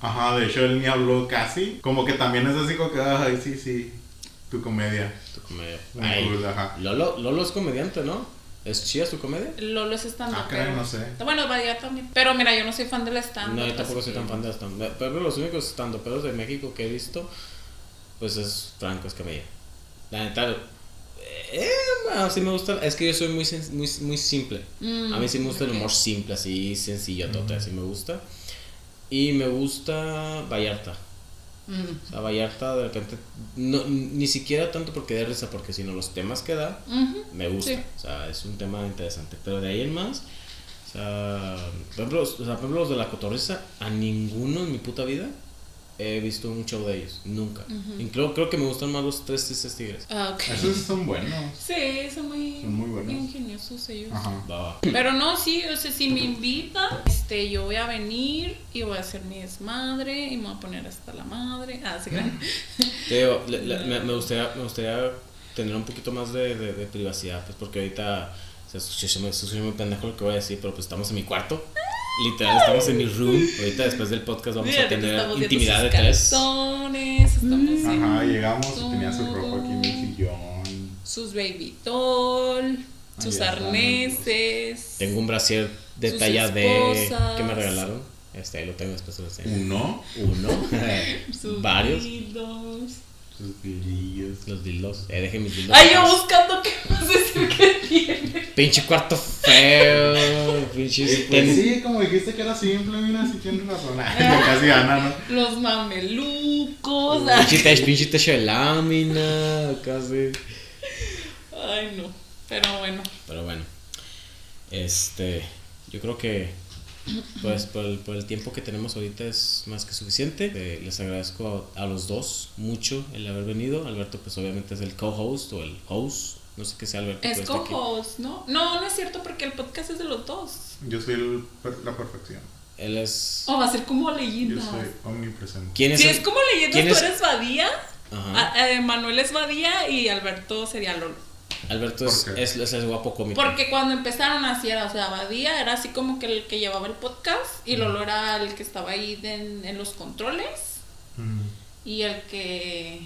S2: ajá de hecho él ni habló casi como que también es así como que ay sí sí tu comedia
S1: Tu comedia.
S2: Muy
S1: Ay,
S2: cool, ajá.
S1: Lolo, Lolo es comediante, ¿no? ¿Es chida su comedia?
S3: Lolo es stand
S2: Ah, caray, no sé.
S3: Bueno, Badía también. Pero mira, yo no soy fan del stand
S1: No, yo tampoco soy tan fan de stand Pero creo que los únicos stand de México que he visto, pues es Franco Escamilla. La neta, eh, bueno, sí me gusta. Es que yo soy muy, sen- muy, muy simple.
S3: Mm.
S1: A mí sí me gusta el humor simple, así sencillo, total, así me gusta. Y me gusta Vallarta.
S3: Mm.
S1: O sea, Vallarta de repente, no, ni siquiera tanto porque dé risa, porque sino los temas que da,
S3: Mm.
S1: me gusta.
S3: Sí.
S1: O sea, es un tema interesante. Pero de ahí en más, o sea, por ejemplo, o sea, por ejemplo, los de la cotorriza, a ninguno en mi puta vida he visto un show de ellos. Nunca.
S3: Ujú.
S1: Incluso creo que me gustan más los tres tristes tigres.
S3: Ah, ok.
S2: esos son buenos
S3: Sí, son muy,
S2: Son muy buenos.
S3: ingeniosos ellos.
S2: ajá
S1: Va, va.
S3: Pero no, sí, o sea, si me invitan, este, yo voy a venir y voy a hacer mi desmadre y me voy a poner hasta la madre. Ah, se crean.
S1: Te digo, le- le- me, me gustaría, me gustaría tener un poquito más de, de- de privacidad, pues porque ahorita se escucha muy- se escucha muy pendejo lo que voy a decir, pero pues estamos en mi cuarto. Literal, estamos en mi room. Ahorita después del podcast vamos
S3: Mira,
S1: a tener
S3: estamos viendo
S1: intimidad de
S3: sus
S1: tres.
S3: calzones, estamos en
S2: Mm. Ajá, llegamos y tenía su ropa aquí en el sillón.
S3: sus baby doll, sus
S2: ya saben,
S3: arneses.
S1: Tengo un brasier de
S3: Sus
S1: talla D
S3: esposas.
S1: que me regalaron. Este, ahí lo tengo después de este.
S2: Uno,
S1: Uno.
S3: sus
S1: varios.
S3: dildos.
S2: sus brillos.
S1: Los dildos. Eh, dejé mis dildos.
S3: Ay, yo
S1: atrás.
S3: buscando qué más decir que tiene.
S1: Pinche cuarto feo. Pinche.
S2: Pues sí, como dijiste que era simple, mira, si tienes razón. Ah, ya casi gana, ¿no?
S3: Los mamelucos.
S1: Pinche techo, pinche techo de lámina. Casi.
S3: Ay, no. Pero bueno.
S1: Pero bueno. Este. Yo creo que. Pues por el, por el tiempo que tenemos ahorita es más que suficiente. Eh, les agradezco a, a los dos mucho el haber venido. Alberto, pues obviamente es el co-host o el host. No sé pues, qué sea Alberto. pero
S3: Es
S1: está aquí.
S3: co-host, ¿no? No, no es cierto porque el podcast es de los dos.
S2: Yo soy el per- la perfección.
S1: Él es.
S3: O va a ser como
S2: Yo
S3: leyendas.
S2: soy omnipresente.
S1: ¿Quién es?
S3: Si
S1: el-
S3: es como
S1: ¿Quién
S3: leyendas,
S1: es?
S3: tú
S1: Ah.
S3: eres Badía.
S1: Ajá.
S3: a- eh, Manuel es Badía y Alberto sería Lolo.
S1: Alberto es,
S2: ¿Por qué?
S1: es, es el guapo cómico.
S3: Porque cuando empezaron así era, o sea, Badía era así como que el que llevaba el podcast y Lolo era el que estaba ahí de- en, en los controles
S2: Mm.
S3: y el que,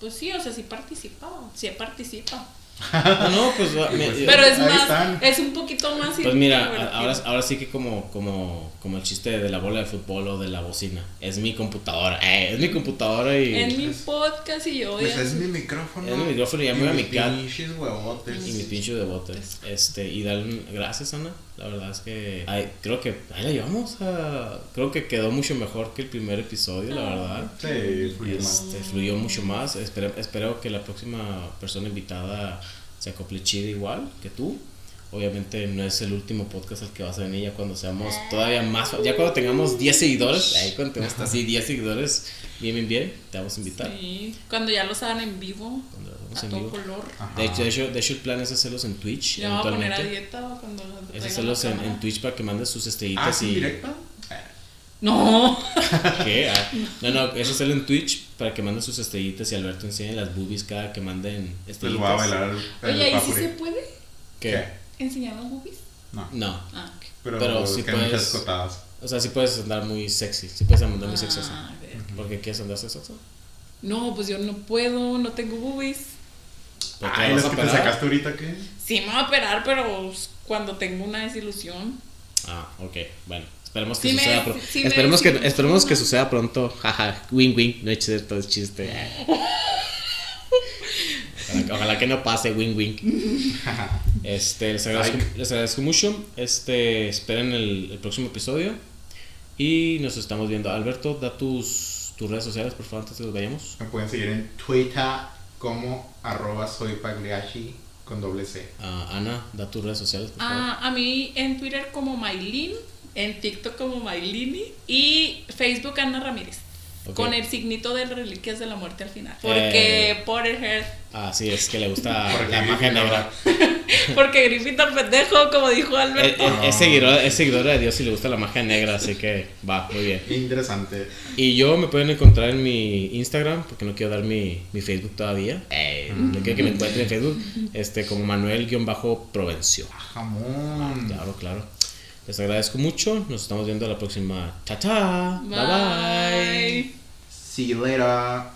S3: pues sí, o sea, sí participaba, sí participa.
S1: Ah, no, pues. va- me-
S2: Pues,
S3: Pero es
S2: Ahí
S3: más,
S2: están.
S3: es un poquito más.
S1: Pues mira,
S3: divertido.
S1: a- ahora, ahora sí que como, como, como el chiste de la bola de fútbol o de la bocina. Es mi computadora. eh, es mi computadora y.
S3: En mi podcast y yo.
S2: Pues
S3: ya-
S2: es mi micrófono.
S1: Es mi micrófono y ya me voy a mi cat.
S2: pinches huevotes.
S1: Y mis pinchos de bote. Este, y darle un- gracias, Ana. La verdad es que ay, creo que ahí la llevamos a. Creo que quedó mucho mejor que el primer episodio,
S3: Ah.
S1: la verdad.
S2: Sí, fui más.
S1: Este, fluyó mucho más. Espero, espero que la próxima persona invitada se acople chida igual que tú. Obviamente no es el último podcast al que vas a venir ya cuando seamos
S3: Ah.
S1: todavía más. Ya cuando tengamos 10 seguidores, ahí cuando tengamos así 10 seguidores, bien, bien, bien, te vamos a invitar.
S3: Sí, cuando ya los hagan en vivo,
S1: Cuando
S3: a
S1: hagamos
S3: todo
S1: en vivo.
S3: color.
S2: Ajá.
S1: De hecho, de, hecho, de hecho, el plan es hacerlos en Twitch.
S3: Ya me voy a poner a
S1: eventualmente.
S3: dieta cuando lo
S1: Es
S3: traigan
S1: hacerlos
S3: a
S1: en,
S3: cámara.
S1: en Twitch para que mandes sus estrellitas
S2: Ah, sí,
S1: y.
S2: directo. Eh,
S3: No,
S1: ¿Qué? Ah, no, no, es hacerlo en Twitch para que manden sus estrellitas y Alberto enseñe las boobies cada que manden
S2: Pues
S1: estrellitas.
S2: voy a bailar el, el
S3: oye, ¿y si
S2: papuri.
S3: se puede
S1: ¿Qué?
S2: ¿Qué?
S3: enseñar los boobies?
S2: No.
S1: No.
S3: Ah, ok.
S2: Pero,
S1: Pero
S2: es
S1: sí
S2: que hay muchas
S1: puedes-
S2: cotadas.
S1: O sea, sí puedes andar muy sexy. Sí puedes andar muy
S3: Ah,
S1: sexoso.
S3: a ver.
S1: ¿Por qué quieres andar sexoso?
S3: No, pues yo no puedo, no tengo boobies.
S1: Pero te
S2: Ay,
S1: vas
S2: las
S1: a
S2: que te
S1: operar.
S2: sacaste ahorita, ¿qué?
S3: Sí, me voy a operar, pero cuando tengo una desilusión.
S1: Ah, ok, bueno. Esperemos que
S3: Sí me-
S1: suceda pronto.
S3: sí me
S1: esperemos, que,
S3: desilusionó.
S1: esperemos que suceda pronto. Jaja, win win. No es cierto, es chiste. Ojalá, que- ojalá que no pase, win win. Este, les agradezco, les agradezco mucho. Este, esperen el, el próximo episodio. Y nos estamos viendo. Alberto, da tus, tus redes sociales, por favor, antes de que nos vayamos.
S2: Me pueden seguir en Twitter como arroba soy Pagliacci con doble C.
S1: Ah, Ana, da tus redes sociales, por favor.
S3: Ah, a mí en Twitter como Maylin, en TikTok como Maylini y Facebook Ana Ramírez.
S1: Ok.
S3: Con el signito de Reliquias de la Muerte al final. Porque
S1: Eh.
S3: Potterhead,
S1: Ah, sí, es que le gusta
S2: Porque
S1: la magia
S2: Griffin
S1: negra.
S2: ahora.
S3: porque Griffin tan pendejo, como dijo
S1: Es,
S3: Alberto.
S1: Eh, es- es seguidor, es seguidor de Dios y le gusta la magia negra, así que va, muy bien.
S2: Interesante.
S1: Y yo me pueden encontrar en mi Instagram, porque no quiero dar mi, mi Facebook todavía. Eh, no quiero que me encuentren en Facebook, este, como Manuel-Provencio.
S2: Jamón.
S1: Claro, claro. Les agradezco mucho. Nos estamos viendo la próxima. Cha, cha. eh. bye. bye.
S3: Bye.
S2: See you later.